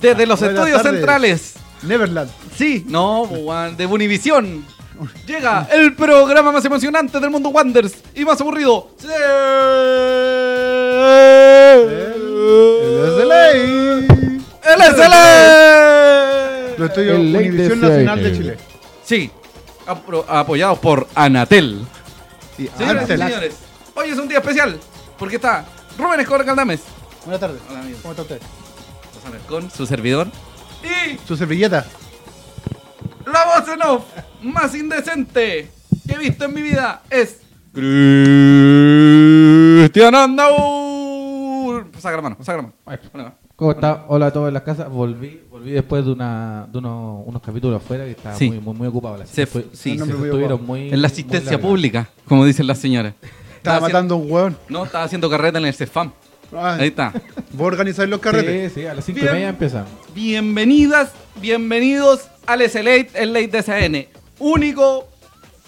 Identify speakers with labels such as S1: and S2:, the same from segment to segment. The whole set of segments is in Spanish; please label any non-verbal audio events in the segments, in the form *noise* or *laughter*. S1: Desde los
S2: Buenas
S1: estudios
S2: tardes.
S1: centrales.
S2: Neverland.
S1: Sí, no, weón, de Univisión. Llega el programa más emocionante del mundo Wonders y más aburrido. Sí.
S2: Es de ley.
S1: ¡El
S2: Lo
S1: SL!
S2: estudios
S3: El ley de
S2: Univisión
S3: CIN.
S2: Nacional de Chile.
S1: Sí, apro- apoyados por Anatel.
S2: Y
S1: Señoras y
S2: Antel.
S1: señores, hoy es un día especial porque está Rubén Escobar Caldames.
S2: Buenas tardes.
S1: Hola, amigos.
S2: ¿Cómo está usted?
S1: Con su servidor. Y
S2: Su servilleta.
S1: la voz en off más indecente que he visto en mi vida es. Cristian Andaur. Saca la mano, saca la mano. Ponle la mano.
S3: ¿Cómo está? Hola a todos en la casa. Volví, volví después de, una, de unos, unos capítulos afuera que estaba
S1: Sí.
S3: muy, muy, muy ocupado. La
S1: Se
S3: fue-
S1: fu- sí,
S3: se
S1: se
S2: fue
S3: estuvieron
S2: ocupado.
S3: muy.
S1: En la
S3: muy
S1: asistencia
S3: largas.
S1: pública, como dicen las señoras.
S2: Estaba
S1: haciendo-
S2: matando a un hueón.
S1: No, estaba haciendo carreta en el CEFAM.
S2: Ah,
S1: Ahí está.
S2: Vos organizáis los carretes.
S3: Sí, sí, a las 5 y
S1: Bien.
S3: media empezamos.
S1: Bienvenidas, bienvenidos al SLate, el Late DCN. Único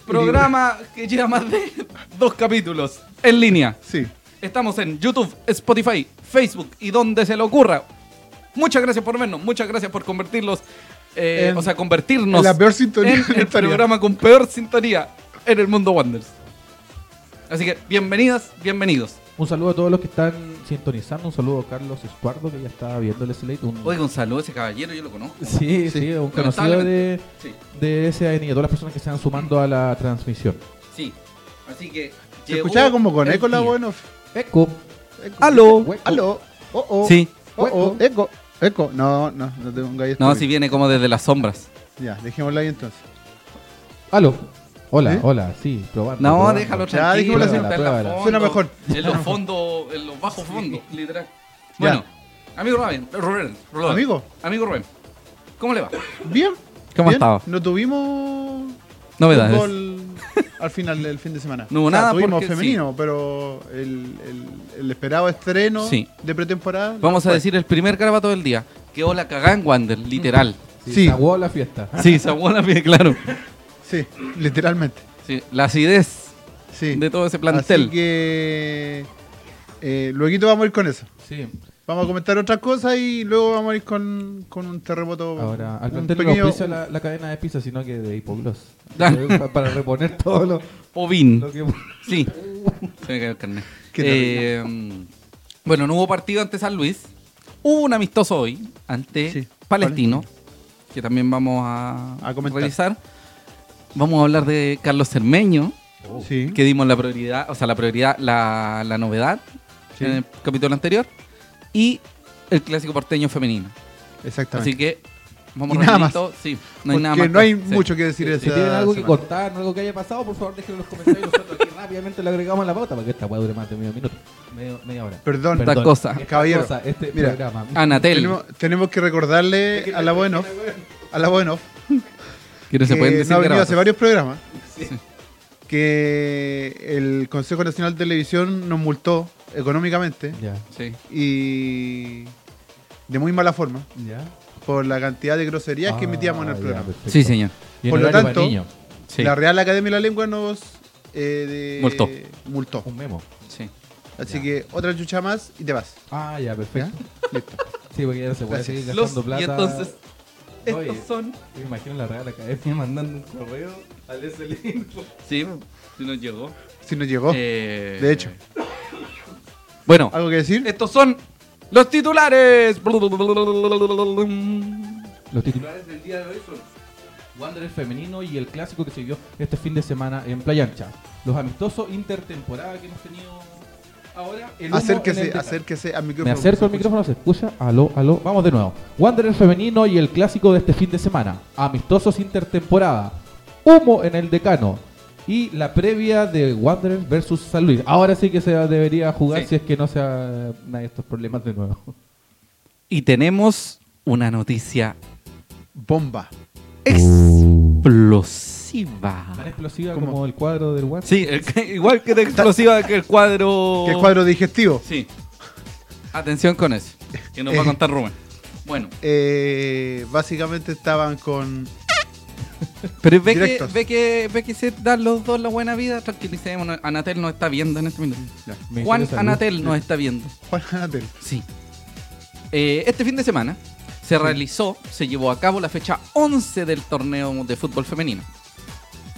S1: programa que lleva más de dos capítulos en línea.
S2: Sí.
S1: Estamos en YouTube, Spotify, Facebook y donde se le ocurra. Muchas gracias por vernos, muchas gracias por convertirlos, eh,
S2: En-
S1: o sea, convertirnos
S2: en la peor sintonía
S1: en
S2: de la
S1: el
S2: historia.
S1: programa con peor sintonía en el mundo Wonders. Así que bienvenidas, bienvenidos.
S3: Un saludo a todos los que están sintonizando. Un saludo a Carlos Estuardo que ya estaba viendo el Slate.
S2: Mm.
S3: Un...
S1: Oiga, un saludo a ese caballero, yo lo conozco.
S3: Sí, sí,
S2: Sí.
S3: un conocido de,
S1: Lamentablemente, sí.
S3: de ese y a todas las personas que se han sumando a la transmisión.
S1: Sí. Así que.
S2: Se
S1: llegó
S2: escuchaba como con
S1: el
S2: eco la
S1: día.
S2: bueno.
S3: Eco.
S1: Aló.
S3: Hueco.
S2: Aló. Oh, oh.
S1: Sí.
S2: Oh, oh.
S3: Hueco.
S2: Eco. Eco. No, no, no tengo un gallo.
S1: No,
S2: estúpido.
S1: si viene como desde las sombras.
S2: Ya, dejémoslo ahí entonces.
S3: Aló. Hola,
S2: ¿Eh?
S3: hola, sí, probando.
S1: No,
S3: probando.
S1: déjalo
S2: Ya,
S1: tranquilo.
S2: dejémoslo así.
S1: está en la
S3: Pruébala.
S1: fondo,
S2: Suena mejor.
S1: En los fondos, en los bajos fondos, literal.
S2: Ya.
S1: Bueno, amigo Rubén, Rubén, Rubén.
S2: Amigo.
S1: Amigo Rubén, ¿cómo le va?
S2: Bien.
S1: ¿Cómo
S2: bien.
S1: estaba?
S2: No tuvimos
S1: Novedades.
S2: fútbol al final del fin de semana.
S1: No hubo nada
S2: Tuvimos
S1: porque-
S2: femenino, pero el, el- el esperado estreno
S1: Sí.
S2: de pretemporada.
S1: Vamos a
S2: Bueno,
S1: decir el primer carabato del día. Que hola cagá en Wander, literal.
S3: Sí,
S2: Sí.
S3: se aguó la fiesta.
S1: Sí, *laughs* esa buena bien claro.
S2: Sí, literalmente.
S1: Sí, la acidez
S2: Sí.
S1: de todo ese plantel.
S2: Así que. eh, luego vamos a ir con eso.
S3: Sí.
S2: Vamos a comentar otras cosas y luego vamos a ir con, con un terremoto.
S3: Ahora, al
S2: un
S3: plantel no auspicia la, la cadena de pizza, sino que
S2: *laughs*
S3: de hipogloss. Eh,
S1: Ah.
S3: Pa- para reponer todo lo,
S1: Ovin.
S3: lo que.
S1: Sí. Se me cayó el carnet.
S2: *laughs* Qué
S1: Eh, bueno, no hubo partido ante San Luis. Hubo un amistoso hoy ante
S2: Sí,
S1: Palestino, que también vamos a,
S2: A comentar.
S1: revisar. Vamos a hablar de Carlos Cermeño,
S2: Oh, Sí.
S1: que dimos la prioridad, o sea, la prioridad, la, la novedad
S2: Sí.
S1: en el capítulo anterior. Y el clásico porteño femenino.
S2: Exactamente.
S1: Así que vamos
S2: Y nada más.
S1: rapidito. Sí, no
S2: no
S1: hay nada
S2: Porque
S1: más.
S2: no hay
S1: Sí.
S2: mucho que decir de
S3: Si
S2: esa
S3: tienen algo que
S2: semana.
S3: contar, algo que haya pasado, por favor déjenlo en los comentarios y nosotros aquí rápidamente le agregamos la pauta para que esta pueda dure más de medio minuto. Medio- media hora.
S2: Perdón,
S1: Esta
S3: Perdón.
S1: cosa.
S3: Esta
S2: Caballero,
S3: cosa, este
S2: mira, Ah.
S3: programa.
S1: Anatel,
S2: tenemos, tenemos que recordarle a la bueno a la bueno
S1: que no
S2: que
S1: se pueden decir
S2: no ha venido hace
S1: garabatos.
S2: varios programas que el Consejo Nacional de Televisión nos multó económicamente
S3: Ya.
S1: Sí.
S2: y de muy mala forma
S3: Ya.
S2: por la cantidad de groserías que emitíamos en el
S3: Ah, ya,
S2: programa.
S3: perfecto.
S1: Sí, señor.
S3: Y en
S2: Por lo
S3: horario para
S2: tanto,
S3: niños,
S1: Sí.
S2: La Real Academia de la Lengua nos eh, de-
S1: Multó.
S2: multó.
S3: un memo.
S1: Sí.
S2: Así
S3: Ya.
S2: que otra chucha más y te vas.
S3: Ah, ya,
S2: ¿Ya?
S3: perfecto.
S2: Listo.
S3: Sí, porque ya no se puede
S2: Gracias.
S3: seguir
S1: Los,
S3: gastando plata.
S1: y entonces,
S3: Oye,
S1: estos son.
S3: me imagino la Real Academia *laughs* mandando un correo al SLI.
S1: Sí, sí nos llegó.
S2: Si nos llegó.
S1: Eh,
S2: Oh, de hecho.
S1: Bueno,
S2: ¿Algo que decir?
S1: estos son los titulares.
S3: Los titulares del día de hoy son Wanderers femenino y el clásico que se vio este fin de semana en Playa Ancha. Los amistosos intertemporada que hemos tenido ahora. El humo en el
S2: Acérquese,
S3: techo.
S2: acérquese al
S3: Me
S2: micrófono.
S3: acerco al micrófono, se escucha. Aló, aló. Vamos de nuevo. Wanderers femenino y el clásico de este fin de semana. Amistosos intertemporada. Humo en el decano. Y la previa de Wanderers versus San Luis. Ahora sí que se debería jugar
S1: Sí.
S3: si es que no se dan estos problemas de nuevo.
S1: Y tenemos una noticia
S2: Bomba.
S1: explosiva.
S3: Tan explosiva
S2: ¿Cómo?
S3: como el cuadro del Wanderers.
S1: Sí, el que- igual que de explosiva que el
S3: Oh.
S1: cuadro.
S2: ¿Qué cuadro digestivo?
S1: Sí. Atención con eso. Que nos va a contar Rubén. Bueno,
S2: Eh, básicamente estaban con.
S1: pero ve que,
S2: Directos.
S1: ve, que, ve que se dan los dos la buena vida. Tranquilicémonos. Anatel nos está viendo en este minuto.
S3: Me
S1: Juan
S3: interesa, Luz.
S1: Anatel nos está viendo.
S2: Juan Anatel.
S1: Sí. Eh, este fin de semana se realizó, se llevó a cabo la fecha 11 del torneo de fútbol femenino.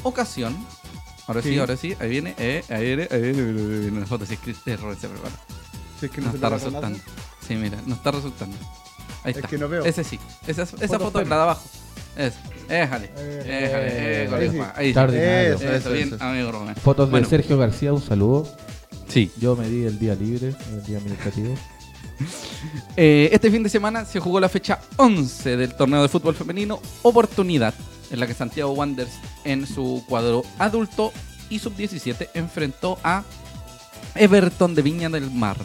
S1: Ocasión. Ahora sí,
S2: Sí.
S1: ahora sí, ahí viene, eh, ahí viene, ahí viene, ahí viene, ahí viene. La foto se escribe error, se prepara.
S2: Si es que
S1: No
S2: se
S1: está
S2: pega con
S1: resultando.
S2: lazo.
S1: Sí, mira, no está resultando. Ahí
S2: Es
S1: está.
S2: que no veo.
S1: Ese sí. Esa, esa
S3: Foto
S1: foto, la de abajo. Esa. Éjale.
S2: Eh,
S1: Éjale.
S3: eh,
S1: Éjale.
S2: ahí sí.
S1: Ahí sí.
S3: Tarde. Ordinario.
S2: Eso,
S1: Eso,
S2: eso,
S1: bien,
S2: eso.
S1: amigo Rubén.
S3: Fotos
S1: Bueno,
S3: de Sergio García, un saludo.
S1: Sí.
S3: Yo me di el día libre, el día administrativo.
S1: Eh, este fin de semana se jugó la fecha 11 del torneo de fútbol femenino Oportunidad, en la que Santiago Wanderers en su cuadro adulto y sub-17 enfrentó a Everton de Viña del Mar.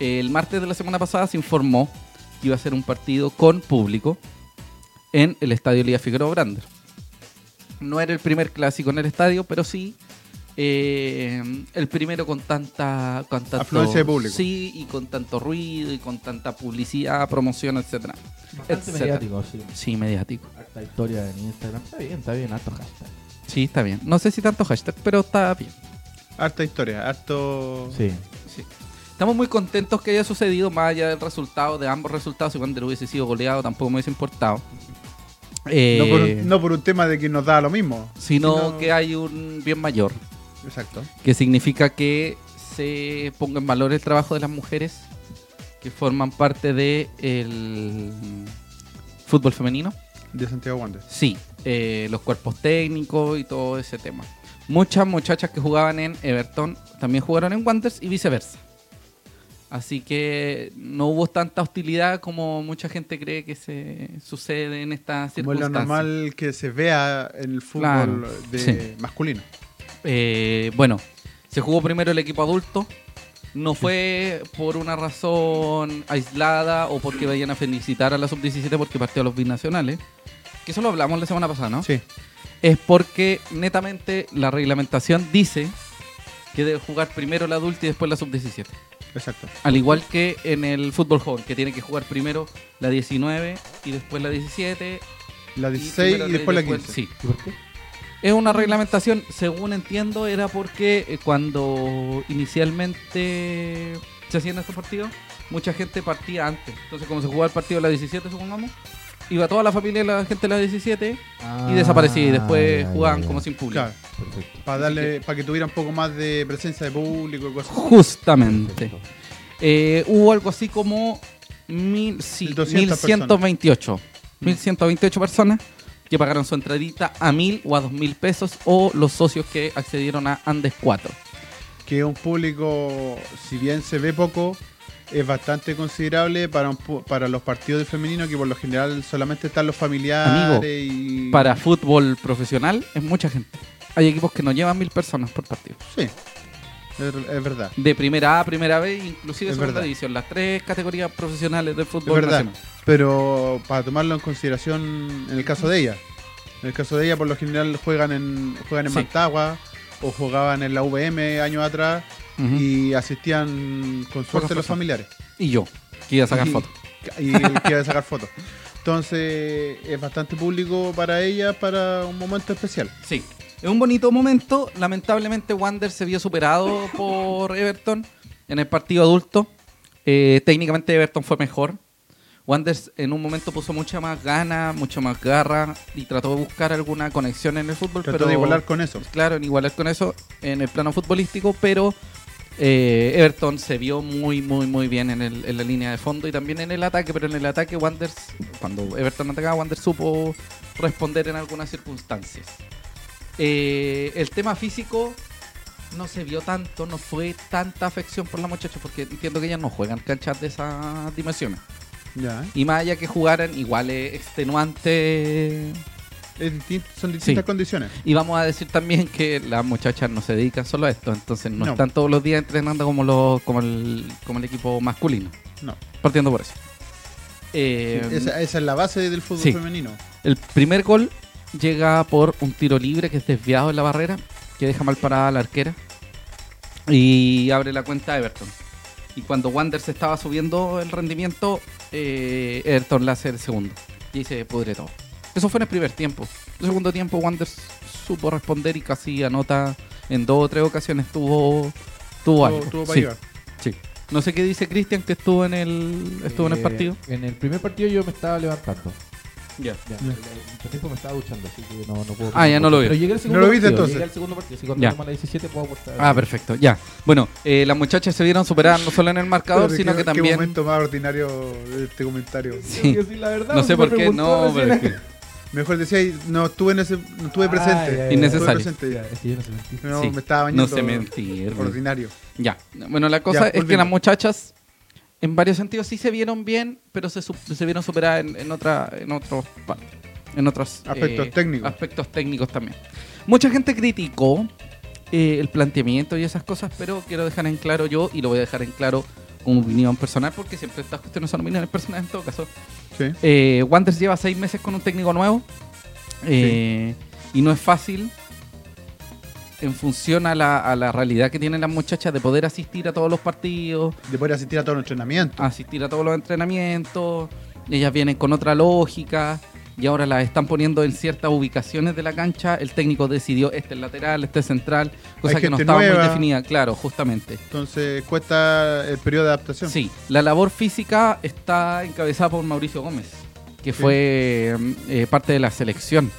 S1: El martes de la semana pasada se informó que iba a ser un partido con público en el estadio Lía Figueroa Brander. No era el primer clásico en el estadio, pero sí eh, el primero con tanta con tanto-
S2: Afluencia de público.
S1: Sí, y con tanto ruido y con tanta publicidad, promoción, etcétera.
S3: Bastante
S1: Etcétera.
S3: mediático, sí.
S1: Sí, mediático.
S3: Harta historia en Instagram. Está bien, está bien, harto hashtag.
S1: Sí, está bien. No sé si tanto hashtag, pero está bien.
S2: Harta historia, harto.
S3: Sí.
S1: Sí. Estamos muy contentos que haya sucedido, más allá del resultado, de ambos resultados. Si Wander hubiese sido goleado, tampoco me hubiese importado.
S2: No, por
S1: Eh,
S2: un, no por un tema de que nos da lo mismo.
S1: sino
S2: sino-
S1: que hay un bien mayor,
S2: Exacto.
S1: que significa que se ponga en valor el trabajo de las mujeres que forman parte del fútbol femenino.
S2: De Santiago Wanderers.
S1: Sí, eh, los cuerpos técnicos y todo ese tema. Muchas muchachas que jugaban en Everton también jugaron en Wanderers y viceversa. Así que no hubo tanta hostilidad como mucha gente cree que se sucede en estas
S2: Como es lo
S1: circunstancias.
S2: normal que se vea en el fútbol
S1: Claro,
S2: de
S1: sí.
S2: masculino.
S1: Eh, bueno, se jugó primero el equipo adulto. No fue por una razón aislada o porque vayan a felicitar a la sub-17 porque partió a los binacionales. Que eso lo hablamos la semana pasada, ¿no?
S2: Sí.
S1: es porque netamente la reglamentación dice que debe jugar primero la adulta y después la sub-17.
S2: Exacto.
S1: Al igual que en el fútbol joven, que tiene que jugar primero la 19 y después la 17.
S2: La
S1: y
S2: 16
S1: primero
S2: y, después la 15.
S1: Sí.
S3: ¿Y por qué?
S1: Es una reglamentación, según entiendo, era porque eh, cuando inicialmente se hacían estos partidos, mucha gente partía antes. Entonces, como se jugaba el partido de la 17, supongamos, iba toda la familia de la gente de la 17
S2: Ah,
S1: y desaparecía. Y
S3: Ah,
S1: después jugaban como sin público.
S2: Claro,
S3: Perfecto.
S2: para darle, para que tuviera un poco más de presencia de público y cosas.
S1: Justamente. Eh, hubo algo así como mil, sí,
S2: 200
S1: 1128. 1128 personas que pagaron su entradita a mil o a dos mil pesos o los socios que accedieron a Andes 4.
S2: Que es un público, si bien se ve poco, es bastante considerable para un pu- para los partidos de femenino que por lo general solamente están los familiares
S1: Amigo,
S2: y
S1: Para fútbol profesional es mucha gente. Hay equipos que no llevan mil personas por partido.
S2: Sí. Es, es verdad.
S1: De primera A, primera B, inclusive
S2: Es
S1: segunda
S2: verdad.
S1: división. Las tres categorías profesionales del
S2: Es
S1: fútbol
S2: verdad.
S1: nacional.
S2: Pero para tomarlo en consideración en el caso de ella. En el caso de ella por lo general juegan en juegan en
S1: Sí.
S2: Mantagua o jugaban en la VM años atrás
S1: Ujú. y,
S2: y asistían con suerte los
S1: personas.
S2: familiares.
S1: yo, que iba a sacar
S2: Y-
S1: fotos.
S2: Y que iba a sacar fotos. Entonces es bastante público para ella para un momento especial.
S1: Sí. Es un bonito momento. Lamentablemente Wander se vio superado por Everton en el partido adulto. Eh, técnicamente Everton fue mejor. Wander en un momento puso mucha más gana, mucha más garra y trató de buscar alguna conexión en el fútbol.
S2: Trató
S1: pero
S2: de igualar con eso.
S1: Pues Claro, en igualar con eso en el plano futbolístico, pero eh, Everton se vio muy, muy, muy bien en, el- en la línea de fondo y también en el ataque, pero en el ataque Wanderers, cuando Everton atacaba, Wanderers supo responder en algunas circunstancias. Eh, el tema físico no se vio tanto, no fue tanta afección por la muchacha, porque entiendo que ellas no juegan canchas de esas dimensiones.
S2: Ya. ¿eh?
S1: Y más allá que jugaran, igual es extenuante
S2: Es distin- son distintas
S1: Sí.
S2: condiciones.
S1: y vamos a decir también que las muchachas no se dedican solo a esto, entonces no,
S2: No.
S1: están todos los días entrenando como, los, como, el, como el equipo masculino,
S2: No.
S1: partiendo por eso. Eh,
S2: esa, esa es la base del fútbol
S1: sí.
S2: femenino.
S1: El primer gol llega por un tiro libre que es desviado en la barrera, que deja mal parada a la arquera y abre la cuenta a Everton. Y cuando Wander se estaba subiendo el rendimiento, eh, Everton la hace el segundo y ahí se pudre todo. Eso fue en el primer tiempo. En el segundo tiempo Wander supo responder y casi anota en dos o tres ocasiones tuvo, tuvo
S2: Tuvo-
S1: algo.
S2: tuvo para
S1: Sí.
S2: llegar.
S1: Sí. No sé qué dice Cristian que estuvo en el estuvo en el
S3: Eh,
S1: partido.
S3: En el primer partido yo me estaba levantando.
S1: Ya.
S3: Ya, el- el primer tiempo me estaba duchando, así que no, no puedo.
S1: Ah, ya no lo vi.
S3: Pero llegué al segundo
S2: lo viste,
S3: partido,
S2: entonces.
S3: Llegué al segundo partido, así que cuando
S1: Ya.
S3: toma la 17 puedo aportar.
S1: Ah, perfecto, ya. Bueno, eh, las muchachas se vieron superadas no solo en el marcador,
S2: Pero
S1: sino
S2: qué-
S1: que
S2: Qué
S1: también.
S2: momento más ordinario de este comentario.
S1: Sí.
S3: Tengo que decir la verdad,
S1: No sé
S3: me
S1: por qué,
S3: preguntó
S1: no, pero es
S3: recién.
S1: que-
S2: Mejor decía, no estuve, en ese, no estuve
S3: Ah,
S2: presente.
S3: ya, ya,
S2: No
S3: *laughs* ya.
S1: Innecesario.
S2: estuve presente, ya.
S3: Es que yo no sé mentir.
S2: *laughs* No,
S1: sí.
S2: me estaba
S1: No
S2: bañando.
S1: sé mentir.
S2: Ordinario.
S1: Ya. Bueno, la cosa
S2: Ya,
S1: es que
S2: volviendo.
S1: las muchachas, en varios sentidos, sí se vieron bien, pero se, su- se vieron superadas en, en otra, en otros pa- en otros
S2: Aspectos técnicos.
S1: Aspectos técnicos también. Mucha gente criticó eh, el planteamiento y esas cosas, pero quiero dejar en claro yo y lo voy a dejar en claro como opinión personal, porque siempre estas cuestiones son opiniones personales en todo caso.
S2: Sí.
S1: Eh, Wanderers lleva seis meses con un técnico nuevo. eh, Y no es fácil, en función a la, a la realidad que tienen las muchachas, de poder asistir a todos los partidos,
S2: De poder asistir a todos los entrenamientos.
S1: asistir a todos los entrenamientos. Ellas vienen con otra lógica. Y ahora las están poniendo en ciertas ubicaciones de la cancha. El técnico decidió este es lateral, este es central, cosa que no
S2: gente
S1: estaba muy
S2: nueva.
S1: definida, claro, justamente.
S2: Entonces cuesta el periodo de adaptación.
S1: Sí, la labor física está encabezada por Mauricio Gómez, que
S2: Sí.
S1: fue mm, eh, parte de la selección.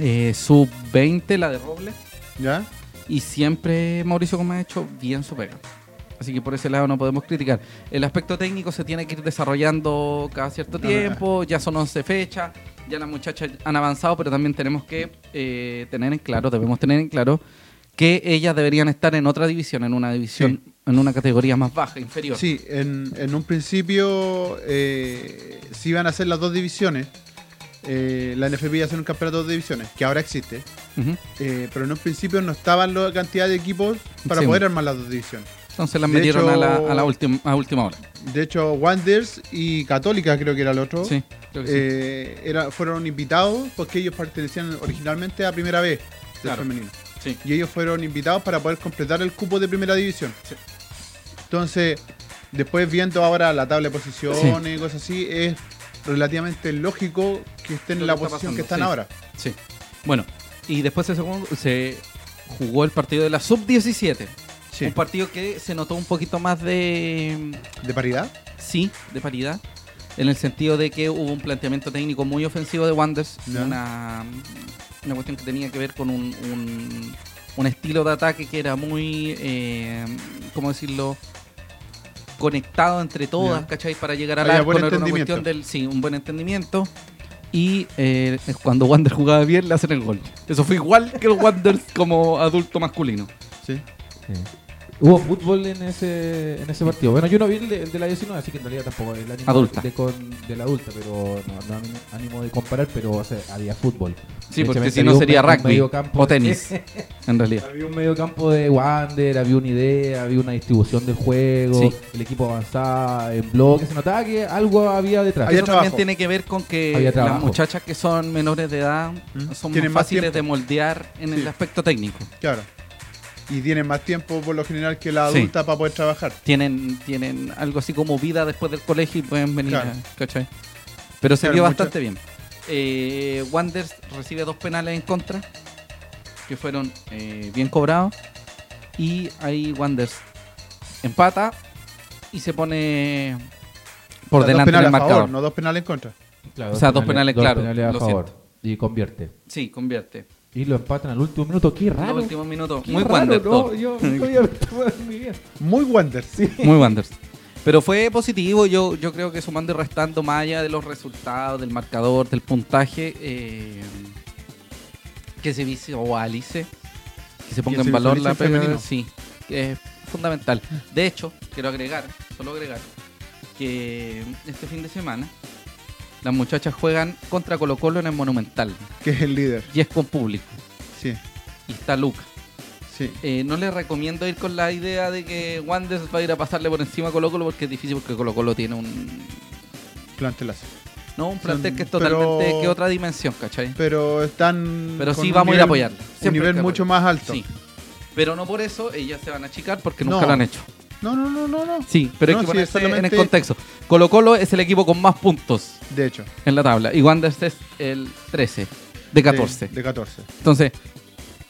S1: Eh, sub 20, la de Robles.
S2: ¿Ya?
S1: Y siempre Mauricio Gómez ha hecho bien su pega. Así que por ese lado no podemos criticar. El aspecto técnico se tiene que ir desarrollando cada cierto
S2: No,
S1: tiempo. Ya son 11 fechas. Ya las muchachas han avanzado, pero también tenemos que eh, tener en claro, debemos tener en claro que ellas deberían estar en otra división, en una división, en una categoría más baja, inferior.
S2: Sí, en, en un principio eh, sí iban a ser las dos divisiones. Eh, la NFP iba a hacer un campeonato de dos divisiones, que ahora existe.
S1: Ujú.
S2: Eh, pero en un principio no estaban la cantidad de equipos para
S1: Sí.
S2: poder armar las dos divisiones.
S1: Entonces las
S2: De
S1: metieron a la,
S2: hecho-
S1: a la última, a última hora.
S2: De hecho, Wanderers y Católica creo que era el otro.
S1: Sí, creo que sí.
S2: eh, era- fueron invitados porque ellos pertenecían originalmente a primera B del
S1: Claro.
S2: femenino.
S1: Sí.
S2: Y ellos fueron invitados para poder completar el cupo de primera división.
S1: Sí.
S2: Entonces, después viendo ahora la tabla de posiciones y cosas así, es relativamente lógico que estén
S1: Lo
S2: en la
S1: que está
S2: posición que están
S1: pasando,
S2: ahora.
S1: Sí. Bueno, y después se, segun- se jugó el partido de la sub-17. Un partido que se notó un poquito más de.
S2: ¿De paridad?
S1: Sí, de paridad. En el sentido de que hubo un planteamiento técnico muy ofensivo de Wanders.
S2: Ya.
S1: Una, una cuestión que tenía que ver con un, un, un estilo de ataque que era muy. eh, ¿Cómo decirlo? conectado entre todas,
S2: Ya.
S1: ¿cachai? Para llegar al
S2: Había
S1: arco,
S2: buen
S1: no era una
S2: entendimiento.
S1: cuestión del... Sí, un buen entendimiento. Y eh, cuando Wander jugaba bien, le hacen el gol. Eso fue igual que el Wander como adulto masculino.
S2: Sí.
S3: Sí. Hubo fútbol en ese, en ese partido. Bueno, yo no vi el de, el de la 19, así que en realidad tampoco el ánimo
S1: Adulta.
S3: De, con- de la adulta, pero no, no ánimo- ánimo de comparar, pero o sea, había fútbol.
S1: Sí, porque
S3: Derechamente
S1: si no
S3: había un
S1: sería
S3: me- un
S1: rugby
S3: mediocampo
S1: o
S3: de-
S1: tenis, en realidad.
S3: *laughs* había un medio campo de Wander, había una idea, había una distribución del juego,
S1: Sí.
S3: el equipo avanzaba en bloque, se notaba que algo había detrás.
S2: Había
S1: Eso
S2: trabajo.
S1: también tiene que ver con que
S3: Había
S1: las
S3: trabajo.
S1: muchachas que son menores de edad
S2: Mm.
S1: son más
S2: Tienen más
S1: fáciles
S2: tiempo.
S1: de moldear en el
S2: Sí.
S1: aspecto técnico.
S2: Claro. Y tienen más tiempo por lo general que la
S1: Sí.
S2: adulta para poder trabajar.
S1: Tienen, tienen algo así como vida después del colegio y pueden venir
S2: Claro.
S1: a- ¿cachai? Pero se
S2: Claro,
S1: vio
S2: mucho-
S1: bastante bien. Eh, Wanders recibe dos penales en contra que fueron eh, bien cobrados. Y ahí Wanders empata y se pone por
S2: O sea,
S1: delante
S2: dos
S1: en el
S2: penales a
S1: marcador.
S2: favor, no dos penales en contra.
S3: Claro,
S1: o sea, dos penales, claro,
S3: a
S1: lo
S3: favor. Y convierte.
S1: Sí, convierte.
S3: Y lo empatan al último minuto. Qué
S1: En
S3: raro.
S1: los últimos minutos.
S3: qué
S1: Muy
S3: raro,
S1: Wander.
S3: ¿no?
S1: todo. *laughs*
S3: Yo nunca había visto jugar en mi vida.
S2: Muy Wander.
S1: Muy Wanderers. Pero fue positivo, yo, yo creo que sumando y restando más allá de los resultados, del marcador, del puntaje, eh, que se vise o alice, que se ponga
S2: Que se
S1: en valor la
S2: visualice el
S1: pega,
S2: femenino.
S1: sí, que es fundamental. De hecho, quiero agregar, solo agregar, que este fin de semana las muchachas juegan contra Colo Colo en el Monumental,
S2: Que es el líder.
S1: y es con público,
S2: Sí,
S1: y está Luca.
S2: sí.
S1: Eh, no les recomiendo ir con la idea de que Wanderers va a ir a pasarle por encima a Colo Colo porque es difícil porque Colo Colo tiene un
S2: Plantelazo.
S1: no un plantel
S2: Son-
S1: que es
S2: pero-
S1: totalmente que otra dimensión, ¿cachai?
S2: Pero están.
S1: Pero
S2: con
S1: sí
S2: un
S1: vamos a ir a
S2: nivel-
S1: apoyarlo. Siempre
S2: Un
S1: hay
S2: nivel
S1: que
S2: mucho más alto.
S1: Sí. Pero no por eso ellas se van a achicar porque nunca
S2: No.
S1: lo han hecho.
S2: No, no, no, no, no.
S1: Sí, pero hay
S2: No,
S1: que
S2: sí,
S1: ponerse en el
S2: solamente-
S1: contexto. Colo Colo es el equipo con más puntos
S2: De hecho.
S1: en la tabla y Wanderers es el 13 de 14.
S2: De, de 14.
S1: Entonces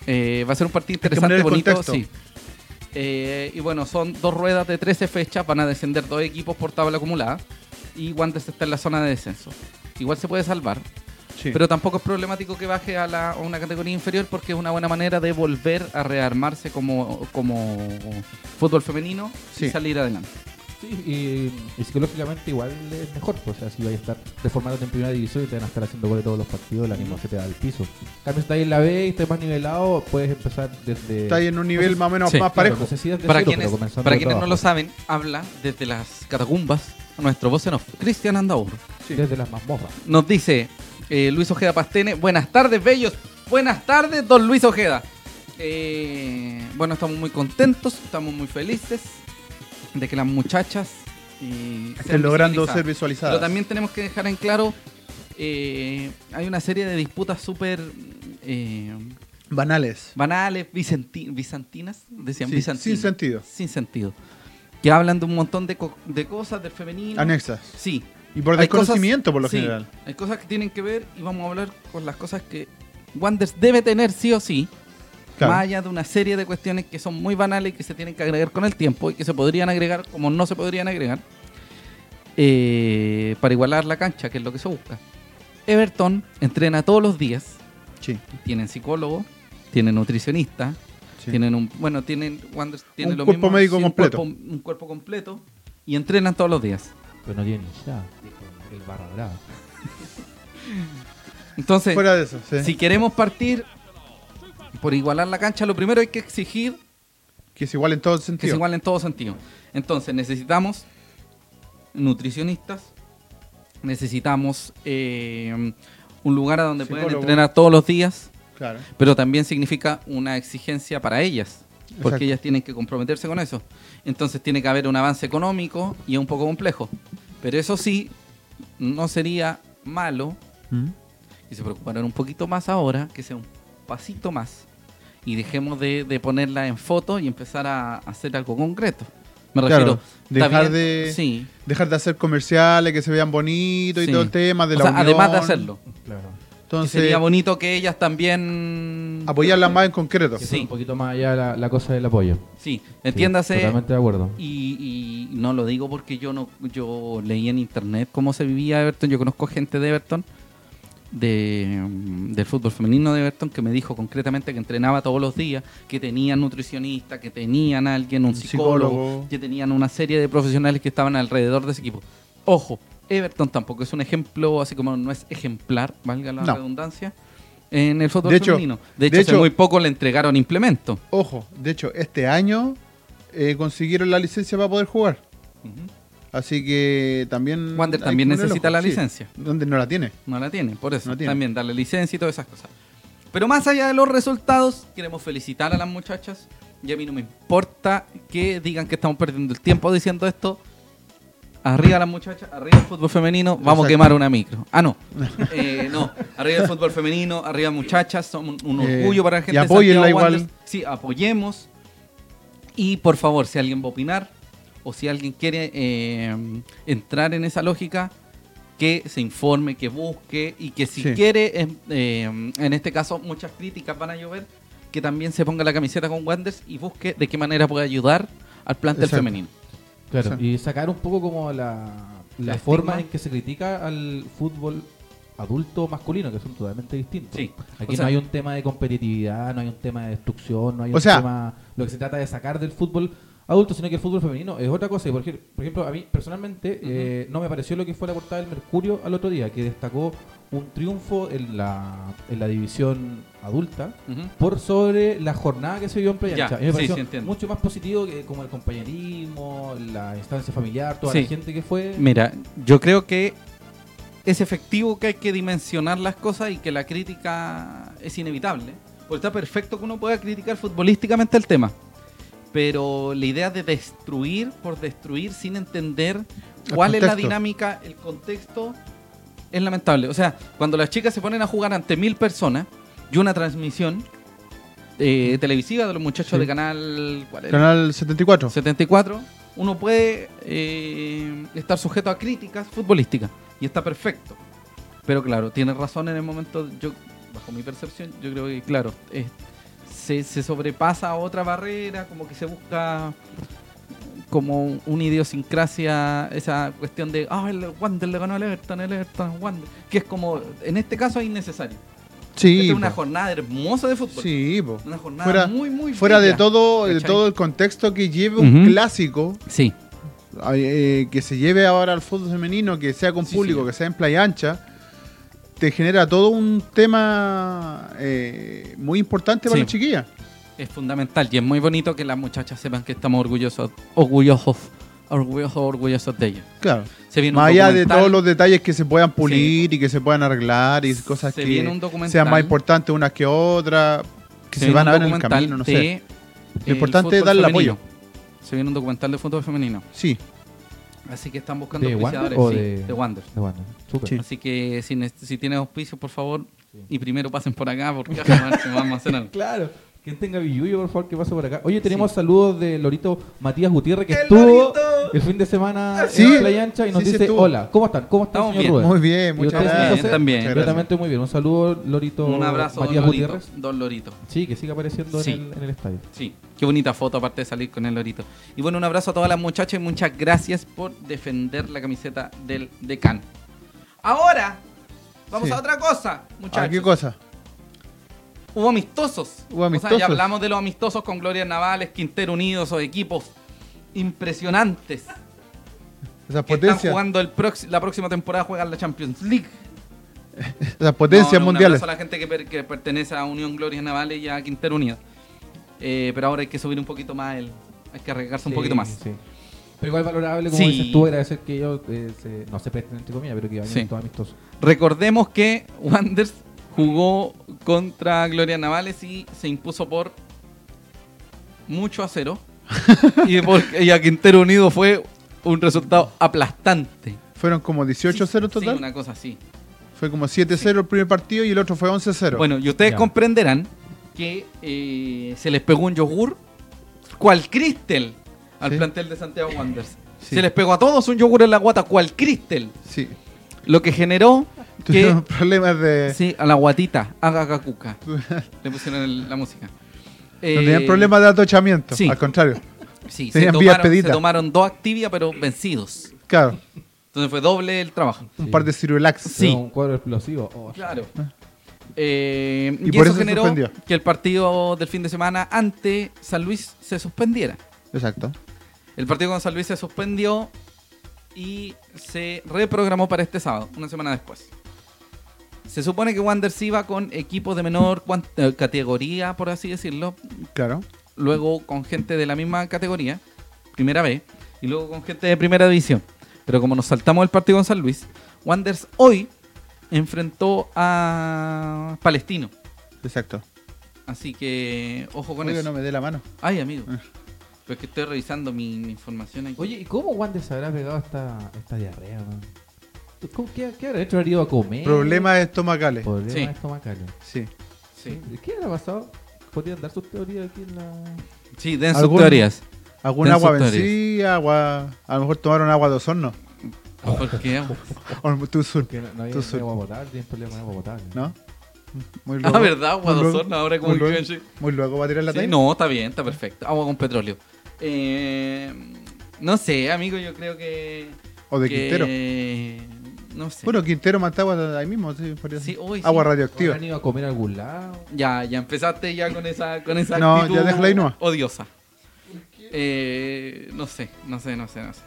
S1: eh, va a ser un partido
S2: Hay que
S1: interesante,
S2: poner el
S1: bonito,
S2: contexto.
S1: sí. Eh, y bueno, son dos ruedas de 13 fechas, van a descender dos equipos por tabla acumulada. Y Wanderers está en la zona de descenso. Igual se puede salvar,
S2: Sí.
S1: pero tampoco es problemático que baje a, la, a una categoría inferior porque es una buena manera de volver a rearmarse como, como fútbol femenino y
S2: Sí.
S1: salir adelante.
S3: Sí, y, y psicológicamente igual es mejor, pues, o sea, si vas a estar reformándote en primera división y te van a estar haciendo goles todos los partidos, el ánimo se te va al piso. En cambio, si estás ahí en la B y estás más nivelado, puedes empezar desde...
S2: Está ahí en un nivel más o menos
S1: eh, Sí,
S2: más
S3: Claro,
S2: parejo.
S3: no sé si desde
S1: Para
S3: cero,
S1: quienes,
S3: pero comenzando
S1: para
S3: de
S1: quienes no
S3: abajo.
S1: lo saben, habla desde las catacumbas nuestro voz en off, Cristian Andaur.
S2: Sí.
S3: Desde las mazmorras.
S1: Nos dice eh, Luis Ojeda Pastene, buenas tardes, bellos. Buenas tardes, don Luis Ojeda. Eh, bueno, estamos muy contentos, estamos muy felices de que las muchachas eh,
S2: Están
S1: sean
S2: logrando
S1: visibilizadas.
S2: ser visualizadas.
S1: Pero también tenemos que dejar en claro, eh, hay una serie de disputas súper eh,
S2: Banales.
S1: banales, bizanti- bizantinas, decían
S2: Sí,
S1: bizantinas.
S2: sin sentido.
S1: Sin sentido. Que hablan de un montón de, co- de cosas del femenino.
S2: Anexas.
S1: Sí,
S2: Y por
S1: hay
S2: desconocimiento,
S1: cosas-
S2: por lo
S1: sí,
S2: general.
S1: Hay cosas que tienen que ver y vamos a hablar con las cosas que Wanders debe tener sí o sí,
S2: Claro.
S1: más allá de una serie de cuestiones que son muy banales y que se tienen que agregar con el tiempo y que se podrían agregar como no se podrían agregar eh, para igualar la cancha, que es lo que se busca. Everton entrena todos los días,
S2: Sí,
S1: tienen psicólogo, tienen nutricionista,
S2: sí.
S1: tienen un bueno, tienen Wanderers tiene
S2: Un
S1: lo
S2: cuerpo
S1: mismo, sí,
S2: médico
S1: un
S2: completo.
S1: cuerpo- un cuerpo completo y entrenan todos los días.
S3: Pero no tiene ni ya, dijo el barra brava.
S1: Entonces,
S2: Fuera de eso, sí.
S1: Si queremos partir por igualar la cancha, lo primero hay que exigir
S2: Que es igual en todo
S1: que se
S2: sentido.
S1: igualen en todo sentido. Entonces necesitamos nutricionistas, necesitamos eh, un lugar a donde puedan
S2: Psicólogo.
S1: entrenar todos los días,
S2: Claro.
S1: pero también significa una exigencia para ellas, porque
S2: Exacto.
S1: ellas tienen que comprometerse con eso. Entonces tiene que haber un avance económico y es un poco complejo. Pero eso sí, no sería malo ¿Mm? y se preocuparon un poquito más ahora, que sea un pasito más, y dejemos de, de ponerla en foto y empezar a hacer algo concreto. Me refiero,
S2: Claro, dejar
S1: está bien,
S2: de-
S1: Sí,
S2: Dejar de hacer comerciales que se vean bonitos
S1: Sí.
S2: y todo el tema de
S1: O
S2: la
S1: sea,
S2: unión.
S1: además de hacerlo.
S3: Claro.
S1: que
S2: Entonces,
S1: sería bonito que ellas también...
S2: apoyarla más en concreto.
S3: Que
S1: Sí.
S3: fue un poquito más allá la, la cosa del apoyo. Sí,
S1: Sí, entiéndase...
S3: totalmente de acuerdo.
S1: y, y no lo digo porque yo no yo leí en internet cómo se vivía Everton. Yo conozco gente de Everton, de, mm, del fútbol femenino de Everton, que me dijo concretamente que entrenaba todos los días, que tenían nutricionista, que tenían alguien, un
S2: Un
S1: psicólogo,
S2: psicólogo.
S1: que tenían una serie de profesionales que estaban alrededor de ese equipo. Ojo, Everton tampoco es un ejemplo, así como no es ejemplar, valga la
S2: No.
S1: redundancia, en el fútbol
S2: De hecho-
S1: femenino. De hecho,
S2: de
S1: hace
S2: hecho-
S1: muy poco le entregaron implemento.
S2: Ojo, de hecho, este año eh, consiguieron la licencia para poder jugar. Así que también.
S1: Wander
S2: hay
S1: también
S2: que ponerle
S1: necesita
S2: ojo,
S1: la
S2: sí.
S1: licencia.
S2: Donde no la tiene.
S1: No la tienen, por eso.
S2: No tiene.
S1: También darle licencia y todas esas cosas. Pero más allá de los resultados, queremos felicitar a las muchachas. Y a mí no me importa que digan que estamos perdiendo el tiempo diciendo esto. Arriba las muchachas, arriba el fútbol femenino, vamos a
S2: Exacto.
S1: quemar una micro. Ah,
S2: *laughs*
S1: no. Eh, no, arriba el fútbol femenino, arriba muchachas, son un, un
S2: Eh,
S1: orgullo para la
S2: y
S1: gente. de
S2: apóyenla
S1: Santiago
S2: igual.
S1: Wanderers. Sí, apoyemos. Y por favor, si alguien va a opinar o si alguien quiere eh, entrar en esa lógica, que se informe, que busque y que si
S2: Sí.
S1: quiere, em, eh, en este caso muchas críticas van a llover, que también se ponga la camiseta con Wanderers y busque de qué manera puede ayudar al plantel
S2: Exacto.
S1: femenino.
S3: Claro,
S2: Sí.
S3: y sacar un poco como la, la
S1: El
S3: forma
S1: estigma.
S3: en que se critica al fútbol adulto masculino, que son totalmente distintos.
S1: Sí.
S3: Aquí
S1: O sea-
S3: no hay un tema de competitividad, no hay un tema de destrucción, no hay
S2: O
S3: un
S2: sea-
S3: tema... Lo que se trata de sacar del fútbol adulto, sino que el fútbol femenino es otra cosa. Y por, ej- por ejemplo, a mí personalmente eh, no me pareció lo que fue la portada del Mercurio al otro día, que destacó un triunfo en la, en la división adulta
S1: Ujú.
S3: por sobre la jornada que se vio en Playa
S1: Ya,
S3: Ancha. A mí
S1: sí,
S3: me pareció
S1: sí, entiendo.
S3: mucho más positivo que como el compañerismo, la instancia familiar, toda
S1: Sí.
S3: la gente que fue.
S1: Mira, yo creo que es efectivo que hay que dimensionar las cosas y que la crítica es inevitable. Porque está perfecto que uno pueda criticar futbolísticamente el tema. Pero la idea de destruir por destruir sin entender cuál es la
S2: contexto.
S1: dinámica, el contexto, es lamentable. O sea, cuando las chicas se ponen a jugar ante mil personas y una transmisión eh, televisiva de los muchachos
S2: Sí.
S1: de Canal... ¿cuál era?
S2: Canal 74.
S1: 74, uno puede eh, estar sujeto a críticas futbolísticas y está perfecto. Pero claro, tiene razón en el momento, yo bajo mi percepción, yo creo que claro, eh, se, se sobrepasa a otra barrera, como que se busca como una idiosincrasia, esa cuestión de, ah, el Wander le ganó al Everton, el Everton, Wander, que es como, en este caso es innecesario. Esta
S2: Sí,
S1: es una
S2: po.
S1: jornada hermosa de fútbol.
S2: sí, po.
S1: Una jornada
S2: Fuera,
S1: muy, muy
S2: fuera de
S1: bella,
S2: todo, de
S1: ¿cachai?
S2: todo el contexto que lleve un
S1: Ujú.
S2: clásico,
S1: Sí,
S2: eh, que se lleve ahora al fútbol femenino, que sea con
S1: Sí,
S2: público,
S1: sí.
S2: que sea en playa ancha, te genera todo un tema eh, muy importante para
S1: Sí.
S2: las chiquillas.
S1: es fundamental y es muy bonito que las muchachas sepan que estamos orgullosos, orgullosos, orgullosos, orgullosos de ellas.
S2: Claro.
S1: Se viene un
S2: Más allá de
S1: documental.
S2: todos los detalles que se puedan pulir y que se puedan arreglar y cosas
S1: Se
S2: que
S1: viene un documental.
S2: sean más importantes unas que otras, que se,
S1: viene un
S2: van a ver en el
S1: documental
S2: camino, no
S1: de
S2: sé.
S1: el
S2: importante es
S1: fútbol
S2: darle
S1: femenino.
S2: apoyo.
S1: Se viene un documental de fútbol femenino.
S2: Sí,
S1: Así que están buscando
S3: ¿De Wander
S1: auspiciadores
S3: o
S1: sí,
S3: de-
S1: de Wander.
S3: De Wander. Súper.
S2: Sí.
S1: Así que si, ne- si tienen auspicios, por favor, y primero pasen por acá
S3: *laughs*
S1: porque jamás se vamos a hacer algo.
S3: Claro. Quien tenga billuyo, por favor, que pase por acá. Oye, tenemos saludos de Lorito Matías Gutiérrez, que estuvo el fin de semana
S2: Ah, Sí.
S3: en Playa Ancha y nos
S2: Sí, sí
S3: dice,
S2: estuvo.
S3: hola, ¿cómo están? ¿Cómo están,
S1: Estamos
S3: señor
S1: bien.
S3: Rubén?
S2: muy bien,
S3: Y
S2: muchas
S3: ustedes,
S2: gracias.
S1: Bien, también.
S2: Muchas
S3: Yo
S2: gracias.
S3: también estoy muy bien. Un saludo, Lorito
S1: Un abrazo,
S3: Matías
S1: Don Lorito.
S3: Gutiérrez.
S1: Don Lorito.
S3: Sí, que siga apareciendo
S1: Sí.
S3: En, el, en el estadio.
S1: Sí, qué bonita foto aparte de salir con el lorito. Y bueno, un abrazo a todas las muchachas y muchas gracias por defender la camiseta del decano. Ahora, vamos
S2: Sí.
S1: a otra cosa,
S2: Ah, ¿Qué
S1: muchachos.
S2: cosa?
S1: Hubo amistosos. O
S2: Hubo
S1: sea,
S2: amistosos.
S1: ya hablamos de los amistosos con Gloria Navales, Quintero Unidos o equipos impresionantes
S2: Esas
S1: que están
S2: potencias,
S1: jugando el proxi- la próxima temporada juegan la Champions League.
S2: esas potencias
S1: No, no, un
S2: mundiales.
S1: abrazo a la gente que, per- que pertenece a Unión Gloria Navales y a Quintero Unidos. Eh, pero ahora hay que subir un poquito más el, hay que arriesgarse un
S3: Sí,
S1: poquito más.
S3: sí. Pero igual valorable, como
S1: Sí.
S3: dices tú, agradecer que ellos eh, se- no se presten entre comillas, pero que vayan
S1: Sí.
S3: todos amistosos.
S1: Recordemos que Wanders jugó contra Gloria Navales y se impuso por mucho a cero. y, porque- y a Quintero Unido fue un resultado aplastante.
S2: Fueron como 18-0
S1: Sí,
S2: total.
S1: una cosa así.
S2: Fue como 7-0 el primer partido y el otro fue 11-0.
S1: Bueno, y ustedes
S3: Ya.
S1: comprenderán que eh, se les pegó un yogur cual cristel al
S2: Sí.
S1: plantel de Santiago Wanderers.
S2: Sí.
S1: Se les pegó a todos un yogur en la guata cual cristel,
S2: sí.
S1: lo que
S2: *laughs*
S1: generó que
S2: Tuvieron problemas de.
S1: Sí, a la guatita, haga
S2: *laughs*
S1: cuca. Le pusieron el- la música. Eh,
S2: No tenían problemas de atochamiento.
S1: sí.
S2: Al contrario.
S1: Sí, se
S2: tenían vías
S1: tomaron, se
S2: pedidas.
S1: tomaron dos actividades, pero vencidos.
S2: Claro.
S1: Entonces fue doble el trabajo.
S2: Un
S3: Sí.
S2: par de cirulax.
S1: Sí.
S3: Pero Un cuadro explosivo. oh,
S1: Claro. Eh, y,
S2: Y
S1: eso,
S2: por eso se
S1: generó
S2: suspendió.
S1: que el partido del fin de semana ante San Luis se suspendiera.
S2: Exacto.
S1: El partido con San Luis se suspendió y se reprogramó para este sábado, una semana después. Se supone que Wanderers iba con equipos de menor cuan- eh, categoría, por así decirlo,
S2: Claro.
S1: luego con gente de la misma categoría, primera B, y luego con gente de primera división. Pero como nos saltamos el partido con San Luis, Wanderers hoy enfrentó a Palestino.
S2: Exacto.
S1: Así que ojo con
S2: Oiga,
S1: eso.
S2: no me dé la mano.
S1: Ay, amigo.
S2: Ah.
S1: Pero es que estoy revisando mi, mi información aquí.
S3: Oye, ¿y cómo Wander se habrá pegado esta, esta diarrea, man? ¿Tú cómo- ¿Qué, qué habrá hecho? ¿Habrá ido a
S1: Eh.
S3: comer?
S2: Problemas estomacales.
S3: Problemas
S1: Sí.
S3: estomacales.
S2: Sí.
S1: sí.
S3: ¿Qué habrá pasado? Podrían dar sus teorías aquí en la.
S1: Sí, den sus
S2: ¿Algún-
S1: teorías.
S2: Algún
S1: Ten
S2: agua
S1: sus teorías.
S2: vencida, agua. A lo mejor tomaron agua de osorno. Ah,
S1: ¿Por qué?
S2: O *laughs* Tuzul,
S3: Que no, no hay
S2: Tú sur-
S3: agua potable, tienen problemas de agua potable.
S2: ¿no? Muy
S1: Ah, ¿verdad? Agua de
S2: muy luego-
S1: osorno, ahora como
S2: muy
S1: que
S2: luego-
S1: sí.
S2: Muy luego va a tirar la
S1: Sí,
S2: talla.
S1: no, está bien, está perfecto. Agua con petróleo. Eh, no sé, amigo, yo creo que...
S2: O de
S1: que-
S2: Quintero.
S1: No sé.
S2: Bueno, Quintero mata agua ahí mismo. sí, podría
S1: Sí,
S2: ser.
S1: uy, sí.
S2: agua
S3: ¿O
S2: radioactiva.
S3: ¿Han ido a comer a algún lado?
S1: ya, ya empezaste ya con esa, con esa
S2: No,
S1: actitud
S2: ya déjala ahí nomás.
S1: odiosa. Eh, no sé, no sé, no sé, no sé.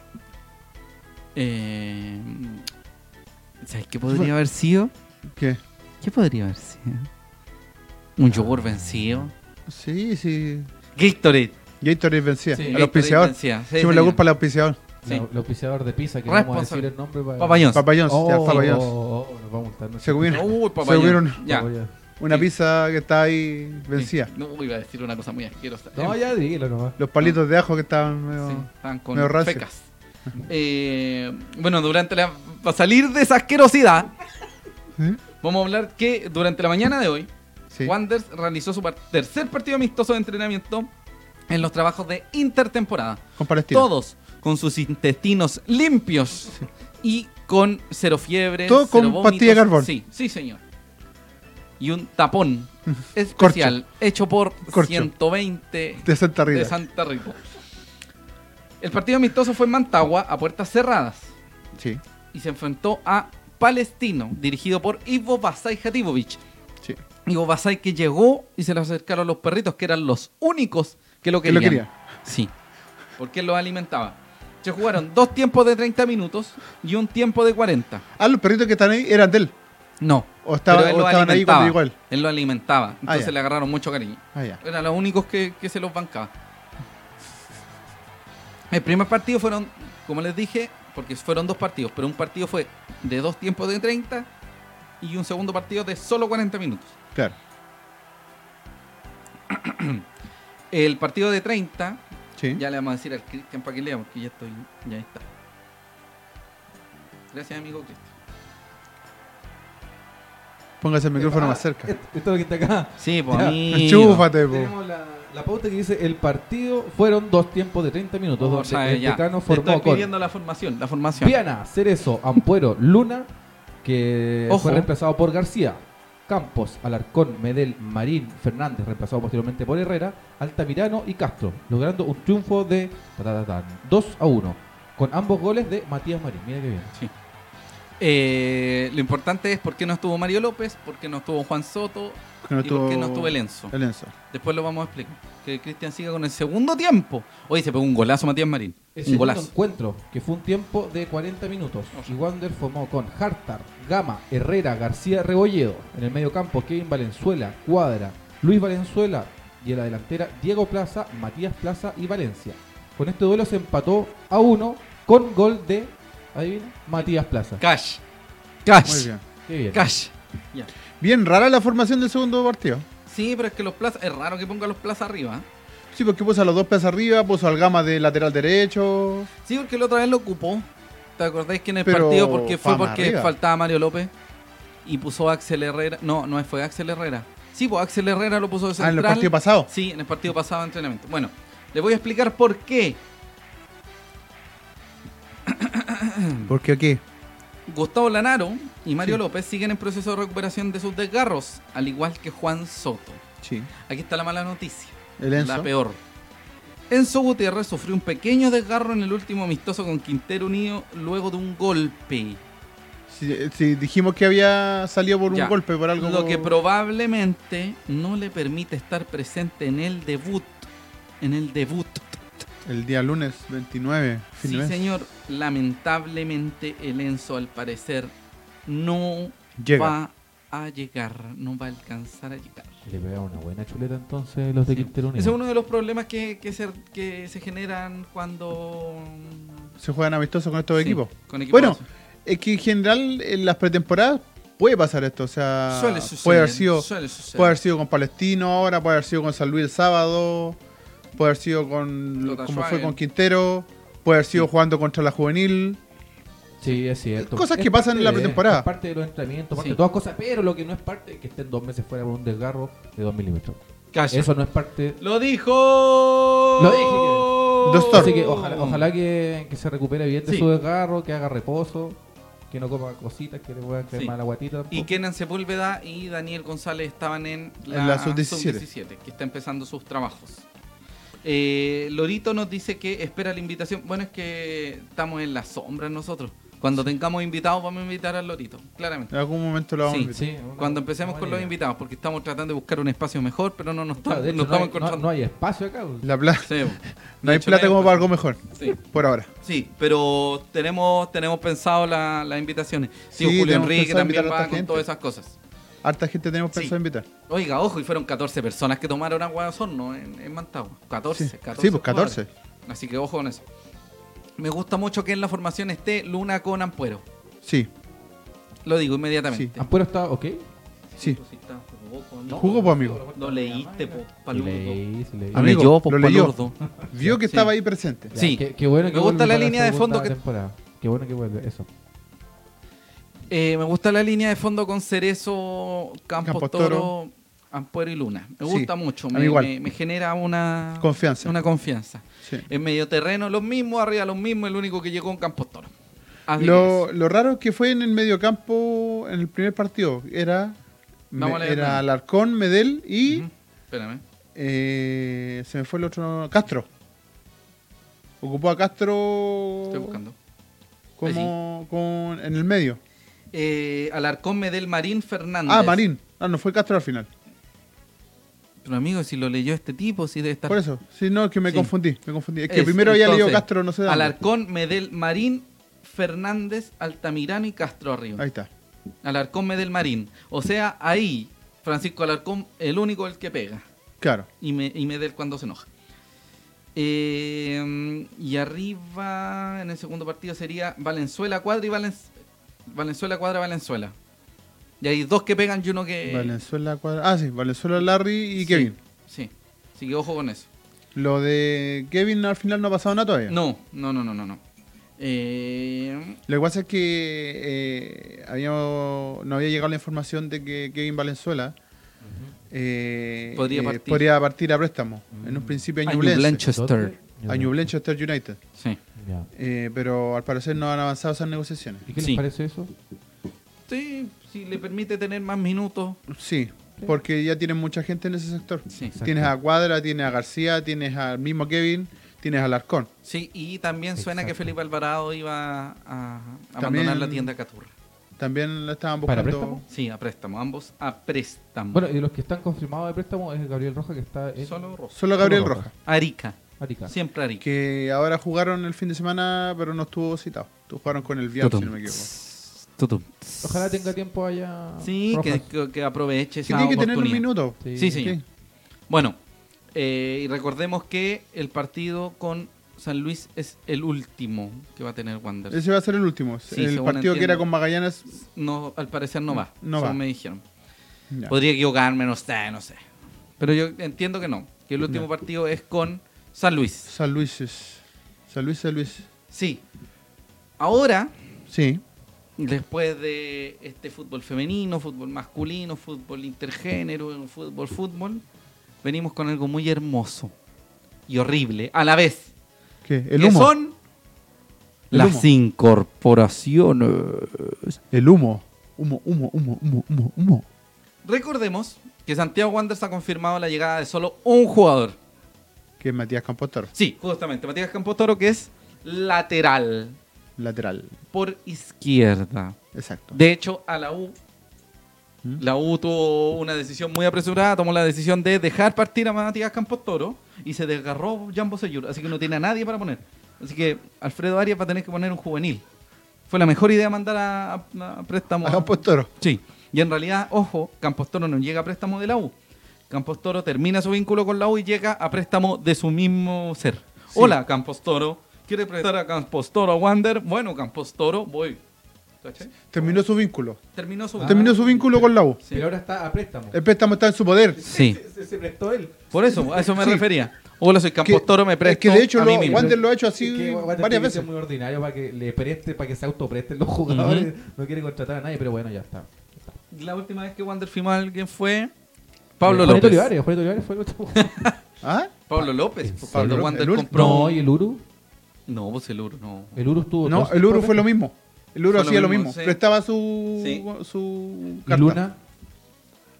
S1: Eh, ¿Sabes qué podría haber sido?
S2: ¿Qué?
S1: ¿Qué podría haber sido? Un yogur vencido.
S2: Sí, sí.
S1: Gatorade.
S2: Gatorade vencía.
S3: Sí.
S2: El
S1: Gatorade
S2: auspiciador.
S1: vencida, sí,
S2: Sí, me la
S1: señor.
S2: culpa al auspiciador.
S1: Sí.
S3: La- El auspiciador de pizza, que no vamos a decir
S1: Responsable.
S3: el nombre para.
S1: Papayón.
S2: Papayón,
S3: Oh,
S2: ya, Papayón.
S3: oh, oh, nos vamos a estar, no sé.
S2: Se comieron
S1: Uy,
S2: Se hubieron-
S1: papayón. Ya.
S3: Papayón.
S2: una
S1: Sí.
S2: pizza que está ahí vencida.
S1: Sí. No, iba a decir una cosa muy asquerosa.
S3: No,
S2: Em,
S1: Eh,
S3: ya dilo nomás.
S2: Los
S1: Ah.
S2: palitos de ajo que estaban medio...
S1: Sí, estaban
S2: medio
S1: con
S2: rancio.
S1: fecas. Eh, bueno, durante la. Para salir de esa asquerosidad,
S2: ¿Sí?
S1: vamos a hablar que durante la mañana de hoy,
S2: ¿Eh? Sí.
S1: Wanders realizó su par- tercer partido amistoso de entrenamiento en los trabajos de intertemporada.
S2: Con Palestina.
S1: Todos con sus intestinos
S2: *laughs*
S1: limpios y con cero fiebre.
S2: Todo
S1: cero
S2: con
S1: vómitos.
S2: pastilla de carbón.
S1: Sí, sí, señor. y un
S2: *laughs*
S1: tapón especial hecho por
S2: Corcho.
S1: 120
S2: De Santa Rita.
S1: de Santa Rita. El partido amistoso fue en Mantagua a puertas cerradas
S2: Sí,
S1: y se enfrentó a Palestino, dirigido por Ivo Basay Hatibovic.
S2: sí.
S1: Ivo Basay que llegó y se le acercaron los perritos, que eran los únicos que lo
S2: Que lo
S1: querían.
S2: quería.
S1: Sí, porque él los alimentaba. Se jugaron dos tiempos de 30 minutos y un tiempo de 40.
S2: Ah, los perritos que están ahí eran de él.
S1: No.
S2: O estaba-
S1: pero él
S2: o
S1: lo
S2: estaban ahí
S1: alimentaba.
S2: cuando llegó él.
S1: Él lo alimentaba. Entonces
S2: ya.
S1: le agarraron mucho cariño.
S2: Ah, ya.
S1: Eran los únicos que, que se los bancaba. El primer partido fueron, como les dije, porque fueron dos partidos, pero un partido fue de dos tiempos de 30 y un segundo partido de solo 40 minutos.
S2: Claro.
S1: El partido de 30,
S2: Sí.
S1: ya le vamos a decir al Cristian para que lea, porque ya estoy, ya está. Gracias, amigo Cristian.
S2: Póngase el micrófono
S3: Ah,
S2: más cerca.
S3: Esto, esto lo que está acá.
S1: Sí, pues
S3: Ya,
S1: amigo.
S2: Enchúfate, po.
S3: Tenemos la, la pauta que dice el partido fueron dos tiempos de 30 minutos
S1: O
S3: donde
S1: sea,
S3: el
S1: Oh, ya.
S3: decano
S1: Te
S3: formó
S1: Estoy
S3: con
S1: pidiendo la formación, la formación.
S3: Viana, Cerezo, Ampuero, Luna, que
S1: Ojo.
S3: fue reemplazado por García, Campos, Alarcón, Medel, Marín, Fernández, reemplazado posteriormente por Herrera, Altamirano y Castro, logrando un triunfo de taratatán, 2 a 1, con ambos goles de Matías Marín. Mira que bien.
S1: Eh, lo importante es por qué no estuvo Mario López, por qué no estuvo Juan Soto
S2: Que no
S1: y por qué no estuvo el Enzo.
S2: El Enzo.
S1: Después lo vamos a explicar. Que Cristian siga con el segundo tiempo. Hoy se pegó un golazo Matías Marín.
S3: El
S1: un
S3: segundo
S1: golazo.
S3: encuentro, que fue un tiempo de 40 minutos,
S1: Ojo.
S3: y Wander formó con Hartar, Gama, Herrera, García, Rebolledo. En el medio campo, Kevin Valenzuela, Cuadra, Luis Valenzuela. Y en la delantera, Diego Plaza, Matías Plaza y Valencia. Con este duelo se empató a uno con gol de, adivina, Matías Plaza.
S1: Cash.
S2: Muy
S1: Cash.
S2: bien.
S3: Qué bien.
S1: Cash.
S2: Bien rara la formación del segundo partido.
S1: Sí, pero es que los plazas. Es raro que ponga los plazas arriba. ¿eh?
S2: Sí, porque puso a los dos pies arriba, puso al gama de lateral derecho.
S1: Sí, porque la otra vez lo ocupó. ¿Te acordáis que en el
S2: Pero
S1: partido? Porque fue
S2: Fama
S1: porque
S2: arriba.
S1: faltaba Mario López. Y puso a Axel Herrera. No, no fue Axel Herrera. Sí, pues Axel Herrera lo puso de
S2: Ah, en el
S1: central.
S2: partido pasado.
S1: Sí, en el partido pasado de entrenamiento. Bueno, les voy a explicar por qué
S2: ¿Por qué aquí?
S1: Gustavo Lanaro y Mario
S2: Sí.
S1: López siguen en proceso de recuperación de sus desgarros, al igual que Juan Soto.
S2: Sí.
S1: Aquí está la mala noticia,
S2: El Enzo.
S1: la peor. Enzo Gutiérrez sufrió un pequeño desgarro en el último amistoso con Quintero Unido luego de un golpe.
S2: Si, si dijimos que había salido por un
S1: Ya.
S2: golpe, por algo.
S1: Lo que probablemente no le permite estar presente en el debut. En el debut.
S2: El día lunes 29. Fin
S1: Sí,
S2: de mes.
S1: señor. Lamentablemente el Enzo al parecer no
S2: Llega.
S1: va a llegar, no va a alcanzar a llegar.
S3: Le pegaron una buena chuleta entonces los de
S1: Sí.
S3: Quintero Unido.
S1: Ese es uno de los problemas que, que se, que se generan cuando...
S2: Se juegan amistosos con estos
S1: Sí,
S2: equipos.
S1: con equipos.
S2: Bueno, es que en general en las pretemporadas puede pasar esto. O sea,
S1: Ah, suele suceder.
S2: puede haber sido.
S1: suele suceder.
S2: Puede haber sido con Palestino ahora, puede haber sido con San Luis el sábado, puede haber sido con
S1: Lota
S2: como fue
S1: Schwager.
S2: con Quintero, puede haber sido jugando contra la juvenil.
S3: Sí, es cierto.
S2: Cosas que
S3: Es
S2: pasan en la
S3: parte de-
S2: pretemporada.
S3: es parte de los entrenamientos, parte
S1: Sí.
S3: de todas cosas, pero lo que no es parte es que estén dos meses fuera por un desgarro de 2 milímetros.
S1: Calla.
S3: Eso no es parte
S1: Lo dijo...
S3: Lo dije que-
S2: Doctor.
S3: Así que ojalá, ojalá que, que se recupere bien de
S1: Sí.
S3: su desgarro, que haga reposo, que no coma cositas, que le pueda caer
S1: Sí.
S3: mal la guatita.
S1: Y Kenan Sepúlveda y Daniel González estaban en la,
S2: Oh. En la sub-17.
S1: sub-17, que está empezando sus trabajos. Eh, Lorito nos dice que espera la invitación. Bueno, es que estamos en la sombra nosotros. Cuando tengamos invitados vamos a invitar al Lorito, claramente.
S2: En algún momento lo
S1: Sí.
S2: vamos a invitar.
S3: Sí, una-
S1: Cuando empecemos
S3: una
S1: con
S3: buena
S1: los
S3: idea.
S1: invitados, porque estamos tratando de buscar un espacio mejor, pero no nos estamos,
S3: Claro, de hecho,
S1: nos
S3: no, hay,
S1: estamos encontrando.
S3: no- no hay espacio acá.
S2: La pla-
S1: Sí,
S2: no hay
S1: hecho,
S2: plata
S1: no hay
S2: como
S1: espacio.
S2: para algo mejor,
S1: sí,
S2: por ahora.
S1: sí, pero tenemos, tenemos pensado la- las invitaciones. Sí,
S2: Sí,
S1: Julio
S2: tenemos
S1: Enrique
S2: pensado
S1: también
S2: invitar a
S1: va
S2: harta
S1: con
S2: gente.
S1: todas esas cosas.
S2: Harta gente tenemos
S1: Sí.
S2: pensado invitar.
S1: Oiga, ojo, y fueron 14 personas que tomaron agua de osorno en, en Mantagua. 14,
S2: Sí.
S1: 14.
S2: Sí, pues 14.
S1: jugadores. Así que ojo con eso. Me gusta mucho que en la formación esté Luna con Ampuero.
S2: Sí,
S1: Lo digo inmediatamente.
S3: Ampuero está ok.
S2: sí.
S1: Pues sí, está, jugó, po, amigo.
S2: Jugó, pues, amigo.
S1: No leíste, po, paludo.
S3: Leí, sí, leí.
S2: A mí- Amigo,
S1: Leyó, po,
S2: lo leyó.
S1: palurdo.
S2: Vio que
S1: Sí.
S2: estaba ahí presente.
S3: Ya,
S1: sí.
S3: Qué, qué bueno
S1: Me
S3: que
S1: gusta
S3: vuelve
S1: la
S3: para
S1: línea de
S3: segunda
S1: fondo que-
S3: temporada. Qué bueno que vuelve, eso.
S1: Eh, me gusta la línea de fondo con Cerezo, Campos,
S2: Campos
S1: Toro,
S2: Toro.
S1: Ampuero y Luna. Me
S2: Sí,
S1: gusta mucho,
S2: a
S1: me,
S2: mí igual.
S1: me- me genera una
S2: Confianza.
S1: Una confianza.
S2: Sí.
S1: En medio terreno, los mismos, arriba los mismos, el único que llegó con Campos Toro. Así que
S2: Lo,
S1: eso.
S2: lo raro que fue en el mediocampo en el primer partido era
S1: Vamos a
S2: Me-
S1: leer
S2: era
S1: también.
S2: Alarcón, Medel y
S1: Ujú. Espérame.
S2: eh, se me fue el otro Castro. Ocupó a Castro
S1: Estoy buscando.
S2: como con- en el medio.
S1: Eh, Alarcón Medel Marín Fernández.
S2: Ah, Marín. Ah, no fue Castro al final.
S1: Pero amigo, si lo leyó este tipo, si debe estar.
S2: Por eso. Sí, no, es que me
S1: Sí.
S2: confundí. Me confundí. Es que
S1: Es-
S2: primero había leído
S1: entonces,
S2: Castro, no sé de dónde.
S1: Alarcón Medel Marín Fernández Altamirano y Castro Arriba.
S2: Ahí está.
S1: Alarcón Medel Marín. O sea, ahí Francisco Alarcón, el único el que pega.
S2: Claro.
S1: Y, me, y Medel cuando se enoja. Eh, y arriba, en el segundo partido sería Valenzuela Cuadra y Valenz- Valenzuela Cuadra Valenzuela. Y hay dos que pegan y uno que.
S2: Valenzuela Cuadra. Ah, sí, Valenzuela Larry y
S1: Eh. Sí,
S2: Kevin.
S1: Sí. Así que ojo con eso.
S2: Lo de Kevin al final no ha pasado nada todavía.
S1: No, no, no, no, no. no. Eh,
S2: Lo que pasa es que eh, habíamos- no había llegado la información de que Kevin Valenzuela eh,
S1: Podría
S2: eh,
S1: partir.
S2: podría partir a préstamo. En un principio a Ñublense.
S1: Manchester.
S2: A Ñublense Chester United.
S1: Sí.
S3: Ya.
S2: Eh, pero al parecer no han avanzado esas negociaciones.
S3: ¿Y qué
S1: Sí.
S3: les parece eso?
S1: Sí, si le permite tener más minutos.
S2: Sí, porque ya tienen mucha gente en ese sector.
S1: Sí.
S3: Exacto.
S2: Tienes a Cuadra, tienes a García, tienes al mismo Kevin, tienes a Larcón.
S1: Sí, y también suena que
S3: Exacto.
S1: Felipe Alvarado iba a, a
S2: También-
S1: abandonar la tienda Caturra.
S2: También lo estaban
S3: ¿Para
S2: buscando.
S3: préstamo?
S1: Sí, a préstamo, ambos a préstamo.
S3: Bueno, y de los que están confirmados de préstamo es Gabriel Roja que está en
S1: Solo Rojas.
S2: Solo Gabriel
S3: Solo
S2: Roja,
S3: Rojas.
S1: Eh, Arica,
S3: Arica.
S1: siempre Arica.
S2: que ahora jugaron el fin de semana, pero no estuvo citado. Tú jugaron con el Vial, si no me equivoco.
S1: Tutum.
S3: Ojalá tenga tiempo allá.
S1: Sí,
S3: Rojas.
S1: que, que- que aproveche
S2: Que
S1: esa
S2: tiene que tener un
S1: oportunidad.
S2: minuto.
S3: Sí.
S1: Sí, sí. Bueno, eh, y recordemos que el partido con San Luis es el último que va a tener Wander.
S2: Ese va a ser el último.
S1: Sí,
S2: el
S1: según
S2: partido que
S1: entiendo.
S2: era con Magallanes.
S1: No, al parecer no va,
S2: Mm, No
S1: según
S2: va.
S1: me dijeron.
S2: ya.
S1: Podría equivocarme, no sé, no sé. Pero yo entiendo que no, que el último
S2: Ya.
S1: partido es con San Luis.
S2: San Luis es. San Luis, San Luis.
S1: Sí. Ahora,
S2: Sí.
S1: después de este fútbol femenino, fútbol masculino, fútbol intergénero, fútbol, fútbol, venimos con algo muy hermoso y horrible a la vez.
S2: ¿Qué? El
S1: que
S2: humo.
S1: son
S2: El
S1: las
S2: humo.
S1: incorporaciones.
S2: El humo. Humo, humo, humo, humo, humo, humo.
S1: Recordemos que Santiago Wanderers ha confirmado la llegada de solo un jugador.
S2: Que es Matías Campotaro.
S1: Sí, justamente, Matías Campotoro, que es lateral
S2: Lateral.
S1: por izquierda.
S2: Exacto.
S1: De hecho, a la U,
S2: ¿Mm?
S1: la U tuvo una decisión muy apresurada, tomó la decisión de dejar partir a Matías Campotoro y se desgarró Jambo Seyur, así que no tiene a nadie para poner. Así que Alfredo Arias va a tener que poner un juvenil. Fue la mejor idea mandar a, a- a préstamo.
S2: A
S1: a-
S2: Campotaro.
S1: Sí. Y en realidad, ojo, Campos Toro no llega a préstamo de la U. Campos Toro termina su vínculo con la U y llega a préstamo de su mismo ser. Hola, Campos Toro. ¿Quiere prestar a Campos Toro a Wander? Bueno, Campos Toro, voy. ¿Cachai?
S2: Terminó su vínculo.
S1: Terminó su
S2: Ah. Terminó su vínculo con la U.
S1: Sí.
S3: Pero ahora está a préstamo.
S2: El préstamo está en su poder.
S1: Sí.
S3: Se, se prestó él.
S1: Por eso, a eso me
S2: Sí.
S1: refería. Hola, soy Campos
S2: Que-
S1: Toro, me
S2: es
S1: presto
S2: que de hecho
S1: a
S2: lo-
S1: mí mismo.
S2: Wander- lo ha hecho así
S3: Es que Wander
S2: varias
S3: tiene que
S2: veces.
S3: ser muy ordinario para que le preste, para que se autopresten los jugadores. No quiere contratar a nadie, pero bueno, ya está.
S1: La última vez que Wander firmó a alguien fue Pablo
S3: Eh, Juanito
S1: López.
S3: Olivares, Juanito Olivares fue
S2: *laughs*
S3: el último.
S2: ¿Ah?
S1: Pablo López.
S3: ¿En
S1: pues,
S3: serio?
S1: Cuando
S2: ¿El
S1: Wander
S2: ul-
S1: compró.
S3: no, y el Uru.
S1: No, pues el Uru, no.
S3: El Uru estuvo.
S2: No,
S3: todo-
S2: el Uru fue lo mismo. El Uru
S1: pues, Fue lo
S2: hacía lo
S1: mismo,
S2: mismo.
S1: sí.
S2: Prestaba su.
S1: Sí.
S2: su
S3: Y
S2: carta.
S3: Luna.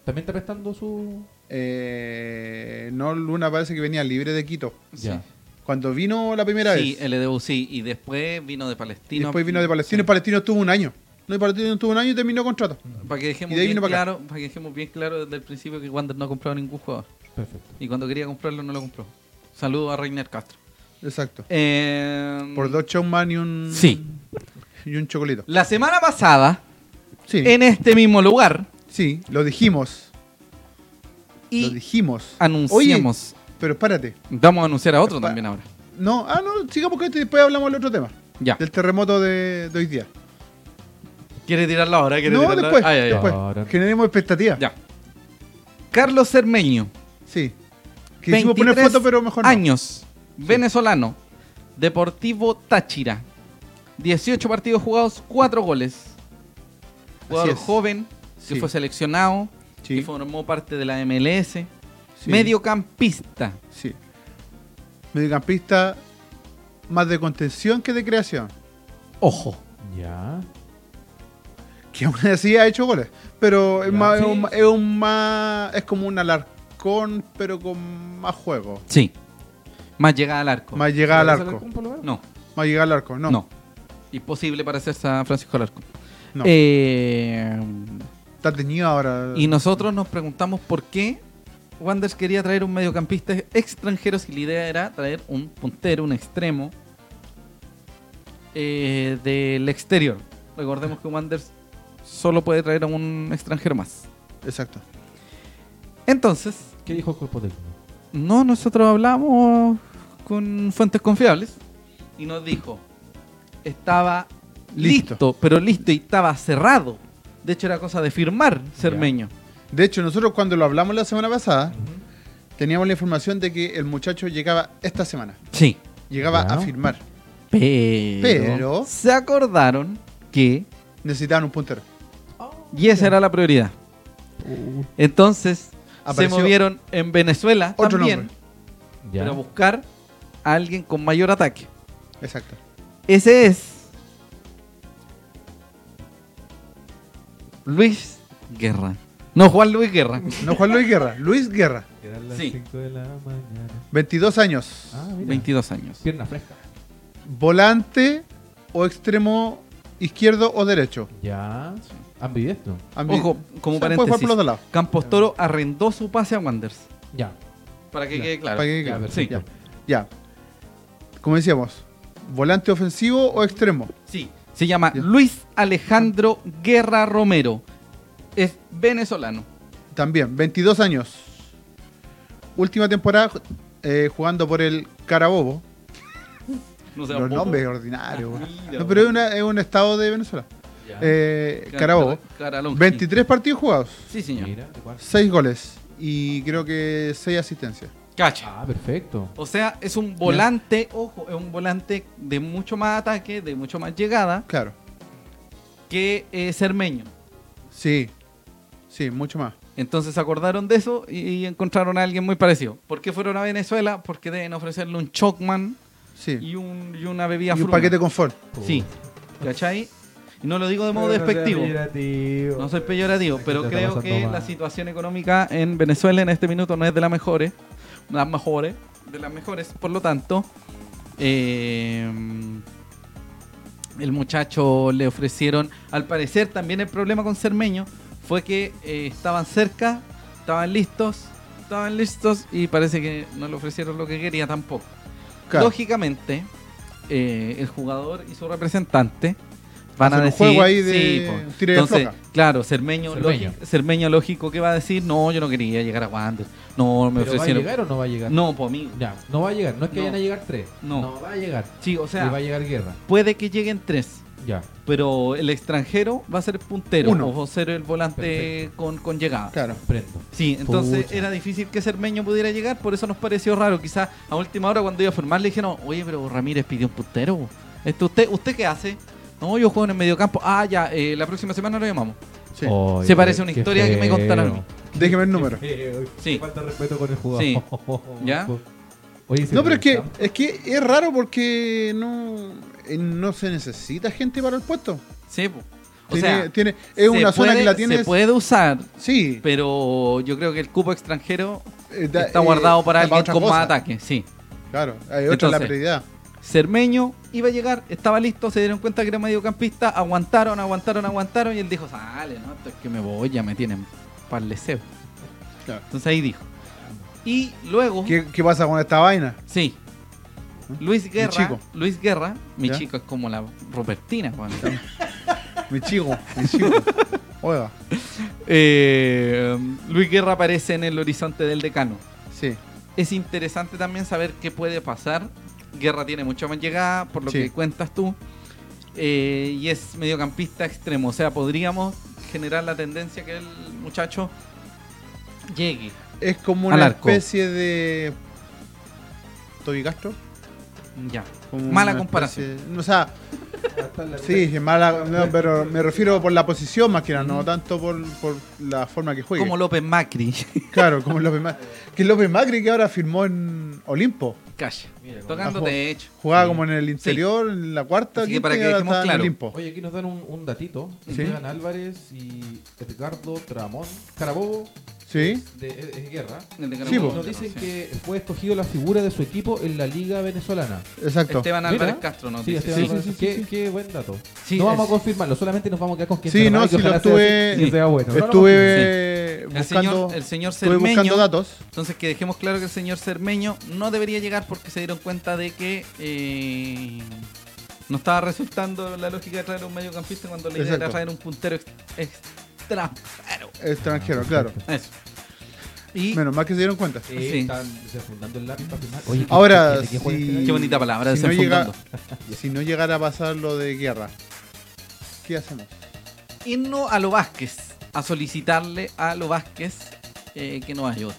S3: También está prestando su.
S2: Eh, no, Luna parece que venía libre de Quito.
S1: Sí.
S3: Ya.
S2: Cuando vino la primera
S1: Sí,
S2: vez.
S1: LDU sí, y después vino de
S2: y
S1: Palestino.
S2: después vino de Palestino. Y Palestino estuvo un año. No, y Palestino estuvo un año y terminó contrato.
S1: Para que
S2: y
S1: dejemos
S2: de ahí
S1: bien
S2: vino para acá.
S1: claro, para que dejemos bien claro desde el principio que Wander no ha comprado ningún jugador.
S3: Perfecto.
S1: Y cuando quería comprarlo no lo compró. Saludo a Reiner Castro.
S2: Exacto.
S1: Eh,
S2: Por dos chaumán y un.
S1: Sí.
S2: Y un chocolito.
S1: La semana pasada,
S2: Sí.
S1: en este mismo lugar,
S2: Sí, lo dijimos. Lo
S1: y
S2: dijimos.
S1: anunciamos.
S2: Oye, pero espérate.
S1: Vamos a anunciar a otro
S2: Pa-
S1: también ahora.
S2: No, ah, no, sigamos con esto y después hablamos del otro tema.
S1: Ya.
S2: Del terremoto de, de hoy día.
S1: ¿Quiere tirarla ahora? ¿Quiere
S2: No,
S1: tirarla?
S2: después.
S1: Ah, ya, ya.
S2: después.
S3: Ahora.
S2: Generemos expectativas.
S1: Ya. Carlos Cermeño,
S2: Sí. Quisimos poner
S1: 23
S2: foto, pero mejor no.
S1: años, venezolano, Deportivo Táchira. 18 partidos jugados, 4 goles. Jugador
S2: es.
S1: joven, que
S2: Sí.
S1: fue seleccionado,
S2: Sí.
S1: que formó parte de la MLS.
S2: Sí.
S1: Mediocampista.
S2: Sí. Mediocampista más de contención que de creación.
S1: Ojo.
S3: Ya.
S2: que aún *laughs* así ha hecho goles. Pero es,
S3: Ya.
S2: más, es
S1: Sí.
S2: un, es un más. Es como un alarcón, pero con más juego.
S1: Sí. Más llegada al arco.
S2: Más llegada al arco.
S1: No,
S2: Más llegada al arco,
S1: no.
S2: no. No.
S1: Imposible para hacer San Francisco Alarco. Eh,
S2: Está teñido ahora.
S1: Y nosotros nos preguntamos por qué Wanders quería traer un mediocampista extranjero si la idea era traer un puntero, un extremo eh, del exterior. Recordemos que Wanders solo puede traer a un extranjero más.
S2: Exacto.
S1: Entonces,
S3: ¿Qué dijo el cuerpo técnico?
S1: no, nosotros hablamos con fuentes confiables y nos dijo, estaba listo,
S2: Listo.
S1: pero listo y estaba cerrado. De hecho, era cosa de firmar Cermeño.
S2: De hecho, nosotros cuando lo hablamos la semana pasada, teníamos la información de que el muchacho llegaba esta semana.
S1: Sí.
S2: Llegaba
S3: Ya.
S2: a firmar.
S1: Pero,
S2: Pero-
S1: se acordaron que
S2: Necesitaban un puntero.
S1: y esa era la prioridad. Entonces
S2: Uh. Apareció
S1: se movieron en Venezuela
S2: otro
S1: también
S2: nombre.
S1: para
S3: Ya.
S1: buscar a alguien con mayor ataque.
S2: Exacto.
S1: Ese es Luis Guerra. No, Juan Luis Guerra.
S2: No Juan Luis Guerra, Luis Guerra,
S3: Eran
S1: Sí.
S3: 5 de la mañana.
S2: 22 años.
S3: Ah, mira.
S1: 22 años.
S3: Pierna fresca.
S2: Volante o extremo izquierdo o derecho.
S3: Ya. Ambidestro.
S2: Ambi-
S1: Ojo, como
S2: O sea, puede jugar
S1: paréntesis.
S2: por los dos lados.
S1: Campos Toro arrendó su pase a Wanderers.
S3: Ya.
S1: Para que
S2: Ya,
S1: quede claro.
S2: para que quede
S3: Ya,
S2: claro.
S1: Sí.
S3: perfecto.
S2: Ya. Como decíamos, volante ofensivo o extremo.
S1: Sí, se llama
S2: Ya.
S1: Luis Alejandro Guerra Romero. Es venezolano.
S2: También, 22 años. Última temporada eh, jugando por el Carabobo.
S1: No
S2: Los nombres ordinarios. güey.
S1: Mira,
S2: No, pero es, una- es un estado de Venezuela.
S1: Ah,
S3: Ya.
S2: Eh, Carabobo. 23 partidos jugados,
S1: Sí, señor.
S3: Mira, de cuarto.
S2: 6 goles y creo que 6 asistencias.
S1: Cacha.
S3: Ah, perfecto.
S1: O sea, es un volante, ojo, es un volante de mucho más ataque, de mucho más llegada
S2: Claro,
S1: que eh, Cermeño.
S2: sí, sí, mucho más.
S1: Entonces se acordaron de eso y, y encontraron a alguien muy parecido. ¿Por qué fueron a Venezuela? Porque deben ofrecerle un Chocman
S2: Sí,
S1: y, un- y una bebida
S2: y un
S1: fruna.
S2: paquete confort.
S1: Sí, ¿cachai? Y no lo digo de modo despectivo. No soy peyorativo,
S3: Aquí
S1: pero
S3: te está
S1: creo
S3: pasando
S1: que
S3: mal.
S1: la situación económica en Venezuela en este minuto no es de las mejores. Las mejores. De las mejores. Por lo tanto, eh, el muchacho le ofrecieron. Al parecer, también el problema con Cermeño fue que eh, estaban cerca, estaban listos, estaban listos y parece que no le ofrecieron lo que quería tampoco.
S2: Claro.
S1: Lógicamente, eh, el jugador y su representante van a
S2: Hacen un
S1: decir.
S2: juego ahí de
S1: po.
S2: tira y
S1: Entonces,
S2: afloja.
S1: claro, Cermeño,
S3: Cermeño.
S1: Lógico, Cermeño lógico que va a decir: No, yo no quería llegar a Wander. No, me
S3: ¿Pero va a
S1: ofrecieron.
S3: llegar o no va a llegar?
S1: No, pues, por mí.
S3: Ya, no va a llegar. No es que
S1: No.
S3: vayan a llegar tres.
S1: No.
S3: va a llegar.
S1: Sí, o
S3: y va a
S1: sea,
S3: llegar guerra.
S1: puede que lleguen tres,
S3: Ya.
S1: pero el extranjero va a ser puntero
S2: Uno.
S1: o va a ser el volante
S3: Perfecto.
S1: con, con llegada.
S2: Claro.
S3: Prendo.
S1: Sí, entonces
S3: Pucha.
S1: era difícil que Cermeño pudiera llegar, por eso nos pareció raro. Quizás a última hora cuando iba a formar le dijeron, oye, pero Ramírez pidió un puntero. po. Esto, ¿usted, ¿Usted qué hace? No, yo juego en el mediocampo. Ah, ya, eh, la próxima semana lo llamamos.
S2: Sí.
S3: Oye,
S1: Se parece a una
S3: qué
S1: historia que me
S3: feo.
S1: contaron a mí.
S2: Déjeme el número.
S3: Feo,
S1: Sí.
S3: Falta de respeto con el jugador.
S1: Sí.
S3: *laughs*
S1: ¿Ya?
S3: Oye, se
S2: No, pero es que,
S3: pregunta-
S2: es que es raro porque no, eh, no se necesita gente para el puesto.
S1: Sí, po. o
S2: Tiene-
S1: sea,
S2: tiene, es una
S1: se
S2: zona que
S1: puede-
S2: la tiene.
S1: Se puede usar,
S2: Sí.
S1: pero yo creo que el cupo extranjero
S2: eh, da-
S1: está
S2: eh,
S1: guardado para
S2: da
S1: alguien
S2: otra
S1: con
S2: cosa.
S1: más ataque. Sí.
S2: Claro, hay otra es la
S1: Entonces,
S2: prioridad.
S1: Cermeño iba a llegar, estaba listo, se dieron cuenta que era mediocampista, aguantaron, aguantaron, aguantaron y él dijo, sale, no, esto es que me voy, ya me tienen para el deseo.
S2: Claro.
S1: Entonces ahí dijo. Y luego,
S2: ¿Qué, qué pasa con esta vaina?
S1: sí, Luis Guerra,
S2: chico.
S1: Luis Guerra, mi
S2: ¿Ya?
S1: chico es como la pues. Robertina, Juan.
S2: Mi chico, mi
S1: *laughs*
S2: chico. Oiga,
S1: Eh, Luis Guerra aparece en el horizonte del decano.
S2: sí.
S1: Es interesante también saber qué puede pasar. Guerra tiene mucha más llegada, por lo
S2: Sí.
S1: que cuentas tú. Eh, y es mediocampista extremo. O sea, podríamos generar la tendencia que el muchacho llegue.
S2: Es como
S1: Al
S2: una
S1: arco.
S2: especie de. Toby Castro.
S1: Ya.
S2: Como
S1: Mala
S2: una
S1: comparación.
S2: especie- o sea,
S3: Hasta la-
S2: sí, es mala. no, pero me refiero por la posición más que nada, no tanto por, por la forma que juegue.
S1: Como López Macri. *laughs*
S2: Claro, como López Macri. Que López Macri que ahora firmó en Olimpo.
S1: Calle.
S4: Mira, como-
S1: Tocando
S2: Ajo.
S1: techo.
S2: Jugaba como en el interior, en la cuarta,
S1: Mm. Así que
S2: quinta,
S1: para que
S2: y ahora
S1: dejemos
S2: está en
S1: claro.
S2: Olimpo.
S3: Oye, aquí nos dan un, un datito.
S2: Sí.
S3: Esteban Álvarez y Edgardo Tramón, Carabobo,
S2: Sí,
S3: de es- es Guerra.
S1: El de
S2: Sí,
S1: Carabobo,
S2: po.
S3: Nos dicen
S1: sí.
S3: que fue escogido la figura de su equipo en la Liga Venezolana.
S2: exacto.
S1: Esteban
S3: Mira.
S1: Álvarez Castro nos
S3: Sí,
S1: dice.
S3: Esteban
S2: Sí,
S3: Álvarez,
S2: sí, sí,
S3: qué,
S2: sí, sí.
S3: qué buen dato.
S1: Sí,
S3: no
S1: es-
S3: vamos a confirmarlo, solamente nos vamos a quedar con quien
S2: Sí,
S3: se
S2: no,
S3: y que
S2: sí, lo
S3: ojalá sea
S2: estuve-
S3: así, que sea bueno. No, no, no,
S2: Estuve
S1: El
S2: buscando,
S1: señor, el señor
S2: estuve
S1: Cermeño.
S2: buscando datos.
S1: Entonces que dejemos claro que el señor Cermeño no debería llegar porque se dieron cuenta de que eh, no estaba resultando la lógica de traer un mediocampista cuando la idea
S2: Exacto.
S1: era traer un puntero ex- extranjero.
S2: Extranjero, claro.
S1: Eso. Y
S2: Menos mal que se dieron cuenta.
S3: Sí,
S1: Sí.
S3: están desfundando el lápiz para firmar. Oye, qué-
S2: Ahora,
S3: qué- qué- qué
S2: si-
S3: juega este
S1: qué bonita palabra,
S2: Si no llega-
S1: desenfundando.
S2: Si no llegara a pasar lo de guerra, ¿qué hacemos?
S1: Irnos a lo Vázquez, a solicitarle a lo Vázquez eh, que nos ayude.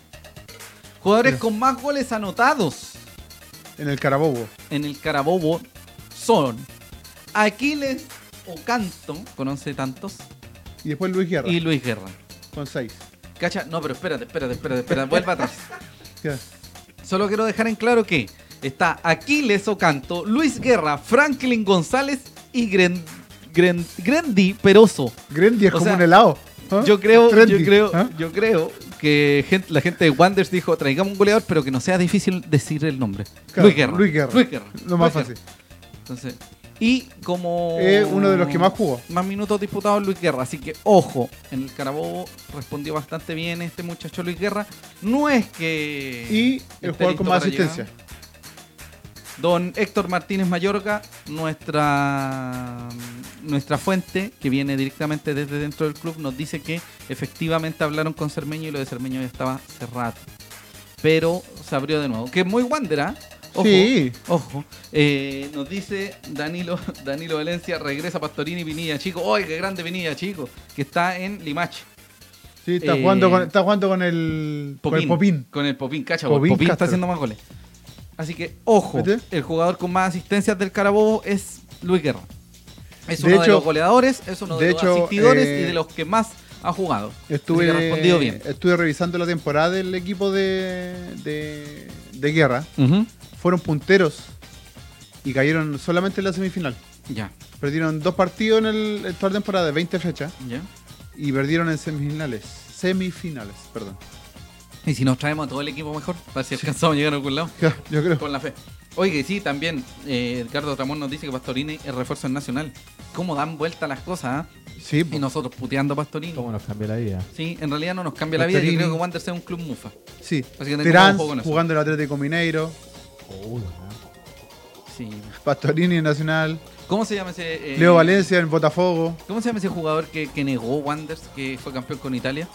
S1: Jugadores
S2: Pero-
S1: con más goles anotados
S2: En el Carabobo.
S1: en el Carabobo son Aquiles Ocanto, con 11 tantos,
S2: Y después Luis Guerra,
S1: y Luis Guerra.
S2: con seis.
S1: ¿Cacha? No, pero espérate, espérate, espérate, espérate, vuelva atrás.
S2: ¿Qué?
S1: Solo quiero dejar en claro que está Aquiles Ocanto, Luis Guerra, Franklin González y Gren- Gren- Grendi Peroso.
S2: Grendy es
S1: O
S2: como
S1: sea,
S2: un helado. ¿ah?
S1: Yo creo, yo
S2: Trendy,
S1: creo,
S2: ¿ah?
S1: yo creo que gen- la gente de Wanders dijo, traigamos un goleador, pero que no sea difícil decir el nombre.
S2: Claro,
S1: Luis Guerra.
S2: Luis Guerra.
S1: Luis Guerra.
S2: Lo más
S1: Luis
S2: fácil.
S1: Guerra. Entonces, y como...
S2: Es uno de los que más jugó.
S1: Más minutos disputados Luis Guerra, así que ojo, en el Carabobo respondió bastante bien este muchacho Luis Guerra. No es que...
S2: Y
S1: esté
S2: el jugador
S1: listo
S2: con más
S1: para llegar.
S2: asistencia.
S1: Don Héctor Martínez Mayorga, nuestra, nuestra fuente, que viene directamente desde dentro del club, nos dice que efectivamente hablaron con Cermeño y lo de Cermeño ya estaba cerrado. Pero se abrió de nuevo. Que es muy Wanderá. Ojo,
S2: Sí.
S1: ojo. Eh, nos dice Danilo, *laughs* Danilo Valencia, regresa Pastorini y Vinilla Chico. ¡Ay, qué grande Vinilla Chico! Que está en Limache.
S2: Sí, está,
S1: Eh,
S2: jugando con, está jugando con el Popín. Con el Popín.
S1: Con el Popín, cacha,
S2: Popín
S1: Popín, Popín está
S2: Castro.
S1: haciendo más goles. Así que, ojo,
S2: ¿Viste?
S1: el jugador con más asistencias del Carabobo es Luis Guerra. Es
S2: De
S1: uno de
S2: hecho-
S1: los goleadores, es uno de,
S2: de
S1: los
S2: hecho,
S1: asistidores
S2: eh,
S1: y de los que más ha jugado.
S2: Estuve,
S1: Así que
S2: eh,
S1: ha respondido bien.
S2: estuve revisando la temporada del equipo de, de, de guerra. Fueron punteros y cayeron solamente en la semifinal.
S1: Ya,
S2: Perdieron dos partidos en el, en toda la temporada de 20 fechas
S1: ya.
S2: y perdieron en semifinales. Semifinales, perdón. *laughs*
S1: Y si nos traemos a todo el equipo mejor, para ver si alcanzamos a llegar a algún lado.
S2: Ya, Yo creo.
S1: Con la fe. Oye, sí, también eh, Edgardo Ramón nos dice que Pastorini es refuerzo en Nacional. ¿Cómo dan vuelta las cosas? ah?
S2: Sí,
S1: Y
S2: po.
S1: nosotros puteando a Pastorini.
S3: ¿Cómo nos cambia la vida?
S1: Sí, en realidad no nos cambia la vida. Yo
S2: Pastorini-
S1: creo que Wander sea un club mufa.
S2: sí.
S1: Así que
S2: Terán
S1: tengamos ojo con eso.
S2: jugando el Atlético Mineiro,
S3: Eh,
S1: Sí.
S2: Pastorini en Nacional,
S1: ¿Cómo se llama ese. eh,
S2: Leo Valencia en Botafogo,
S1: ¿Cómo se llama ese jugador que, que negó Wanders, que fue campeón con Italia?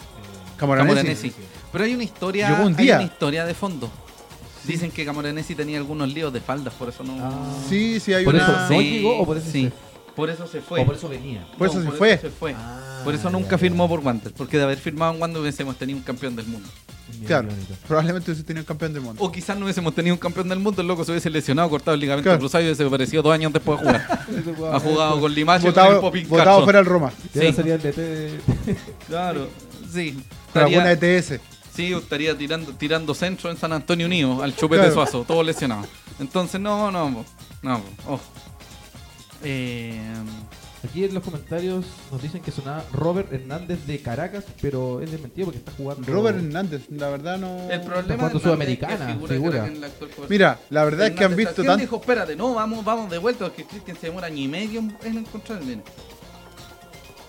S2: Camoranesi.
S1: Camoranesi. Pero hay una historia.
S2: Llegó un
S1: hay
S2: día.
S1: una historia de fondo. Dicen que Camoranesi tenía algunos líos de faldas, por eso no.
S3: Ah.
S2: Sí, sí, hay
S3: Por
S2: una...
S3: eso, ¿no llegó o por eso
S1: sí.
S3: se
S1: Por eso se fue.
S3: O oh, por eso venía.
S2: Por eso
S1: No,
S2: se fue.
S3: Ah,
S1: Por eso
S3: ya,
S1: nunca
S3: ya.
S1: firmó por Wanders, porque de haber firmado en Wanders hubiésemos tenido un campeón del mundo.
S3: Bien,
S2: Claro,
S3: bien
S1: *laughs*
S3: bonito.
S2: probablemente hubiese tenido campeón del mundo.
S1: O quizás no hubiésemos tenido un campeón del mundo, el loco se hubiese lesionado, cortado el ligamento
S2: Claro.
S1: cruzado y hubiese aparecido dos años después de jugar. ha jugado con Limache, con el
S2: Votado,
S1: Popín
S2: votado
S1: Castro.
S2: fuera el Roma,
S3: Ya no
S1: Sí.
S3: sería el DT de-
S1: Claro, sí.
S2: con alguna E
S1: Estaría-
S2: ETS.
S1: Sí, estaría tirando, tirando centro en San Antonio Unido al chupete
S2: Claro.
S1: Suazo, todo lesionado. Entonces, no, no, po, no, po, ojo. Eh,
S3: Aquí en los comentarios nos dicen que sonaba Robert Hernández de Caracas, pero es desmentido porque está jugando.
S2: Robert Hernández, la verdad no...
S1: el problema
S3: jugando
S1: de Hernández
S3: Sudamericana,
S1: es que
S3: figura.
S1: Caraca en la actual cobertura.
S2: Mira, la verdad es que han
S1: Hernández,
S2: visto
S1: ¿quién
S2: tanto...
S1: dijo, espérate, no, vamos, vamos de vuelta, porque Cristian se demora año y medio en- en encontrar el nene.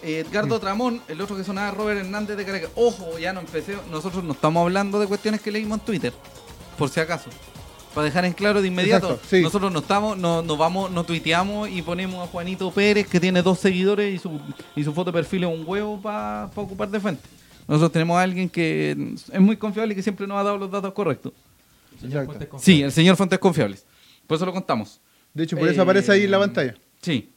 S1: Eh,
S2: Mm.
S1: Edgardo Tramón, el otro que sonaba Robert Hernández de Caracas. Ojo, ya no empecé. Nosotros no estamos hablando de cuestiones que leímos en Twitter, por si acaso. Para dejar en claro de inmediato,
S2: Exacto, sí.
S1: nosotros no estamos, no, no vamos, no tuiteamos y ponemos a Juanito Pérez que tiene dos seguidores y su, y su foto de perfil es un huevo para ocupar de frente. Nosotros tenemos a alguien que es muy confiable y que siempre nos ha dado los datos correctos.
S3: Señor Fuentes
S2: Exacto.
S3: Confiable.
S1: Sí, el señor Fuentes Confiables. Por eso lo contamos.
S2: De hecho, por eso aparece ahí en la
S1: Eh,
S2: pantalla.
S1: Sí.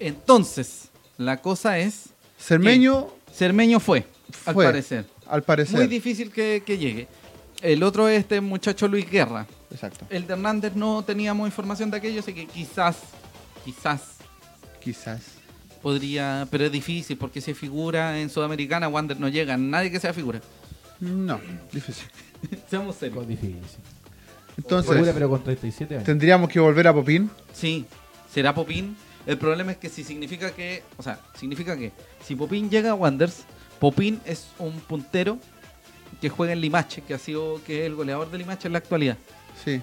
S1: Entonces, la cosa es,
S2: Cermeño,
S1: Cermeño fue, eh, al
S2: Fue.
S1: parecer.
S2: al parecer...
S1: Muy difícil que, que llegue. El otro es este muchacho Luis Guerra.
S2: Exacto.
S1: El de Hernández no teníamos información de aquello, así que quizás, quizás
S2: Quizás.
S1: podría, pero es difícil porque si es figura en Sudamericana, Wander no llega, nadie que sea figura.
S2: No, difícil.
S1: *laughs* Seamos serios.
S3: Con difícil.
S2: Entonces,
S3: Pura, pero con 37 años.
S2: tendríamos que volver a Popín.
S1: Sí, será Popín. El problema es que si significa que, o sea, significa que si Popín llega a Wanderers, Popín es un puntero que juega en Limache, que ha sido que es el goleador de Limache en la actualidad.
S2: Sí.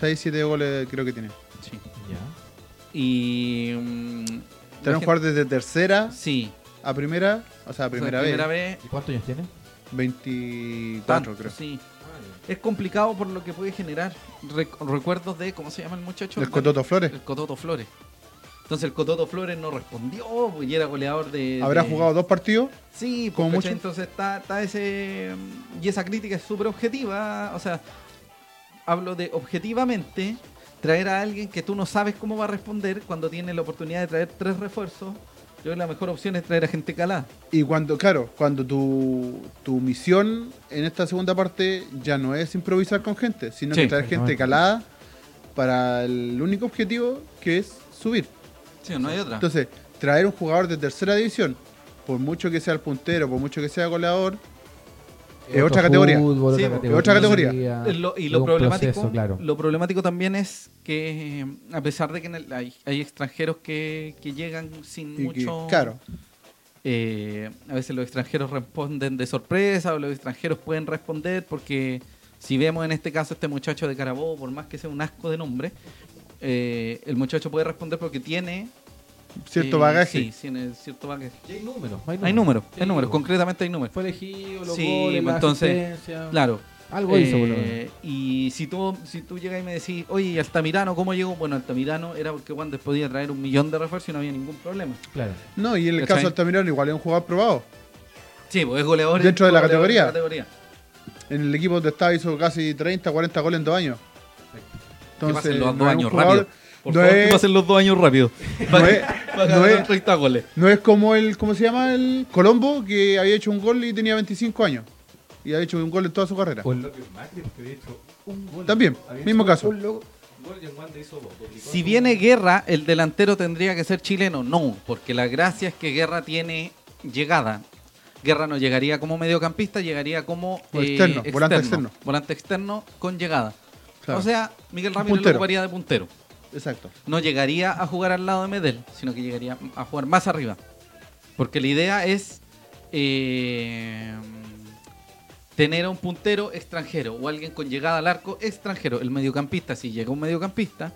S2: 6, 7 goles creo que tiene.
S1: Sí.
S3: Ya.
S1: Y mm, la
S2: Tenemos
S1: gente-
S2: que jugar desde tercera
S1: Sí,
S2: a primera, o sea, a
S1: o sea,
S2: primera,
S1: primera
S2: vez,
S1: vez.
S3: ¿Y cuántos años tiene?
S2: 24
S1: tanto,
S2: creo.
S1: sí. Es complicado por lo que puede generar rec- recuerdos de, ¿cómo se llama el muchacho?
S2: Del Cototo Flores.
S1: El Cototo Flores. Entonces el Cototo Flores no respondió pues, y era goleador de...
S2: Habrá
S1: de-
S2: jugado dos partidos.
S1: Sí,
S2: Como
S1: como
S2: mucho.
S1: Entonces está, está ese. mm, Y esa crítica es súper objetiva. O sea, hablo de objetivamente traer a alguien que tú no sabes cómo va a responder cuando tiene la oportunidad de traer tres refuerzos. Yo creo que la mejor opción es traer a gente calada.
S2: Y cuando, claro, cuando tu, tu misión en esta segunda parte ya no es improvisar con gente, sino
S1: Sí,
S2: que traer gente
S3: exactamente.
S2: calada para el único objetivo que es subir.
S1: Sí, no hay otra.
S2: Entonces, traer un jugador de tercera división, por mucho que sea el puntero, por mucho que sea goleador, Es
S3: Otro
S2: otra categoría.
S3: fútbol,
S1: Sí,
S3: otra
S1: po.
S3: categoría.
S2: Otra categoría.
S1: Eh, lo- y
S3: es
S1: lo
S3: Ah, un
S1: problemático,
S3: proceso, claro.
S1: lo problemático también es que, eh, a pesar de que en el- hay, hay extranjeros que, que llegan sin
S2: y que,
S1: mucho.
S2: claro,
S1: Eh, a veces los extranjeros responden de sorpresa o los extranjeros pueden responder porque si vemos en este caso este muchacho de Carabobo, por más que sea un asco de nombre, eh, el muchacho puede responder porque tiene...
S2: cierto
S1: eh,
S2: bagaje.
S1: Sí, tiene cierto bagaje.
S3: Y hay números.
S1: Hay números, hay
S3: Sí,
S1: números,
S3: po.
S1: concretamente hay números.
S3: Fue elegido, los
S1: Sí,
S3: goles, la
S1: entonces,
S3: asistencia.
S1: Claro.
S3: Algo hizo, por lo
S1: Eh,
S3: menos.
S1: Y si tú, si tú llegas y me decís, oye, ¿y Altamirano, ¿cómo llegó? Bueno, Altamirano era porque Wander podía traer un millón de refuerzos y no había ningún problema.
S3: Claro.
S2: No, y en el
S1: ¿Cachai?
S2: caso de Altamirano igual es un jugador probado.
S1: Sí, pues es goleador.
S2: Dentro de la
S1: goleador
S2: categoría.
S1: categoría.
S2: En el equipo donde estaba hizo casi 30, 40 goles en dos años. Entonces,
S1: pasen los dos
S2: no es un
S1: años,
S2: jugador-
S1: rápido. Por
S2: no
S1: favor, que
S2: es-
S1: pasen los dos años *laughs* rápido.
S2: No
S1: Para-
S2: es-
S1: para
S2: no
S1: ganar
S2: es-
S1: 30 goles.
S2: No es como el, ¿cómo se llama? El Colombo, que había hecho un gol y tenía 25 años. Y ha hecho un gol en toda su carrera.
S3: O el López Macri, que había hecho un gol.
S2: También,
S3: Había
S2: mismo
S3: hecho
S2: caso.
S3: Un gol y en Wanda hizo dos. duplicó
S1: Si
S3: su-
S1: viene Guerra, el delantero tendría que ser chileno. No, porque la gracia es que Guerra tiene llegada. Guerra no llegaría como mediocampista, llegaría como eh,
S2: O externo, volante externo.
S1: Volante externo con llegada.
S2: Claro.
S1: O sea, Miguel Ramírez
S2: puntero.
S1: lo ocuparía de puntero.
S2: Exacto.
S1: No llegaría a jugar al lado de Medel, sino que llegaría a jugar más arriba. Porque la idea es eh, tener a un puntero extranjero o alguien con llegada al arco extranjero. El mediocampista, si llega un mediocampista,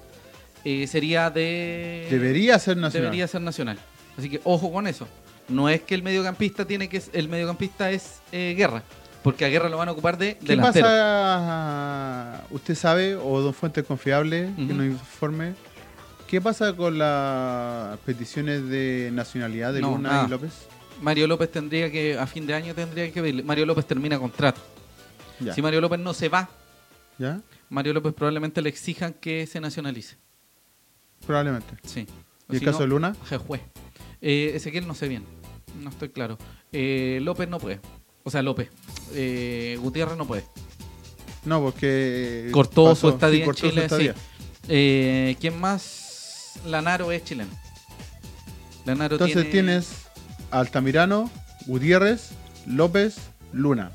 S1: eh, sería de...
S2: Debería ser nacional.
S1: debería ser nacional. Así que ojo con eso. No es que el mediocampista tiene que... El mediocampista es eh, guerra. Porque a guerra lo van a ocupar de
S2: ¿Qué
S1: delantero.
S2: pasa? ¿Usted sabe, o don Fuentes Confiable, que
S1: Ujú.
S2: nos informe? ¿Qué pasa con las peticiones de nacionalidad de
S1: No,
S2: Luna
S1: nada.
S2: y López?
S1: Mario López tendría que... A fin de año tendría que... pedirle- Mario López termina contrato.
S2: Ya.
S1: Si Mario López no se va,
S2: ¿Ya?
S1: Mario López probablemente le exijan que se nacionalice.
S2: Probablemente.
S1: Sí. O
S2: ¿Y el
S1: si
S2: caso
S1: no,
S2: de Luna?
S1: Jejue. Eh, Ezequiel no sé bien. No estoy claro. Eh, López no puede. O sea, López. Eh, Gutiérrez no puede.
S2: No, porque.
S1: Cortó
S2: Eh, pasó-
S1: su estadía
S2: sí,
S1: en
S2: cortó su
S1: Chile.
S2: estadía.
S1: sí. Eh, ¿Quién más? Lanaro es chileno. Lanaro
S2: Entonces
S1: tiene-
S2: tienes a Altamirano, Gutiérrez, López, Luna.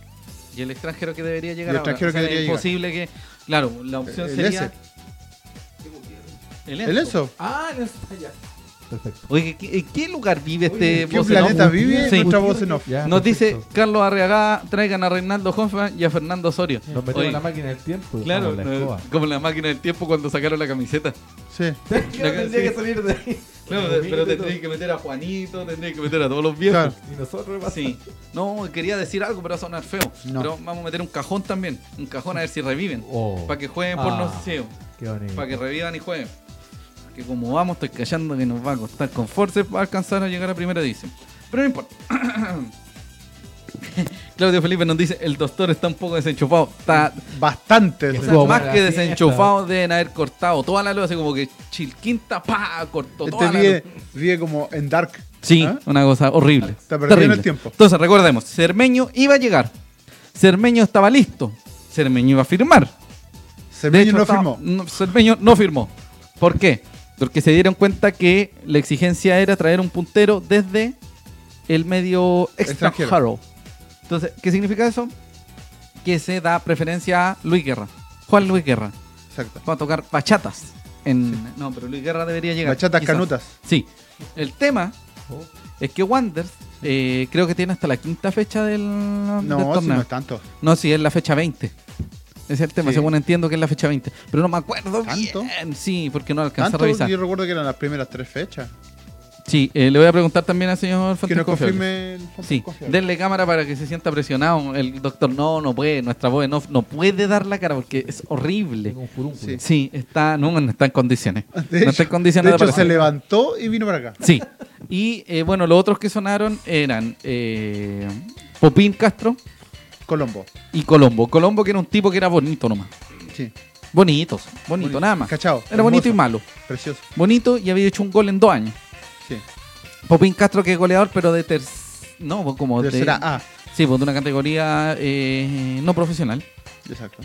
S1: Y el extranjero que debería llegar
S2: Y el
S1: ahora.
S2: extranjero
S1: O sea,
S2: que debería
S1: es posible que. Claro, la opción
S2: El
S1: sería.
S2: ese.
S1: El
S2: ¿El
S1: Enzo.
S2: eso?
S3: Ah, no está ya. Perfecto.
S1: Oye, ¿qué- ¿en qué lugar vive este
S3: Oye,
S2: ¿qué
S1: vocerón?
S2: planeta vive
S1: Sí.
S2: nuestra voz en off?
S3: Ya,
S1: Nos dice
S3: perfecto.
S1: Carlos Arriagada, traigan a Reinaldo Hoffman y a Fernando Osorio.
S3: Nos metemos
S1: Oye,
S3: en la máquina del tiempo.
S1: claro,
S3: dejamos la
S1: no, *laughs*
S3: escoba.
S1: como la máquina del tiempo cuando sacaron la camiseta.
S2: Sí.
S3: Yo tendría que salir de ahí.
S1: Claro,
S3: Humilde
S1: pero tendrías
S3: todo.
S1: que meter a Juanito, tendrías que meter a todos los viejos.
S2: Claro.
S3: Y nosotros más.
S1: Sí. No, quería decir algo, pero va a sonar feo.
S2: No.
S1: Pero vamos a meter un cajón también. Un cajón a ver si reviven.
S3: Oh.
S1: Para que jueguen por
S3: Ah.
S1: los CEOs.
S3: Qué bonito.
S1: Para que revivan y jueguen. Que como vamos, estoy callando que nos va a costar con force para alcanzar a llegar a primera edición. Pero no importa. *coughs* Claudio Felipe nos dice, el doctor está un poco desenchufado. Está
S2: Bastante.
S1: o sea,
S3: Estuvo
S1: más
S3: buena
S1: que
S3: la fiesta.
S1: desenchufado deben haber cortado toda la luz, así como que chilquinta, pa, cortó
S2: Este
S1: toda la
S2: vive,
S1: luz.
S2: vive como en Dark.
S1: Sí,
S2: ¿Ah?
S1: una cosa horrible.
S2: Está perdiendo
S1: terrible.
S2: el tiempo.
S1: Entonces, recordemos, Cermeño iba a llegar. Cermeño estaba listo. Cermeño iba a firmar. De
S2: Cermeño
S1: hecho,
S2: no
S1: estaba-
S2: firmó.
S1: no, Cermeño no firmó. ¿Por qué? Porque se dieron cuenta que la exigencia era traer un puntero desde el medio
S2: Extranjero.
S1: extranjero. Entonces, ¿qué significa eso? Que se da preferencia a Luis Guerra. Juan Luis Guerra.
S2: Exacto.
S1: va a tocar bachatas. En... No, pero Luis Guerra debería llegar.
S2: Bachatas
S1: quizás.
S2: canutas. Oh.
S1: Sí. El tema es que Wanders eh, creo que tiene hasta la quinta fecha del, del
S2: No, si
S1: torneo.
S2: no es tanto.
S1: No, sí, es la fecha 20. Ese es el tema,
S2: Sí.
S1: según entiendo que es la fecha 20. Pero no me acuerdo
S2: ¿Tanto?
S1: bien. Sí, porque no alcanza a
S2: Tanto
S1: revisar.
S2: yo recuerdo que eran las primeras tres fechas.
S1: Sí, eh, le voy a preguntar también al señor
S2: Que nos
S1: Francisco Fiore.
S2: confirme el
S1: Sí,
S2: Francisco *laughs* Fiore.
S1: denle cámara para que se sienta presionado. El doctor no, no puede, nuestra voz en off no puede dar la cara porque es horrible.
S3: Tengo un furúnculo.
S2: Sí. Ah,
S1: Sí, está, no, no está en condiciones.
S2: De
S1: no
S2: hecho-
S1: está en condiciones
S2: De hecho, se
S1: aparecer.
S2: levantó y vino para acá.
S1: Sí. Y eh, bueno, los otros que sonaron eran eh, Popín Castro
S2: Colombo.
S1: y Colombo. Colombo que era un tipo que era bonito nomás.
S2: Sí.
S1: Bonitos, bonito, nada más.
S2: Cachao.
S1: Era bonito y
S2: hermoso,
S1: malo.
S2: Precioso.
S1: Bonito y había hecho un gol en dos años.
S2: Sí.
S1: Popín Castro que es goleador, pero de ter... No, pues como de...
S2: Tercera A.
S1: Sí, pues de una categoría eh, no profesional.
S2: Exacto.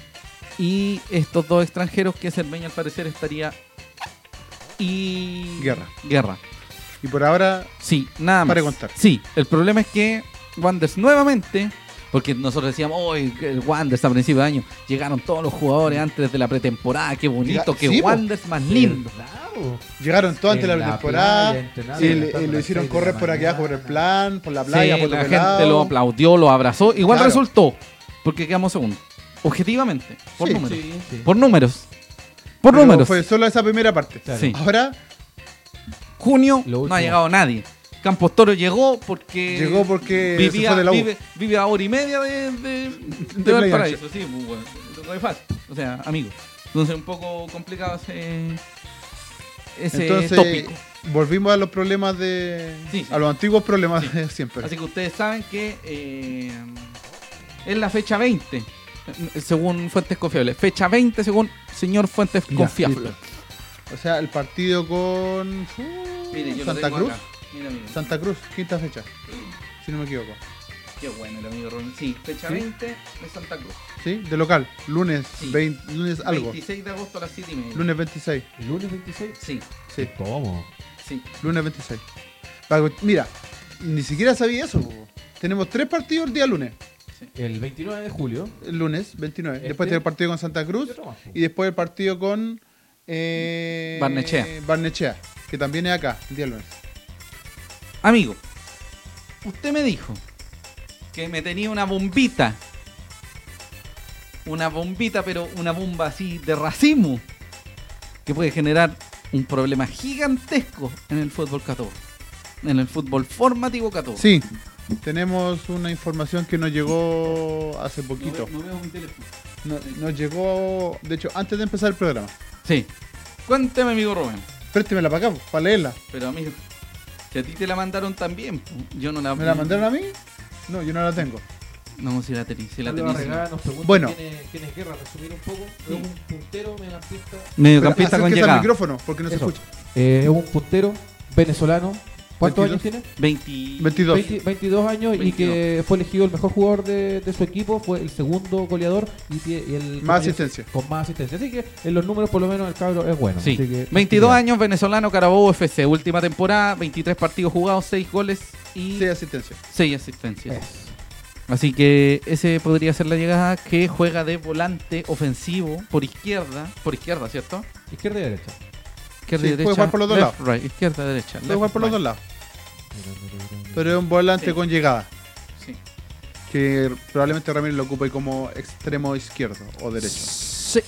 S1: Y estos dos extranjeros que Cermeño al parecer estaría... Y...
S2: Guerra.
S1: Guerra.
S2: Y por ahora,
S1: Sí, nada más.
S2: Para contar.
S1: Sí, el problema es que Wanders nuevamente, porque nosotros decíamos, hoy el Wanders a principio de año, llegaron todos los jugadores antes de la pretemporada, qué bonito,
S2: Llega-
S1: que
S2: sí, po.
S1: Wanders más lindo.
S3: Claro.
S2: llegaron todos antes de
S3: En
S2: la
S3: la
S2: temporada.
S3: playa, entrenaron,
S2: Y, le-
S3: levantando
S2: y lo
S3: las
S2: hicieron
S3: seis de la
S2: correr por aquí abajo, por el
S3: mañana.
S2: plan, por la playa,
S1: Sí,
S2: por
S1: la
S2: los
S1: gente
S2: pelados.
S1: lo aplaudió, lo abrazó, igual
S2: Claro.
S1: resultó, porque quedamos segundos, objetivamente, por
S2: Sí,
S1: números.
S3: Sí, sí.
S1: Por números. Por
S2: Pero
S1: números.
S2: Fue solo esa primera parte.
S3: Claro.
S1: Sí.
S2: Ahora
S1: Junio
S3: Lo
S1: no ha
S3: último.
S1: llegado nadie. Campos Toro llegó porque...
S2: llegó porque se
S1: vivía,
S2: fue de la U.
S1: vive, vive a hora y media de, de, de
S2: Playa
S1: Valparaíso. Sí, pues, bueno, no es fácil. O sea, amigo. Entonces, un poco complicado ese, ese
S2: Entonces,
S1: tópico.
S2: volvimos a los problemas de.
S1: Sí, sí.
S2: A los antiguos problemas de siempre.
S1: Así que ustedes saben que eh, es la fecha 20, eh, según fuentes confiables. Fecha 20, según señor fuentes
S3: Ya,
S1: confiables.
S3: listo.
S2: O sea, el partido con. uh,
S1: Mire, yo lo
S2: Santa
S1: tengo
S2: Cruz.
S1: acá. Mira, mira.
S2: Santa Cruz, quinta fecha. Si no me equivoco.
S1: Qué bueno el amigo Ron. Sí, fecha 20 de Santa Cruz.
S2: ¿Sí? De local. Lunes,
S1: Sí.
S2: 20 lunes algo.
S1: 26 de agosto a las 7 y media.
S2: Lunes 26.
S3: ¿Lunes 26?
S1: Sí,
S2: Sí,
S3: ¿Cómo?
S1: sí.
S2: lunes 26. Para que- Mira, ni siquiera sabía eso. po. Tenemos tres partidos el día lunes.
S3: El 29 de julio.
S2: El lunes 29.
S3: Este.
S2: Después tenemos el partido con Santa Cruz.
S3: Y otro más, po.
S2: Y después el partido con. eh,
S1: Barnechea.
S2: Barnechea, que también es acá, el día lunes.
S1: Amigo, usted me dijo que me tenía una bombita. Una bombita, pero una bomba así de racimo. Que puede generar un problema gigantesco en el fútbol 14. En el fútbol formativo 14.
S2: Sí, tenemos una información que nos llegó hace poquito. No- nos llegó, de hecho, antes de empezar el programa.
S1: Sí. Cuénteme, amigo Rubén.
S2: Préstemela para acá, para leerla.
S1: Pero, amigo, si a ti te la mandaron también, po. yo no la
S2: ¿Me la mandaron a mí? No, yo no la tengo.
S1: No, si la tení, si la
S3: Carlos
S1: tení. sí.
S3: Arregada nos pregunta
S2: Bueno.
S3: quién, es, quién es guerra, resumir un poco. Es
S1: Sí.
S3: un puntero mediocampista.
S1: Mediocampista con
S2: Acérquese al
S1: llegada.
S2: micrófono, porque no
S3: Eso.
S2: se escucha.
S3: Eh, es un puntero venezolano. ¿Cuántos
S2: 22.
S3: años tiene?
S1: 20...
S2: 22.
S3: 20 22 años y
S1: 22.
S3: que fue elegido el mejor jugador de, de su equipo, fue el segundo goleador y, tie- y el
S2: Más
S3: con-
S2: asistencia.
S3: Con más asistencia. Así que en los números por lo menos el cabro es bueno.
S1: Sí.
S3: Así que-
S1: 22
S3: ya.
S1: años, venezolano, Carabobo FC, última temporada, 23 partidos jugados, 6 goles y
S2: Sí, asistencia.
S1: 6 asistencias.
S3: Eso.
S1: Así que ese podría ser la llegada que juega de volante ofensivo por izquierda, por izquierda, ¿cierto?
S3: Izquierda y derecha.
S1: Izquierda
S2: Sí,
S1: y
S2: puede
S1: derecha.
S2: jugar por los dos
S1: left, right, izquierda, derecha.
S2: Puede jugar por los dos lados. Pero es un
S1: Sí.
S2: volante con llegada,
S1: Sí.
S2: que probablemente Ramírez lo ocupe como extremo izquierdo o derecho.
S1: Sí.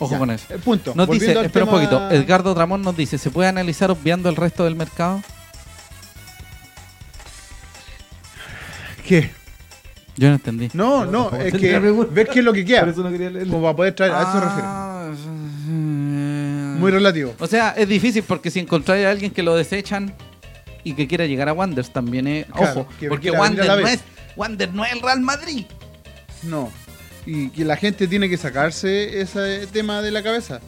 S1: Ojo
S2: Ya.
S1: con eso.
S2: Eh, punto.
S1: Nos
S2: Volviendo
S1: dice,
S2: al
S1: espera un
S2: tema-
S1: poquito, Edgardo Tramón nos dice, ¿se puede analizar obviando el resto del mercado?
S2: ¿Qué?
S1: Yo no entendí.
S2: No,
S3: Yo
S2: no,
S3: tampoco
S2: es
S3: entendí
S2: que
S3: la pregunta.
S2: ver qué es lo que
S3: Por
S2: queda.
S3: eso no quería leerlo.
S2: Como para poder traer, a eso se refiere.
S1: Ah,
S2: Muy relativo.
S1: O sea, es difícil porque si encontráis a alguien que lo desechan y que quiera llegar a Wanders también es.
S2: Claro,
S1: ojo,
S2: que
S1: porque
S2: quiera venir
S1: Wander
S2: a la
S1: no,
S2: vez.
S1: es, Wander no es el Real Madrid.
S2: No. Y que la gente tiene que sacarse ese tema de la cabeza.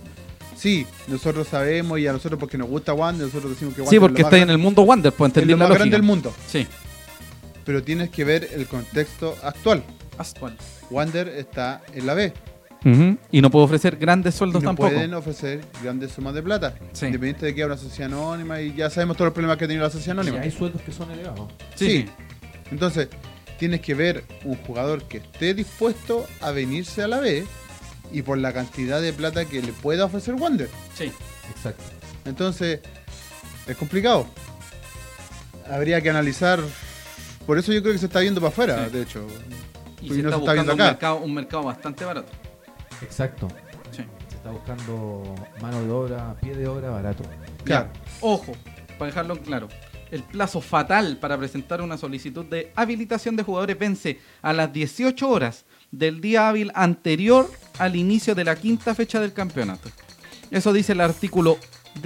S2: Sí, nosotros sabemos y a nosotros porque nos gusta Wander, nosotros decimos que Wander
S1: sí, porque
S2: es lo más
S1: está en el mundo Wander, pues
S2: gran- es
S1: entendí
S2: lo
S1: la
S2: más
S1: lógica.
S2: grande del mundo.
S1: Sí.
S2: Pero tienes que ver el contexto actual. Wander está en la B.
S1: Ujú, Y no puedo ofrecer grandes
S2: Y
S1: sueldos
S2: no
S1: tampoco.
S2: pueden ofrecer grandes sumas de plata.
S1: Sí.
S2: Independiente de que haya una sociedad anónima y ya sabemos todos los problemas que ha tenido la sociedad
S3: Sí,
S2: anónima.
S3: hay sueldos que son elevados.
S2: sí. Entonces, tienes que ver un jugador que esté dispuesto a venirse a la B y por la cantidad de plata que le pueda ofrecer Wander.
S1: Sí.
S3: Exacto.
S2: Entonces, es complicado. Habría que analizar. Por eso yo creo que se está viendo para afuera,
S1: Sí.
S2: de
S1: Y
S2: hecho.
S1: se
S2: Porque no
S1: está
S2: se está
S1: buscando
S2: viendo
S1: un
S2: acá.
S1: mercado, un mercado bastante barato.
S3: Exacto.
S1: Sí.
S3: Se está buscando mano de obra, pie de obra barato.
S2: Claro.
S1: Ojo, para dejarlo en claro. El plazo fatal para presentar una solicitud de habilitación de jugadores vence a las 18 horas del día hábil anterior al inicio de la quinta fecha del campeonato. Eso dice el artículo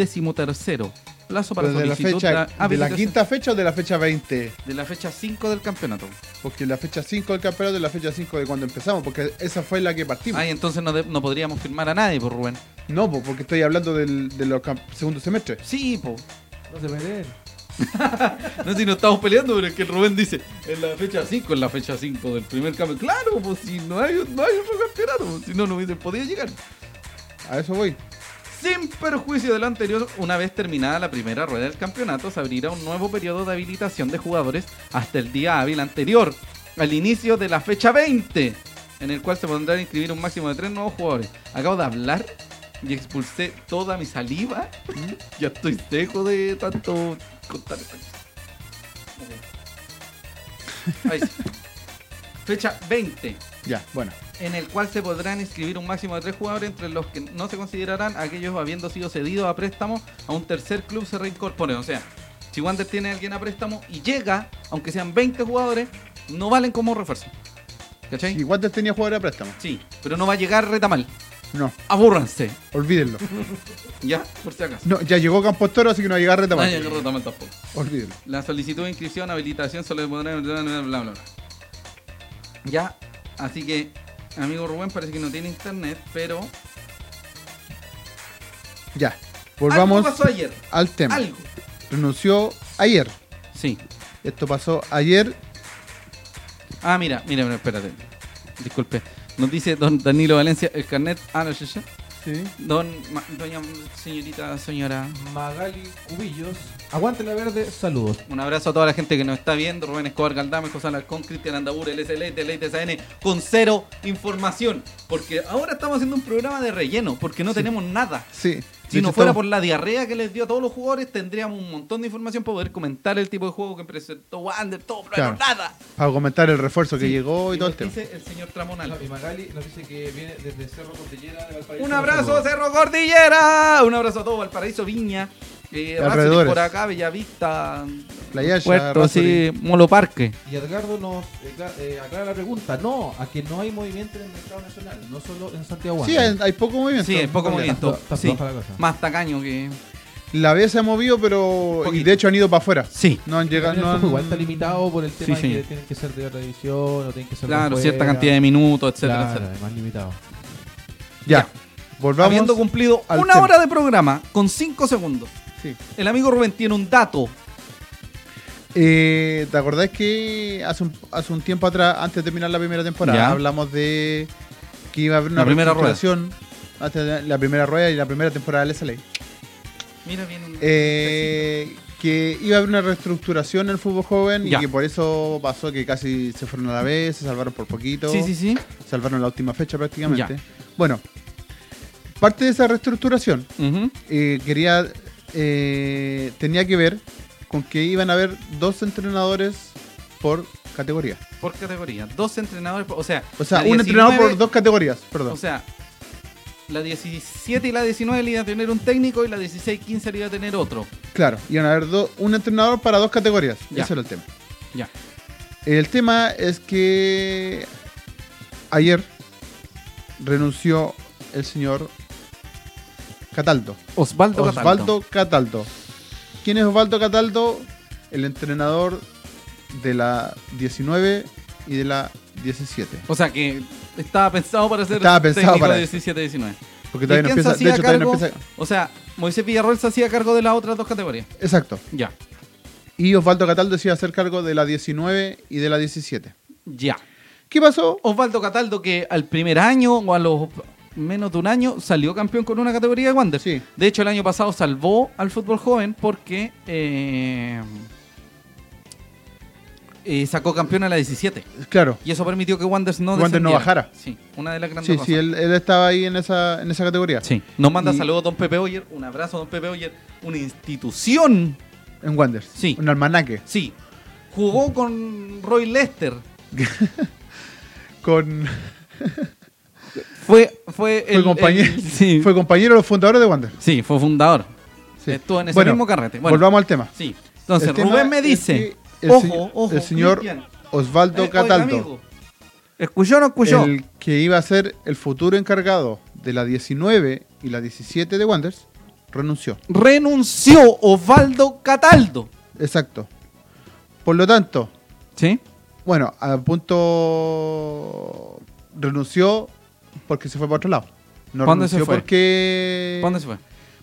S1: decimotercero. Plazo para
S2: Pero de la
S1: solicitud
S2: fecha de la
S1: habilitación-
S2: quinta fecha o de la fecha 20,
S1: de la fecha 5 del campeonato.
S2: porque la fecha 5 del campeonato es la fecha 5 de cuando empezamos, porque esa fue la que partimos.
S1: Ay, entonces no, de- no podríamos firmar a nadie, por Rubén.
S2: No, po, porque estoy hablando del, de los cam- segundo semestre.
S1: Sí, po.
S3: No se peleen.
S1: No sé si nos estamos peleando, pero es que el Rubén dice, en la fecha 5, en la fecha 5 del primer campeonato. Claro, pues si no hay, no hay otro campeonato, pues, si no, no hubiesen podido llegar.
S2: A eso voy.
S1: Sin perjuicio de lo anterior, una vez terminada la primera rueda del campeonato, se abrirá un nuevo periodo de habilitación de jugadores hasta el día hábil anterior, al inicio de la fecha 20, en el cual se podrán inscribir un máximo de tres nuevos jugadores. Acabo de hablar y expulsé toda mi saliva. ya estoy seco de tanto contar. esta cosa. Ahí sí. Fecha 20
S2: Ya, bueno.
S1: en el cual se podrán inscribir un máximo de tres jugadores, entre los que no se considerarán aquellos habiendo sido cedidos a préstamo a un tercer club se reincorporen. O sea, si Wander tiene a alguien a préstamo y llega, aunque sean 20 jugadores, no valen como refuerzo. ¿Cachai?
S2: ¿Y
S1: Sí,
S2: cuántos tenía jugador a préstamo?
S1: pero no va a llegar retamal.
S2: No,
S1: Abúrranse,
S2: olvídenlo.
S1: ya, por si acaso.
S2: No, ya llegó Campos Toro, así que no va a llegar
S1: No va a
S2: Retamal.
S1: llegar retamal tampoco.
S2: Olvídenlo.
S1: La solicitud de inscripción, habilitación, solo podrá... Bla, bla, bla, bla. Ya, así que, amigo Rubén, parece que no tiene internet, pero...
S2: Ya. Volvamos
S1: Algo pasó ayer.
S2: al tema.
S1: Algo.
S2: Renunció ayer.
S1: Sí.
S2: Esto pasó ayer.
S1: Ah, mira, mira, mira, espérate. Disculpe. Nos dice don Danilo Valencia, el carnet. Ah, no, ya, ya.
S2: Sí.
S1: Don, ma- doña, señorita, señora.
S3: Magali Cubillos. Aguante la verde, saludos.
S1: Un abrazo a toda la gente que nos está viendo. Rubén Escobar Galdame, José Alarcón, Cristian Andabur, LSL, TLTSN, con cero información. Porque ahora estamos haciendo un programa de relleno, porque no tenemos nada.
S2: Sí.
S1: Si
S2: De
S1: no
S2: hecho,
S1: fuera por
S2: estamos-
S1: la diarrea que les dio a todos los jugadores, tendríamos un montón de información para poder comentar el tipo de juego que presentó Wander, todo, pero
S2: Claro.
S1: nada.
S2: Para comentar el refuerzo que
S1: Sí.
S2: llegó y todo el
S1: nos
S2: tema.
S1: dice el señor Tramonal.
S3: Y Magali nos dice que viene desde Cerro Cordillera de Valparaíso.
S1: Un abrazo a Cerro Cordillera. Un abrazo a todo Valparaíso, Viña. Eh, Racing
S2: Alrededores.
S1: por acá, Bellavista.
S2: Playa
S1: Puerto, sí, Molo Parque.
S3: Y Edgardo nos eh, cla- eh, aclara la pregunta. No, a que no hay movimiento en el mercado nacional, no solo en Santiago.
S2: Sí, hay, hay poco movimiento.
S1: Sí, es poco
S2: Ya.
S1: movimiento.
S3: está
S1: Sí.
S3: floja la cosa.
S1: Más tacaño que.
S2: La B se ha movido, pero. Y
S1: Poquito.
S2: de hecho han ido para afuera.
S1: Sí.
S2: No han llegado. No han-
S3: igual está limitado por el tema
S1: Sí,
S3: de que
S1: señor.
S3: tienen que ser de otra división o tienen que ser de
S1: Claro,
S3: fuera.
S1: cierta cantidad de minutos, etcétera,
S3: Claro,
S1: etcétera.
S3: es más limitado.
S2: Ya.
S1: Ya.
S2: Volvamos.
S1: Habiendo cumplido
S2: al
S1: una
S2: tema.
S1: hora de programa con cinco segundos,
S2: Sí.
S1: el amigo Rubén tiene un dato.
S2: Eh, ¿Te acordás que hace un, hace un tiempo atrás, antes de terminar la primera temporada,
S1: Ya.
S2: hablamos de que iba a haber una
S1: La primera rueda.
S2: reestructuración antes de la primera rueda y la primera temporada del SLA?
S1: Mira bien.
S2: Eh, que iba a haber una reestructuración en el fútbol joven
S1: Ya.
S2: y que por eso pasó que casi se fueron a la vez, se salvaron por poquito,
S1: sí, sí, sí.
S2: salvaron la última fecha prácticamente. Bueno, parte de esa reestructuración
S1: Ujú.
S2: eh, quería eh, tenía que ver con que iban a haber dos entrenadores por categoría.
S1: Por categoría. Dos entrenadores. por- O sea,
S2: O sea,
S1: la
S2: un entrenador
S1: 19
S2: por dos categorías, perdón.
S1: O sea, la 17 y la 19 le iba a tener un técnico y la 16 y 15 le iba a tener otro.
S2: claro, iban a haber do- un entrenador para dos categorías.
S1: Ya.
S2: Ese era el tema.
S1: Ya.
S2: El tema es que ayer renunció el señor Cataldo.
S1: Osvaldo
S2: Osvaldo Cataldo. ¿Quién es Osvaldo Cataldo? El entrenador de la 19 y de la 17.
S1: O sea que estaba pensado para ser
S2: Estaba pensado
S1: técnico
S2: para
S1: de
S2: eso.
S1: 17 y 19.
S2: Porque todavía no
S1: ¿Y quién se
S2: empieza. De
S1: hacía
S2: hecho, todavía no
S1: cargo?
S2: empieza.
S1: O sea, Moisés Villarroel se hacía cargo de las otras dos categorías.
S2: Exacto.
S1: Ya.
S2: Y Osvaldo Cataldo se iba a hacer cargo de la 19 y de la 17.
S1: Ya.
S2: ¿Qué pasó?
S1: Osvaldo Cataldo que al primer año o a los menos de un año salió campeón con una categoría de Wander.
S2: Sí.
S1: De hecho, el año pasado salvó al fútbol joven porque eh, eh, sacó campeón a la 17.
S2: Claro.
S1: Y eso permitió que Wanderers no
S2: Wanderers no
S1: descendiera.
S2: bajara.
S1: Sí, una de las grandes
S2: Sí,
S1: razones.
S2: sí, él, él estaba ahí en esa, en esa categoría.
S1: Sí. Nos manda
S2: Y-
S1: saludos Don Pepe Oyer. Un abrazo, Don Pepe Oyer. Una institución.
S2: En Wanderers.
S1: Sí.
S2: Un almanaque.
S1: Sí. Jugó con Roy Lester.
S2: Con, *laughs*
S1: Fue, fue,
S2: fue, compañero,
S1: *laughs* sí.
S2: fue compañero de los fundadores de Wanderers.
S1: Sí, fue fundador.
S2: Sí.
S1: Estuvo en ese
S2: Bueno,
S1: mismo carrete. Bueno,
S2: Volvamos al tema.
S1: Sí. Entonces,
S2: El tema
S1: Rubén me
S2: es
S1: dice.
S2: que el
S1: ojo,
S2: señor-
S1: ojo.
S2: el señor
S1: Cristian.
S2: Osvaldo
S1: Eh, oiga,
S2: Cataldo,
S1: amigo, ¿Escuchó o no escuchó?
S2: el que iba a ser el futuro encargado de la 19 y la 17 de Wanderers, renunció.
S1: Renunció Osvaldo Cataldo.
S2: Exacto. Por lo tanto,
S1: ¿Sí?
S2: bueno, a punto renunció porque se fue para otro lado. No
S1: ¿Cuándo se
S2: renunció
S1: fue?
S2: porque
S1: ¿Dónde se fue?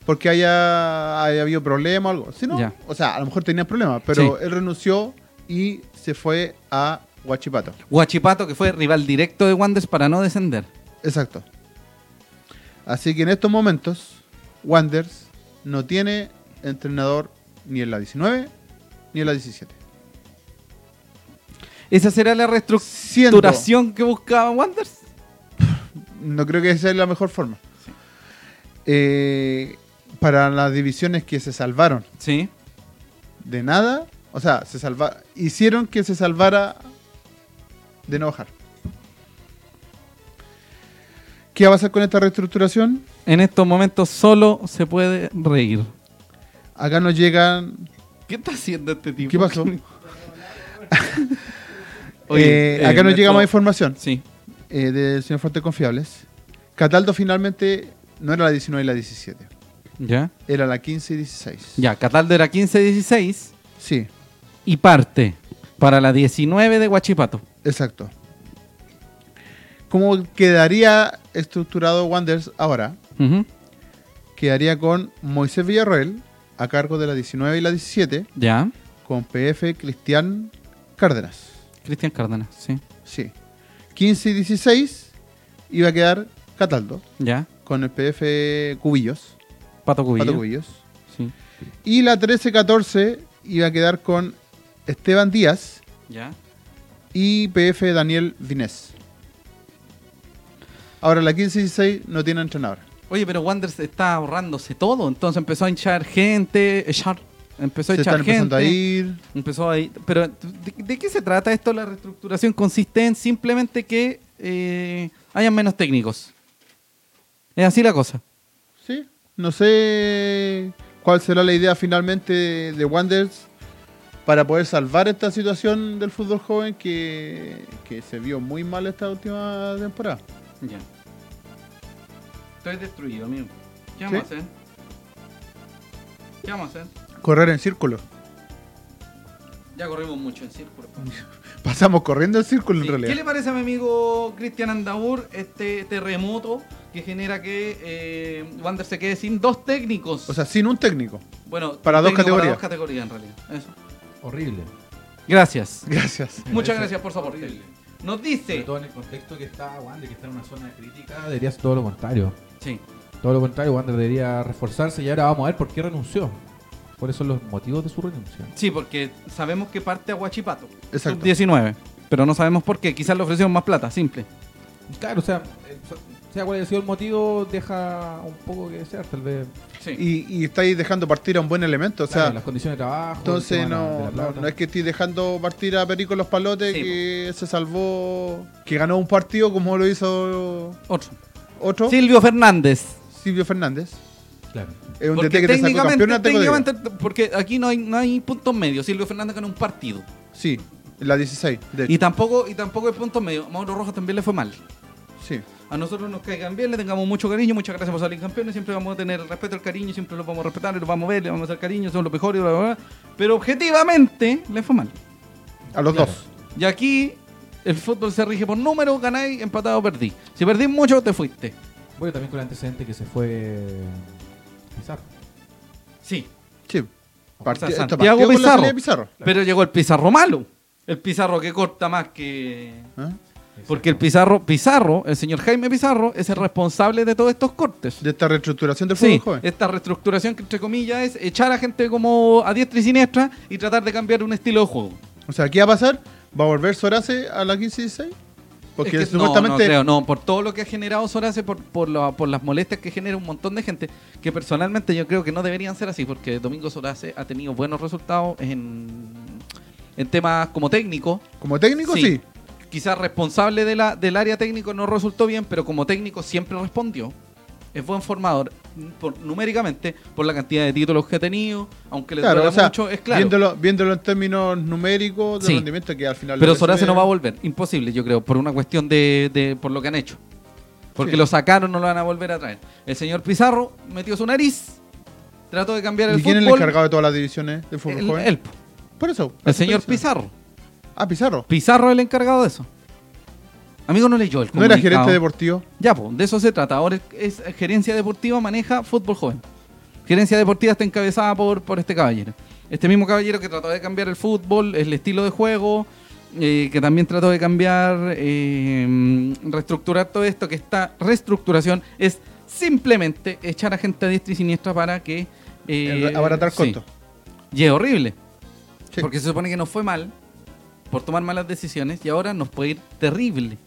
S2: porque haya, haya habido problema o algo. Si no,
S1: Ya.
S2: o sea, a lo mejor tenía problemas, pero
S1: Sí.
S2: él renunció y se fue a Huachipato.
S1: Huachipato, que fue rival directo de Wanderers para no descender.
S2: Exacto. Así que en estos momentos, Wanders no tiene entrenador ni en la 19 ni en la 17.
S1: ¿Esa será la
S2: Siendo-
S1: reestructuración que buscaba Wanderers?
S2: No creo que esa es la mejor forma. Eh, para las divisiones que se salvaron
S1: Sí.
S2: de nada, o sea, se salva, hicieron que se salvara de no bajar. ¿Qué va a pasar con esta reestructuración?
S1: En estos momentos solo se puede reír.
S2: Acá nos llegan.
S1: ¿Qué está haciendo este tipo?
S2: ¿Qué pasó?
S1: Oye,
S2: Eh, acá
S1: eh,
S2: nos llega
S1: esto-
S2: más información.
S1: Sí.
S2: eh, del señor Fuentes Confiables. Cataldo finalmente no era la 19 y la 17,
S1: ¿Ya?
S2: era la 15 y 16.
S1: Ya, Cataldo era 15-16
S2: Sí,
S1: y parte para la 19 de Huachipato.
S2: exacto. ¿Cómo quedaría estructurado Wanderers ahora?
S1: Ujú,
S2: Quedaría con Moisés Villarroel a cargo de la 19 y la 17,
S1: Ya.
S2: con PF Cristian Cárdenas.
S1: Cristian Cárdenas, sí.
S2: Sí. 15 y 16 iba a quedar Cataldo
S1: Ya.
S2: con el PF Cubillos,
S1: Pato Cubillo.
S2: Pato Cubillos.
S1: Sí.
S2: Y la 13-14 iba a quedar con Esteban Díaz
S1: Ya.
S2: y PF Daniel Vinés. Ahora la 15-16 no tiene entrenador.
S1: Oye, pero Wanderers está ahorrándose todo, entonces empezó a hinchar gente, echar- empezó a
S2: Se
S1: echar
S2: están empezando
S1: gente.
S2: a ir.
S1: Empezó ahí. Pero, ¿de, de qué se trata esto? La reestructuración consiste en simplemente que eh, hayan menos técnicos. Es así la cosa.
S2: Sí, no sé cuál será la idea finalmente de Wanderers para poder salvar esta situación del fútbol joven que, que se vio muy mal esta última temporada.
S1: Ya. Estoy destruido, amigo. ¿Qué
S2: vamos
S1: a hacer? ¿Qué vamos a hacer?
S2: Correr en círculo.
S1: Ya corrimos mucho en círculo.
S2: Pasamos corriendo en círculo en
S1: Sí.
S2: realidad.
S1: ¿Qué le parece a mi amigo Cristian Andaur este terremoto que genera que eh, Wander se quede sin dos técnicos?
S2: O sea, sin un técnico. *laughs*
S1: bueno,
S2: para dos
S1: técnico
S2: categorías.
S1: dos categorías en realidad. Eso.
S3: Horrible.
S1: Gracias.
S2: Gracias.
S1: Muchas
S3: parece
S1: gracias por su aporte.
S3: horrible.
S1: Nos
S3: Sobre
S1: dice.
S3: todo en el contexto que está Wander, que está en una zona de crítica, debería ser todo lo contrario.
S1: Sí.
S3: Todo lo contrario, Wander debería reforzarse y ahora vamos a ver por qué renunció. ¿Cuáles son los motivos de su renuncia?
S1: Sí, porque sabemos que parte a Huachipato.
S2: Exacto.
S1: 19. Pero no sabemos por qué. Quizás le ofrecieron más plata, simple.
S3: Claro, o sea, eh, so- sea cual haya sido el motivo, deja un poco que desear, tal vez.
S1: Sí.
S2: y, y estáis dejando partir a un buen elemento. O
S3: claro,
S2: sea,
S3: las condiciones de trabajo. el
S2: entonces
S3: tema de la- de
S2: no,
S3: la
S2: no,
S3: plata.
S2: no es que estéis dejando partir a Perico Los Palotes,
S1: Sí,
S2: que se salvó, que ganó un partido como lo hizo
S1: Otro.
S2: otro,
S1: Silvio Fernández.
S2: Silvio Fernández.
S3: Claro.
S2: Es un
S1: Porque
S2: DT que te sacó campeón en
S1: técnicamente, porque aquí no hay, no hay puntos medios. Silvio Fernández ganó un partido.
S2: Sí, en la 16. De hecho.
S1: Y tampoco, y tampoco hay puntos medios. A Mauro Rojas también le fue mal.
S2: Sí,
S1: A nosotros nos caigan bien, le tengamos mucho cariño, muchas gracias por salir campeones, siempre vamos a tener el respeto, el cariño, siempre los vamos a respetar, los vamos a ver, le vamos a hacer cariño, son los mejores, bla, bla, bla. pero objetivamente le fue mal.
S2: a los
S3: Claro.
S2: dos.
S1: Y aquí el fútbol se rige por números, ganáis, empatado, perdí. Si perdís mucho, te fuiste.
S3: Bueno, también con el antecedente que se fue. Pizarro.
S1: Sí.
S2: Sí. Parti-
S1: O sea,
S2: esto
S1: Santiago
S2: partió con la
S1: Pizarro.
S2: salida de Pizarro.
S1: Pero llegó el pizarro malo. El pizarro que corta más que.
S2: ¿Ah?
S1: Porque el pizarro, Pizarro, el señor Jaime Pizarro, es el responsable de todos estos cortes.
S2: De esta reestructuración del fútbol
S1: Sí,
S2: joven.
S1: esta reestructuración que entre comillas es echar a gente como a diestra y siniestra y tratar de cambiar un estilo de juego.
S2: O sea, ¿qué va a pasar? ¿Va a volver Sorace a la 15-16? Porque
S1: Es que no,
S2: supuestamente.
S1: No, creo, no, por todo lo que ha generado Sorace, por, por, la- por las molestias que genera un montón de gente, que personalmente yo creo que no deberían ser así, porque Domingo Sorace ha tenido buenos resultados en, en temas como técnico.
S2: Como técnico, sí.
S1: Sí. Quizás responsable de la, del área técnico no resultó bien, pero como técnico siempre respondió. Es buen formador mm, por- numéricamente por la cantidad de títulos que ha tenido, aunque le
S2: Claro,
S1: duela
S2: o sea,
S1: mucho, es claro.
S2: viéndolo, viéndolo en términos numéricos de
S1: Sí.
S2: rendimiento que al final...
S1: Pero
S2: lo
S1: Sorace
S2: resume-
S1: no va a volver, imposible, yo creo, por una cuestión de, de- por lo que han hecho. Porque
S2: Sí.
S1: lo sacaron, no lo van a volver a traer. El señor Pizarro metió su nariz, trató de cambiar el
S2: ¿Y quién es el
S1: fútbol.
S2: encargado de todas las divisiones de fútbol
S1: El-
S2: joven?
S1: él,
S2: Por eso.
S1: el señor
S2: Pizarro.
S1: Pizarro.
S2: Ah, Pizarro.
S1: Pizarro es el encargado de eso. Amigo, no leyó el
S2: No era
S1: comunicado.
S2: gerente deportivo.
S1: Ya, pues, de eso se trata. Ahora es, es gerencia deportiva maneja fútbol joven. Gerencia deportiva está encabezada por, por este caballero. Este mismo caballero que trató de cambiar el fútbol, el estilo de juego, eh, que también trató de cambiar, eh, reestructurar todo esto, que esta reestructuración es simplemente echar a gente a diestra y siniestra para que... eh,
S2: el abaratar
S1: sí.
S2: costos.
S1: Y es horrible.
S2: Sí.
S1: Porque se supone que nos fue mal por tomar malas decisiones y ahora nos puede ir terrible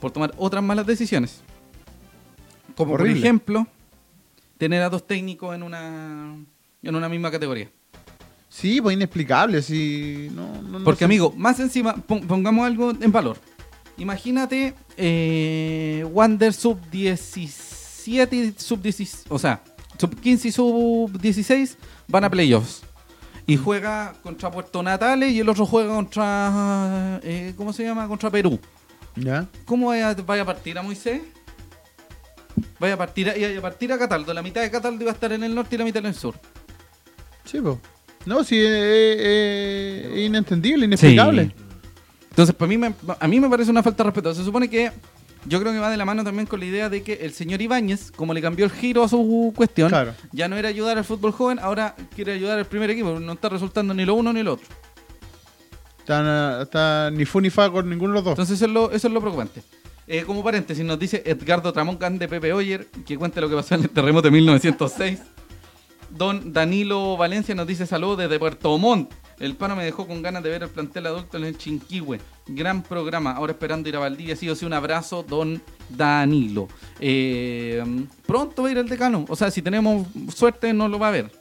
S1: por tomar otras malas decisiones. Como
S2: Horrible.
S1: por ejemplo, tener a dos técnicos en una en una misma categoría.
S2: Sí, pues inexplicable. Sí, no, no- no
S1: Porque
S2: sé.
S1: amigo, más encima, pon- pongamos algo en valor. Imagínate eh, Wander sub 17 y sub 16, o sea, sub 15 y sub 16 van a playoffs. Y juega contra Puerto Natales y el otro juega contra, eh, ¿cómo se llama? Contra Perú.
S2: ¿Ya?
S1: ¿Cómo vaya, vaya a partir a Moisés? Vaya a partir a, vaya a partir a Cataldo. La mitad de Cataldo iba a estar en el norte y la mitad en el sur.
S2: Sí, pues. No, sí, es es- es inentendible, inexplicable.
S1: Sí. Entonces, para mí me- a mí me parece una falta de respeto. Se supone que yo creo que va de la mano también con la idea de que el señor Ibáñez, como le cambió el giro a su cuestión,
S2: Claro.
S1: ya no era ayudar al fútbol joven, ahora quiere ayudar al primer equipo. No está resultando ni lo uno ni lo otro.
S2: Están, ah, está ni fu ni fa con ninguno de los dos.
S1: Entonces, eso es lo, eso es lo preocupante. Eh, como paréntesis, nos dice Edgardo Tramoncán de Pepe Oyer, que cuenta lo que pasó en el terremoto de 1906. Don Danilo Valencia nos dice saludos desde Puerto Montt. El pano me dejó con ganas de ver el plantel adulto en el Chinquihue. Gran programa. Ahora esperando ir a Valdivia. Sí o sí, un abrazo, don Danilo. Eh, pronto va a ir el decano. O sea, si tenemos suerte, no lo va a ver.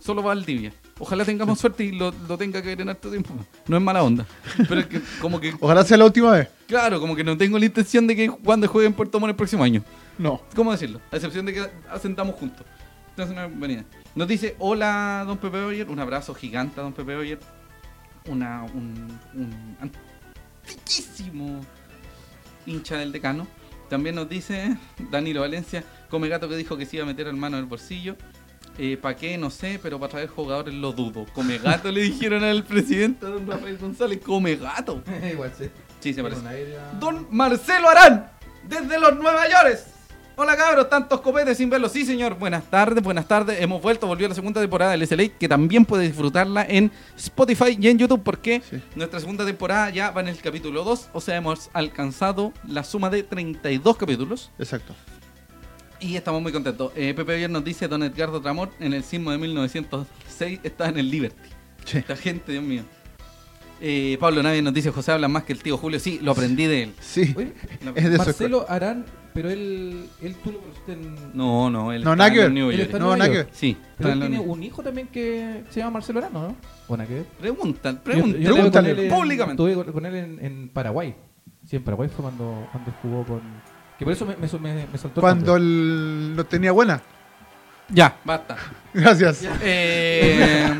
S1: Solo va a Valdivia. Ojalá tengamos suerte y lo, lo tenga que ver en harto tiempo. No es mala onda. Pero es que, como que
S2: Ojalá sea la última vez.
S1: Claro, como que no tengo la intención de que cuando juegue en Puerto Montt el próximo año.
S2: No.
S1: ¿Cómo decirlo? A excepción de que asentamos juntos. Entonces, una bienvenida. Nos dice, hola, don Pepe Oyer. Un abrazo gigante a don Pepe Oyer. Una, un, un antiquísimo hincha del decano. También nos dice Danilo Valencia, come gato que dijo que se iba a meter al mano en el bolsillo. ¿Para qué? No sé, pero para traer jugadores lo dudo. Come gato le dijeron al presidente don Rafael González, come gato.
S3: *laughs* Igual sí.
S1: Sí, se parece.
S3: Con aire a-
S1: Don Marcelo Arán, desde los Nueva York. Hola cabros, tantos copetes sin verlos. Sí, señor. Buenas tardes, buenas tardes. Hemos vuelto, volvió la segunda temporada del SLA, que también puede disfrutarla en Spotify y en YouTube, porque
S2: Sí.
S1: nuestra segunda temporada ya va en el capítulo 2, o sea, hemos alcanzado la suma de 32 capítulos.
S2: Exacto.
S1: Y estamos muy contentos. Eh, Pepe Villar nos dice, don Edgardo Tramor, en el sismo de 1906 está en el Liberty.
S2: Sí.
S1: Esta gente, Dios mío. Eh, Pablo Navi nos dice, José habla más que el tío Julio. Sí, lo aprendí de él.
S2: Sí.
S3: Oye,
S2: Es *laughs* de su
S3: Marcelo Arán, pero él, él tú lo conociste en...
S1: No, no, él
S2: No,
S1: está
S2: nada
S1: en
S2: que
S1: los
S2: ver.
S1: New
S3: Él
S1: York.
S3: está en
S2: No,
S3: Nueva
S2: nada que
S3: York.
S1: Sí, está
S3: Pero
S1: en
S3: él
S1: los
S3: tiene
S1: New-
S3: un hijo también que se llama Marcelo Arán, ¿no? Bueno, ¿qué?
S1: Pregunta,
S3: Yo- yo
S1: pregunta,
S3: estuve con él
S1: públicamente.
S3: en- Estuve con- con él en, en Paraguay. Sí, en Paraguay fue cuando, cuando jugó con... Que por eso me, me, me- me saltó el
S2: Cuando
S3: nombre.
S2: el- lo tenía buena. *laughs*
S1: Ya, basta.
S2: Gracias.
S1: Eh,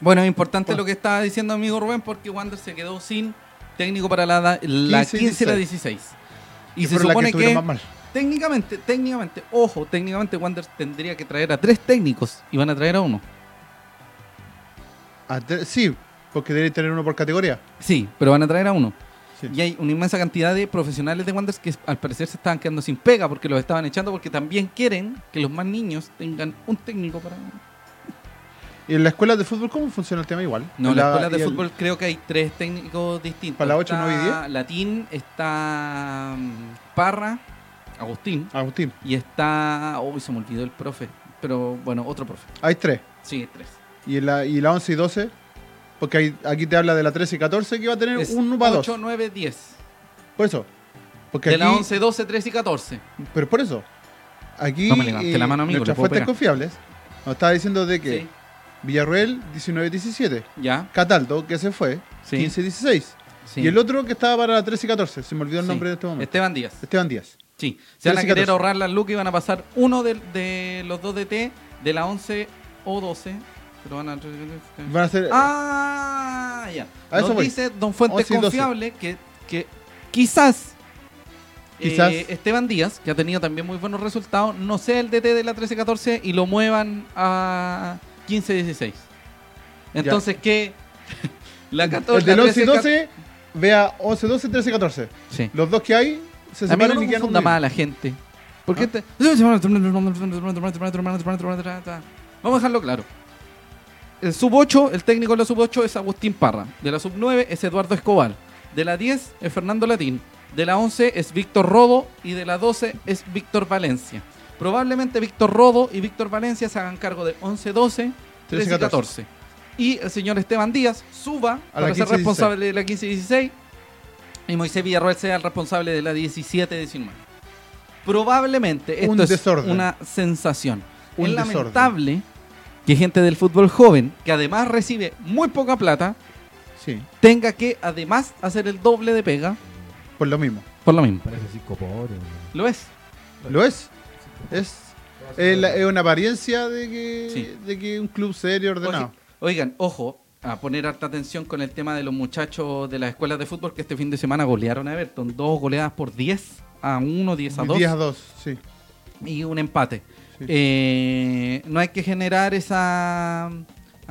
S1: bueno, es importante lo que estaba diciendo amigo Rubén porque Wander se quedó sin técnico para la, da- la 15
S2: 15 y
S1: y la 16. Y
S2: Que
S1: se
S2: fueron las
S1: supone
S2: estuvieron
S1: que
S2: más mal.
S1: técnicamente, técnicamente, ojo, técnicamente Wander tendría que traer a tres técnicos y van a traer a uno.
S2: Ah, te- sí, porque debe tener uno por categoría.
S1: Sí, pero van a traer a uno.
S2: Sí.
S1: Y hay una inmensa cantidad de profesionales de Wanderers que al parecer se estaban quedando sin pega porque los estaban echando porque también quieren que los más niños tengan un técnico para...
S2: ¿Y en la escuela de fútbol cómo funciona el tema igual?
S1: No, en la, escuela
S2: y
S1: de
S2: el-
S1: fútbol creo que hay tres técnicos distintos.
S2: ¿Para la ocho,
S1: Está
S2: nueve y diez?
S1: Latín, está mm, Parra, Agustín
S2: Agustín,
S1: y está... Uy, se me olvidó el profe. Pero bueno, otro profe.
S2: hay tres.
S1: Sí, tres.
S2: ¿Y en la, y la 11 y 12? Porque ahí- aquí te habla de la 13 y 14 que Eh, va a tener
S1: Es
S2: un UPA 2.
S1: 8, 9, 10.
S2: Por eso. Porque
S1: De la
S2: aquí-
S1: 11, 12, 13 y 14.
S2: Pero por eso. Aquí
S1: No me levante la mano, amigo, le
S2: nuestras
S1: puedo
S2: fuentes
S1: pegar.
S2: confiables nos está diciendo de que
S1: Sí.
S2: Villarreal 19-17,
S1: Ya.
S2: Cataldo, que se fue,
S1: Sí.
S2: 15-16.
S1: Sí.
S2: Y el otro que estaba para la 13 y 14, se me olvidó el
S1: Sí.
S2: nombre de este momento.
S1: Esteban Díaz.
S2: Esteban Díaz.
S1: Sí. Se van a
S2: 13 y
S1: querer
S2: 14.
S1: ahorrar las lucas y van a pasar uno de, de los dos DT de la 11 o 12. Pero van a...
S2: Van a ser
S1: Ah, ya.
S2: A eso
S1: Nos
S2: voy.
S1: dice Don Fuente
S2: 11 y 12.
S1: Confiable que, que quizás,
S2: Quizás.
S1: eh, Esteban Díaz, que ha tenido también muy buenos resultados, no sea el DT de la 13-14 y lo muevan a 15-16. Entonces, que *laughs* La 14,
S2: el del
S1: la
S2: 11 y
S1: 13,
S2: 12, vea 11, 12, 13 y 14.
S1: Sí.
S2: Los dos que hay se
S1: Amigo,
S2: separan
S1: no
S2: y quedan
S1: confunda
S2: unidos.
S1: más a la gente. Porque
S2: ¿Ah?
S1: te- Vamos a dejarlo claro. El sub 8, el técnico de la sub 8 es Agustín Parra. De la sub 9 es Eduardo Escobar. De la 10 es Fernando Latín. De la 11 es Víctor Rodo. Y de la 12 es Víctor Valencia. Probablemente Víctor Rodo y Víctor Valencia se hagan cargo de 11, 12, 13 y 14. Y el señor Esteban Díaz suba
S2: A la
S1: para ser
S2: 15,
S1: responsable de la 15 y 16. Y Moisés Villarroel sea el responsable de la 17 y 19. Probablemente esto
S2: Un
S1: es
S2: desorden.
S1: una sensación.
S2: Un
S1: es
S2: desorden.
S1: lamentable que gente del fútbol joven, que además recibe muy poca plata,
S2: Sí,
S1: tenga que además hacer el doble de pega
S2: por lo mismo.
S1: por lo mismo.
S3: Parece cinco pobres.
S1: Lo es.
S2: Lo es. Es,
S1: Eh,
S2: es, la- es una apariencia de que,
S1: Sí.
S2: de que un club serio ordenado.
S1: Oigan, Oigan, ojo, a poner harta atención con el tema de los muchachos de las escuelas de fútbol que este fin de semana golearon a Everton. Dos goleadas por 10 a 1, 10 a 2
S2: 10 a 2, sí.
S1: y un empate.
S2: Sí.
S1: Eh, no hay que generar esa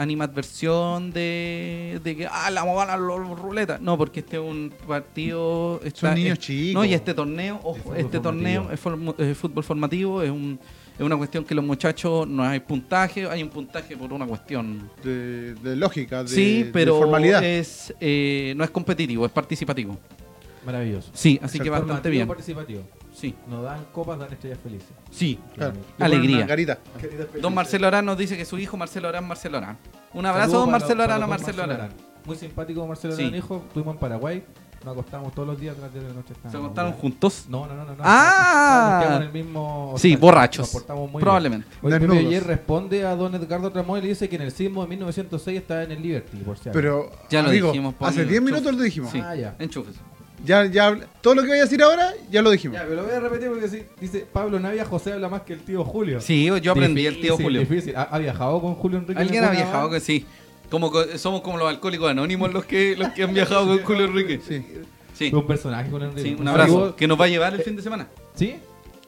S1: animadversión de, de que ah, la vamos a ganar los ruletas. No, porque este es un partido. está-
S2: niños
S1: es-
S2: chicos.
S1: No, y este torneo, ojo,
S3: Es fútbol
S1: este torneo es formu- es fútbol formativo, es, un, es una cuestión que los muchachos no hay puntaje, hay un puntaje por una cuestión
S2: De, de lógica, de,
S1: sí,
S2: de
S1: pero
S2: formalidad.
S1: es eh, no es competitivo, es participativo.
S3: Maravilloso.
S1: Sí, así que
S2: Exacto.
S1: bastante bien.
S3: participativo.
S1: Sí,
S3: Nos dan copas, dan estrellas felices.
S1: sí.
S2: Claro. Le ponen
S1: Alegría.
S2: una carita.
S1: Don Marcelo Arán nos dice que su hijo Marcelo Arán, Marcelo Arán. Un abrazo,
S3: Saludos
S1: don
S3: para-
S1: Marcelo
S3: para
S1: Arán, a
S3: don
S1: Marcelo Arán.
S3: Arán. Muy simpático Marcelo
S1: Sí.
S3: Arán, hijo. Estuvimos en Paraguay. Nos acostamos todos los días a las 10 de la noche.
S1: ¿Se
S3: estábamos
S1: montaron
S3: ya.
S1: juntos?
S3: No, no, no, no. no.
S1: ¡Ah!
S3: Estábamos en el mismo
S1: Sí,
S3: hostal.
S1: borrachos.
S3: Nos portamos muy bien.
S1: Probablemente.
S3: Oye, Pepe
S2: Desnudos.
S3: Ayer responde a don Edgardo Ramón y le dice que en el sismo de 1906 estaba en el Liberty, por si acaso.
S2: Pero,
S1: Ya lo
S2: amigo,
S1: dijimos, po,
S2: hace
S1: amigo.
S2: 10 minutos lo dijimos.
S1: Sí,
S3: Ah, ya.
S1: enchúfese.
S2: Ya, ya, habl- todo lo que voy a decir ahora, ya lo dijimos.
S3: Ya, pero lo voy a repetir porque sí, dice Pablo Navia José habla más que el tío Julio.
S1: Sí, yo aprendí el tío
S3: Difícil,
S1: Julio.
S3: Difícil. ¿Ha, ha viajado con Julio Enrique? en
S1: ¿Alguien ha
S3: alguna
S1: viajado
S3: van?
S1: que sí? Como co- somos como los alcohólicos anónimos los que los que han viajado con Julio Enrique.
S2: Sí.
S1: Sí,
S3: Un personaje con Enrique.
S1: sí, un
S3: saludo.
S1: abrazo. Que nos va a
S3: Eh,
S1: llevar el fin de semana.
S3: ¿Sí?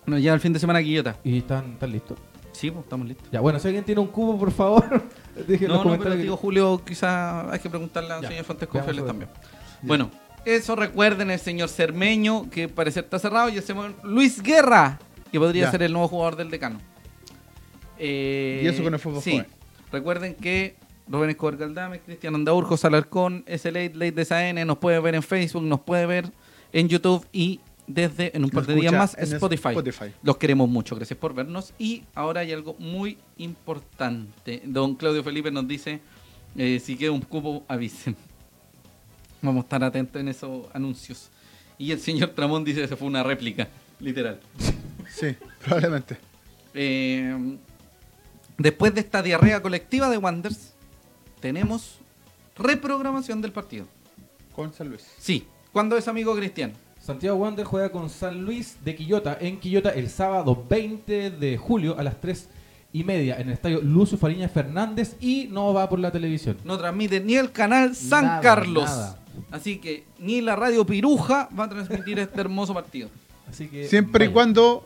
S1: Nos lleva el fin de semana a Quillota.
S3: ¿Y están, están listos?
S1: Sí, pues, estamos listos.
S3: Ya, bueno, si alguien tiene un cubo, por favor, *laughs* deje en
S1: No, no,
S3: los
S1: pero
S3: comentarios.
S1: digo, Julio, quizá hay que preguntarle al
S3: Ya,
S1: señor Fuentes
S3: veamos
S1: Confiables
S3: eso.
S1: también. Bueno, eso recuerden el señor Cermeño, que parece está cerrado, y el señor Luis Guerra, que podría
S2: Ya.
S1: ser el nuevo jugador del decano. Eh,
S2: Y eso con el fútbol
S1: Sí,
S2: joven.
S1: recuerden que Rubén Escobar Galdames, Cristian Andaur, José Alarcón, SLA, Late de SAN, nos puede ver en Facebook, nos puede ver en YouTube y desde en un par
S2: Nos
S1: de días
S2: escucha
S1: más
S2: en
S1: Spotify.
S2: Spotify.
S1: Los queremos mucho, gracias por vernos. Y ahora hay algo muy importante. Don Claudio Felipe nos dice, eh, si queda un cupo, avisen. *laughs* Vamos a estar atentos en esos anuncios. Y el señor Tramón dice, eso fue una réplica, *laughs* literal.
S2: Sí, *laughs* probablemente.
S1: Eh, después de esta diarrea colectiva de Wanders, tenemos reprogramación del partido.
S2: Con San Luis.
S1: Sí, ¿cuándo es amigo Cristian?
S3: Santiago Wander juega con San Luis de Quillota en Quillota el sábado 20 de julio a las 3 y media en el estadio Lucio Fariña Fernández y no va por la televisión.
S1: No transmite ni el canal San
S3: Nada,
S1: Carlos.
S3: nada.
S1: Así que ni la radio Piruja va a
S3: *laughs*
S1: transmitir este hermoso partido.
S3: Así que
S2: Siempre y
S3: vaya.
S2: cuando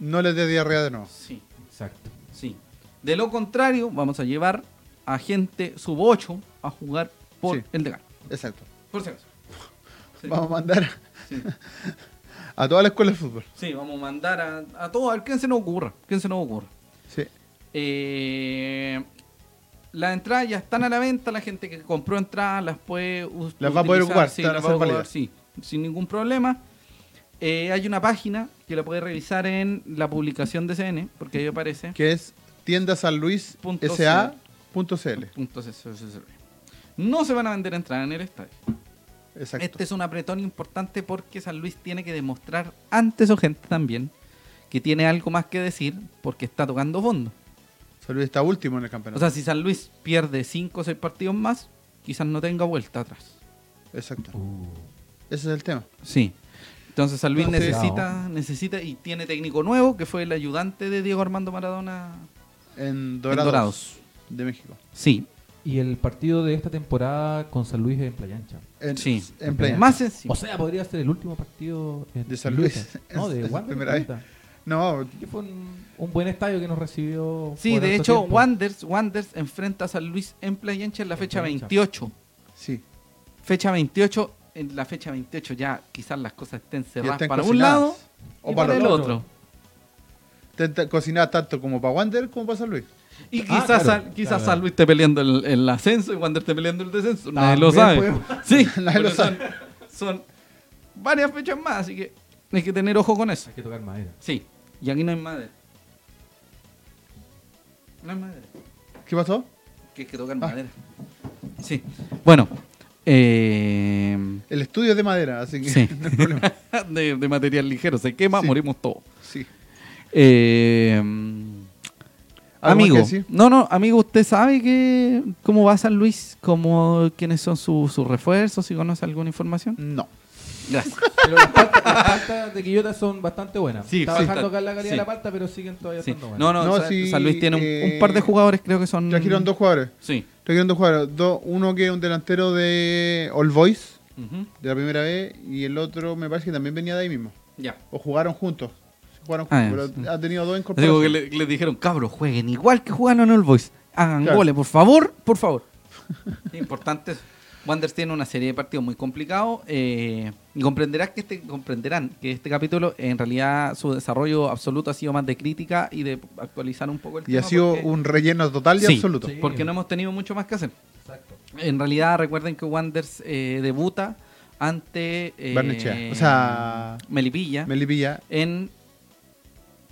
S2: no les dé diarrea de nuevo.
S1: Sí,
S3: Exacto.
S1: sí. De lo contrario, vamos a llevar a gente sub 8 a jugar por
S2: Sí.
S1: el decano.
S2: Exacto.
S1: Por si acaso. Sí.
S2: Vamos a mandar a-
S1: Sí.
S2: *laughs* a toda la escuela de fútbol.
S1: Sí, vamos a mandar a, a todos, a ver quién se nos ocurra. ¿Quién se nos ocurra?
S2: Sí.
S1: Eh, las entradas ya están a la venta, la gente que compró entradas las puede us-
S2: Las va a poder
S1: utilizar,
S2: ocupar,
S1: sí,
S2: están
S1: las va
S2: a
S1: a
S2: ser
S1: ocupar,
S2: válidas.
S1: sí, sin ningún problema. Eh, hay una página que la puede revisar en la publicación de CN, porque ahí aparece.
S2: Que es tiendasanluissa.cl.
S1: Punto C. No se van a vender entradas en el estadio.
S2: Exacto.
S1: Este es un apretón importante porque San Luis tiene que demostrar ante su gente también que tiene algo más que decir porque está tocando fondo.
S2: San Luis está último en el
S1: O
S2: campeonato.
S1: sea, si San Luis pierde 5 o 6 partidos más, quizás no tenga vuelta atrás.
S2: Exacto.
S3: Uh.
S2: Ese es el tema.
S1: Sí. Entonces San Luis
S2: Entonces-
S1: necesita, necesita y tiene técnico nuevo que fue el ayudante de Diego Armando Maradona
S2: En
S1: en
S2: Dorados,
S1: Dorados.
S2: de México.
S1: Sí.
S3: Y el partido de esta temporada con San Luis en Playancha.
S2: En,
S1: Sí.
S2: En Playa.
S1: Más sencillo.
S3: O sea, podría ser el último partido en-
S2: De San
S3: en
S2: Luis.
S3: Luca. No,
S2: *laughs* Es-
S3: de
S2: es la
S3: Wander.
S2: primera vez.
S3: puta.
S2: No,
S3: Que fue un, un buen estadio que nos recibió.
S1: Sí,
S3: por
S1: de
S3: harto
S1: hecho,
S3: tiempo.
S1: Wanders, Wanders enfrenta a San Luis en Playa Ancha en la
S3: En
S1: fecha
S3: Playa Ancha.
S1: 28.
S2: sí.
S1: Fecha 28, en la fecha 28 ya quizás las cosas estén
S2: Y
S1: cerradas
S2: están
S1: para un
S2: cocinadas.
S1: lado
S2: o
S1: y
S2: para el
S1: el
S2: otro.
S1: otro.
S2: Tenta cocinar tanto como para Wander como para San Luis.
S1: Y
S3: Ah,
S1: quizás,
S3: claro,
S1: San- quizás
S3: claro.
S1: San Luis esté peleando el, el ascenso y Wander esté peleando el descenso. Nadie lo sabe.
S3: También
S1: *laughs* Sí,
S2: Nadie lo
S1: pero son, son varias fechas más, así que hay que tener ojo con eso.
S3: Hay que tocar madera.
S1: Sí, y aquí no hay madera. No hay madera.
S2: ¿Qué pasó?
S1: Que hay que tocar
S2: Ah.
S1: madera. Sí, bueno. Eh, *laughs*
S2: El estudio es de madera, así que
S1: Sí.
S2: *laughs* no hay problema.
S1: de, de material ligero, se quema,
S2: Sí.
S1: morimos todos.
S2: Sí.
S1: Eh, mm,
S2: ¿Algo más
S1: amigo,
S2: que decir?
S1: no, no, amigo, usted sabe que cómo va San Luis, cómo, quiénes son su- sus refuerzos, si conoce alguna información.
S2: No.
S1: Gracias.
S3: Pero las paltas, *laughs* las paltas de Quillota son bastante buenas.
S1: Sí,
S3: Está
S1: sí,
S3: bajando
S1: está-
S3: acá la calidad
S1: sí.
S3: de la palta, pero siguen todavía
S1: Sí.
S3: estando buenas.
S1: No, no,
S2: No,
S1: Sa-
S2: sí,
S1: San Luis tiene un,
S2: eh,
S1: un par de jugadores, creo que son.
S2: Trajeron dos jugadores.
S1: Sí.
S2: Trajeron dos jugadores. Dos- uno que es un delantero de All Boys,
S1: Ujú.
S2: de la primera vez, y el otro me parece que también venía de ahí mismo.
S1: Ya.
S2: O jugaron juntos. Sí, Jugaron
S1: Ah,
S2: juntos,
S1: ya,
S2: pero
S1: sí.
S2: ha tenido dos incorporaciones.
S1: Digo que le, les dijeron, cabros, jueguen igual que jugaron en el Boys. Hagan
S2: Claro.
S1: goles, por favor, por
S2: *laughs*
S1: favor. Sí, Importante. eso. Wanderers tiene una serie de partidos muy complicados eh, y comprenderás que este, comprenderán que este capítulo en realidad su desarrollo absoluto ha sido más de crítica y de actualizar un poco el
S2: Y
S1: tema.
S2: ha sido
S1: porque-
S2: un relleno total y
S1: Sí.
S2: absoluto.
S3: Sí.
S1: porque no hemos tenido mucho más que hacer.
S3: Exacto.
S1: En realidad recuerden que Wanderers eh, debuta ante eh,
S2: Barnechea. O sea,
S1: Melipilla
S2: Melipilla,
S1: en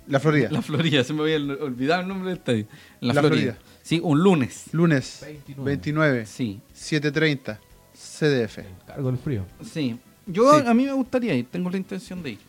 S2: La Florida.
S1: La Florida, se me había ol- olvidado el nombre del estadio. La,
S2: La
S1: Florida.
S2: Florida.
S1: Sí, un lunes.
S2: Lunes
S3: 29.
S2: 29,
S1: Sí,
S2: 7.30, CDF.
S3: Cargo el frío.
S1: sí. Yo
S2: Sí.
S1: a mí me gustaría ir, tengo la intención de ir.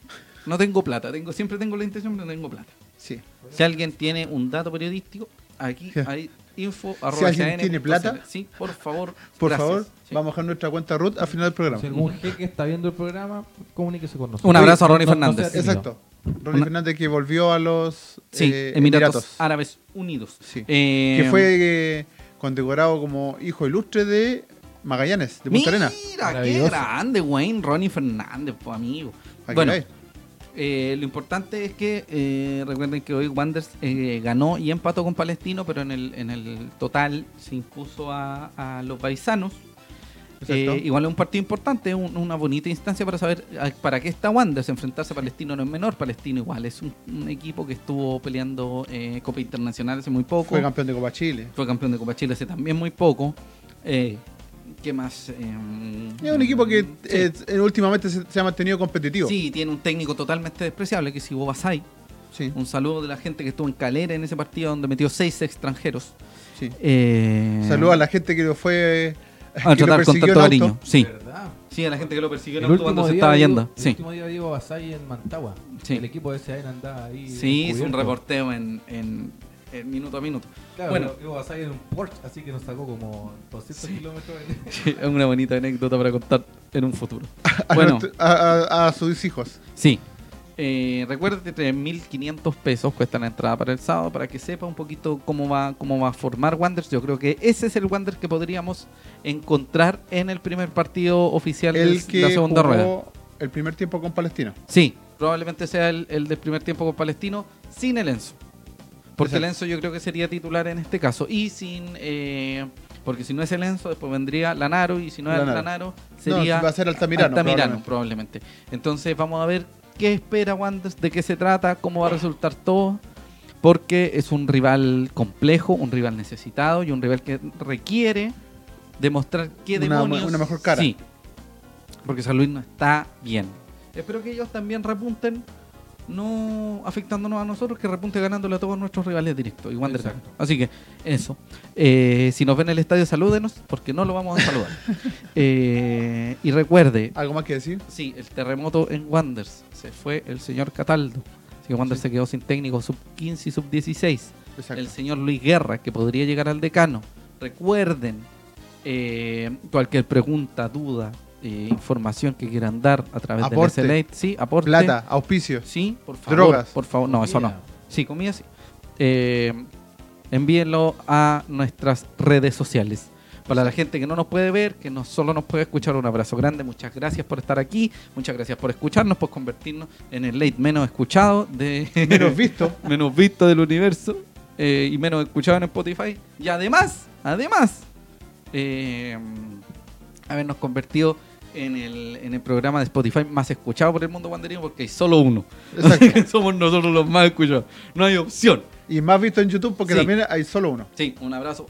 S1: No tengo plata, tengo siempre tengo la intención, pero no tengo plata.
S2: Sí.
S1: Si alguien tiene un dato periodístico, aquí hay info
S2: Si alguien tiene plata.
S1: Sí, por favor.
S2: Por
S1: gracias.
S2: favor,
S1: Sí.
S2: vamos a dejar nuestra cuenta root al final del programa.
S3: Si algún jeque está viendo el programa, comuníquese con nosotros.
S1: Un abrazo a Ronnie
S3: No- no
S1: Fernández.
S3: sea tímido.
S2: Exacto. Ronnie
S1: Una-
S2: Fernández que volvió a los
S1: Sí,
S2: eh,
S1: Emiratos, Árabes Unidos.
S2: Sí.
S1: Eh,
S2: que fue eh, condecorado como hijo ilustre de Magallanes, de Punta Arenas.
S1: Mira, qué
S3: Maravilloso.
S1: grande, Wayne, Ronnie Fernández, pues amigo.
S2: Aquí
S1: bueno,
S2: la hay.
S1: Eh, lo importante es que eh, recuerden que hoy Wanderers eh, ganó y empató con Palestino, pero en el, en el total se impuso a, a los paisanos.
S2: Exacto.
S1: Eh, igual es un partido importante, un- una bonita instancia para saber a- para qué está Wanderers. Enfrentarse a Palestino no es menor, Palestino igual es un, un equipo que estuvo peleando eh, Copa Internacional hace muy poco.
S2: fue campeón de Copa Chile.
S1: Fue campeón de Copa Chile hace también muy poco. Eh, ¿Qué más? Eh,
S2: Es un equipo que
S1: sí.
S2: eh, eh, últimamente se, se ha mantenido competitivo.
S1: Sí, tiene un técnico totalmente despreciable que es Ivo Basay.
S2: Sí,
S1: Un saludo de la gente que estuvo en Calera en ese partido donde metió seis extranjeros.
S2: sí.
S1: Eh,
S2: Saludos a la gente que lo fue eh,
S1: a
S2: que lo
S1: tratar con
S2: persiguió
S1: tanto
S2: en auto.
S1: cariño. Sí,
S3: ¿Verdad?
S1: sí, a la gente que lo persiguió en
S3: El
S1: auto
S3: último,
S1: cuando se
S3: día
S1: estaba
S3: Diego-
S1: yendo.
S3: el
S1: Sí,
S3: último día Diego Basay en Mantagua.
S1: Sí.
S3: El equipo de ese año andaba ahí.
S1: sí hizo un
S3: descubierto.
S1: reporteo en, en- en minuto a minuto.
S3: Claro,
S1: Bueno.
S3: bueno, Diego Basay en un Porsche, así que nos sacó como 200 kilómetros.
S1: *laughs*
S3: en-
S1: Sí, es una bonita anécdota para contar en un futuro.
S2: *laughs* a,
S1: Bueno,
S2: nuestro- a- a- a sus hijos.
S1: sí. Eh, recuerda que 3.500 pesos cuesta la entrada para el sábado para que sepa un poquito cómo va, cómo va a formar Wanderers. Yo creo que ese es el Wanderers que podríamos encontrar en el primer partido oficial
S2: El
S1: de
S2: que
S1: la segunda
S2: jugó
S1: rueda.
S2: el primer tiempo con Palestino.
S1: Sí, probablemente sea el, el del primer tiempo con Palestino sin el Enzo. Porque el Enzo yo creo que sería titular en este caso. Y sin. eh, porque si no es el Enzo, después vendría Lanaro. Y si no es
S2: Lanaro.
S1: Lanaro, sería.
S2: no, va a ser Altamirano.
S1: Altamirano,
S2: probablemente.
S1: probablemente. Entonces vamos a ver qué espera Wanderers, de qué se trata, cómo va a resultar todo, porque es un rival complejo, un rival necesitado y un rival que requiere demostrar qué
S2: Una-
S1: demonios.
S2: una mejor cara.
S1: Sí, porque San Luis no está bien. Espero que ellos también repunten. no afectándonos a nosotros, que repunte ganándole a todos nuestros rivales directos. Y Wander
S3: Exacto.
S1: gana. Así que, eso. Eh, si nos ven en el estadio, salúdenos, porque no lo vamos a saludar. Eh, y recuerde,
S2: ¿Algo más que decir?
S1: sí, el terremoto en Wanders. Se fue el señor Cataldo. Así que Wander
S2: Sí.
S1: se quedó sin técnico sub 15 y sub 16
S2: Exacto.
S1: el señor Luis Guerra, que podría llegar al decano. Recuerden, eh, cualquier pregunta, duda, eh, información que quieran dar a través
S2: Aporte.
S1: del SLate, sí, aporte.
S2: Plata, auspicio.
S1: Sí, por favor.
S2: Drogas.
S1: Por favor, no, eso no.
S3: Comida.
S1: Sí, comida sí. Eh, envíenlo a nuestras redes sociales. Para la gente que no nos puede ver, que no solo nos puede escuchar, un abrazo grande. Muchas gracias por estar aquí. Muchas gracias por escucharnos, por convertirnos en el late menos escuchado de
S2: *laughs*
S1: *laughs*
S2: Menos visto.
S1: menos visto del universo eh, y menos escuchado en Spotify. Y además, además, eh, habernos convertido en el, en el programa de Spotify más escuchado por el mundo banderino porque hay solo uno.
S2: Exacto.
S1: *laughs* Somos nosotros los más escuchados. No hay opción.
S2: Y más visto en YouTube porque
S1: Sí.
S2: también hay solo uno.
S1: Sí, un abrazo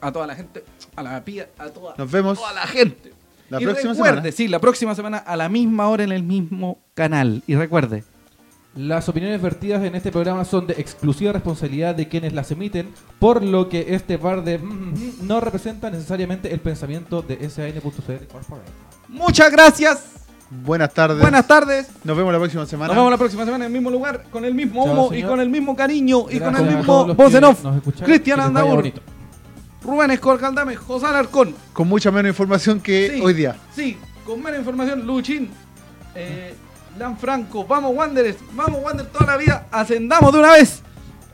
S1: a toda la gente, a la pía, a toda,
S2: Nos vemos
S1: toda la gente.
S2: la
S1: y
S2: próxima
S1: recuerde,
S2: semana.
S1: sí, la próxima semana a la misma hora en el mismo canal. Y recuerde,
S3: Las opiniones vertidas en este programa son de exclusiva responsabilidad de quienes las emiten, por lo que este par de mm, mm, mm no representa necesariamente el pensamiento de SAN.cl Corporate.
S1: muchas gracias.
S2: Buenas tardes.
S1: Buenas tardes.
S2: Nos vemos la próxima semana.
S1: Nos vemos la próxima semana en el mismo lugar, con el mismo
S3: Chao,
S1: humo y
S3: señor.
S1: con el mismo cariño y con
S3: Gracias
S1: el
S3: a todos
S1: mismo
S3: los
S1: voz
S3: que
S1: en off.
S3: nos escucharon.
S1: Cristian
S3: Que les vaya
S1: Andaur,
S3: bonito.
S1: Rubén Escor Caldame, José Alarcón.
S2: Con mucha menos información que
S1: Sí,
S2: Eh, hoy día.
S1: Sí, con menos información, Luchín, eh, Lan Franco, vamos Wanderers, vamos Wander toda la vida, ascendamos de una vez.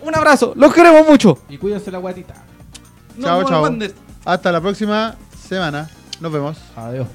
S1: Un abrazo, los queremos mucho.
S3: Y cuídense la guatita.
S1: Nos
S2: Chao,
S1: vemos,
S2: chao.
S1: Wanderers.
S2: Hasta la próxima semana. Nos vemos.
S3: Adiós.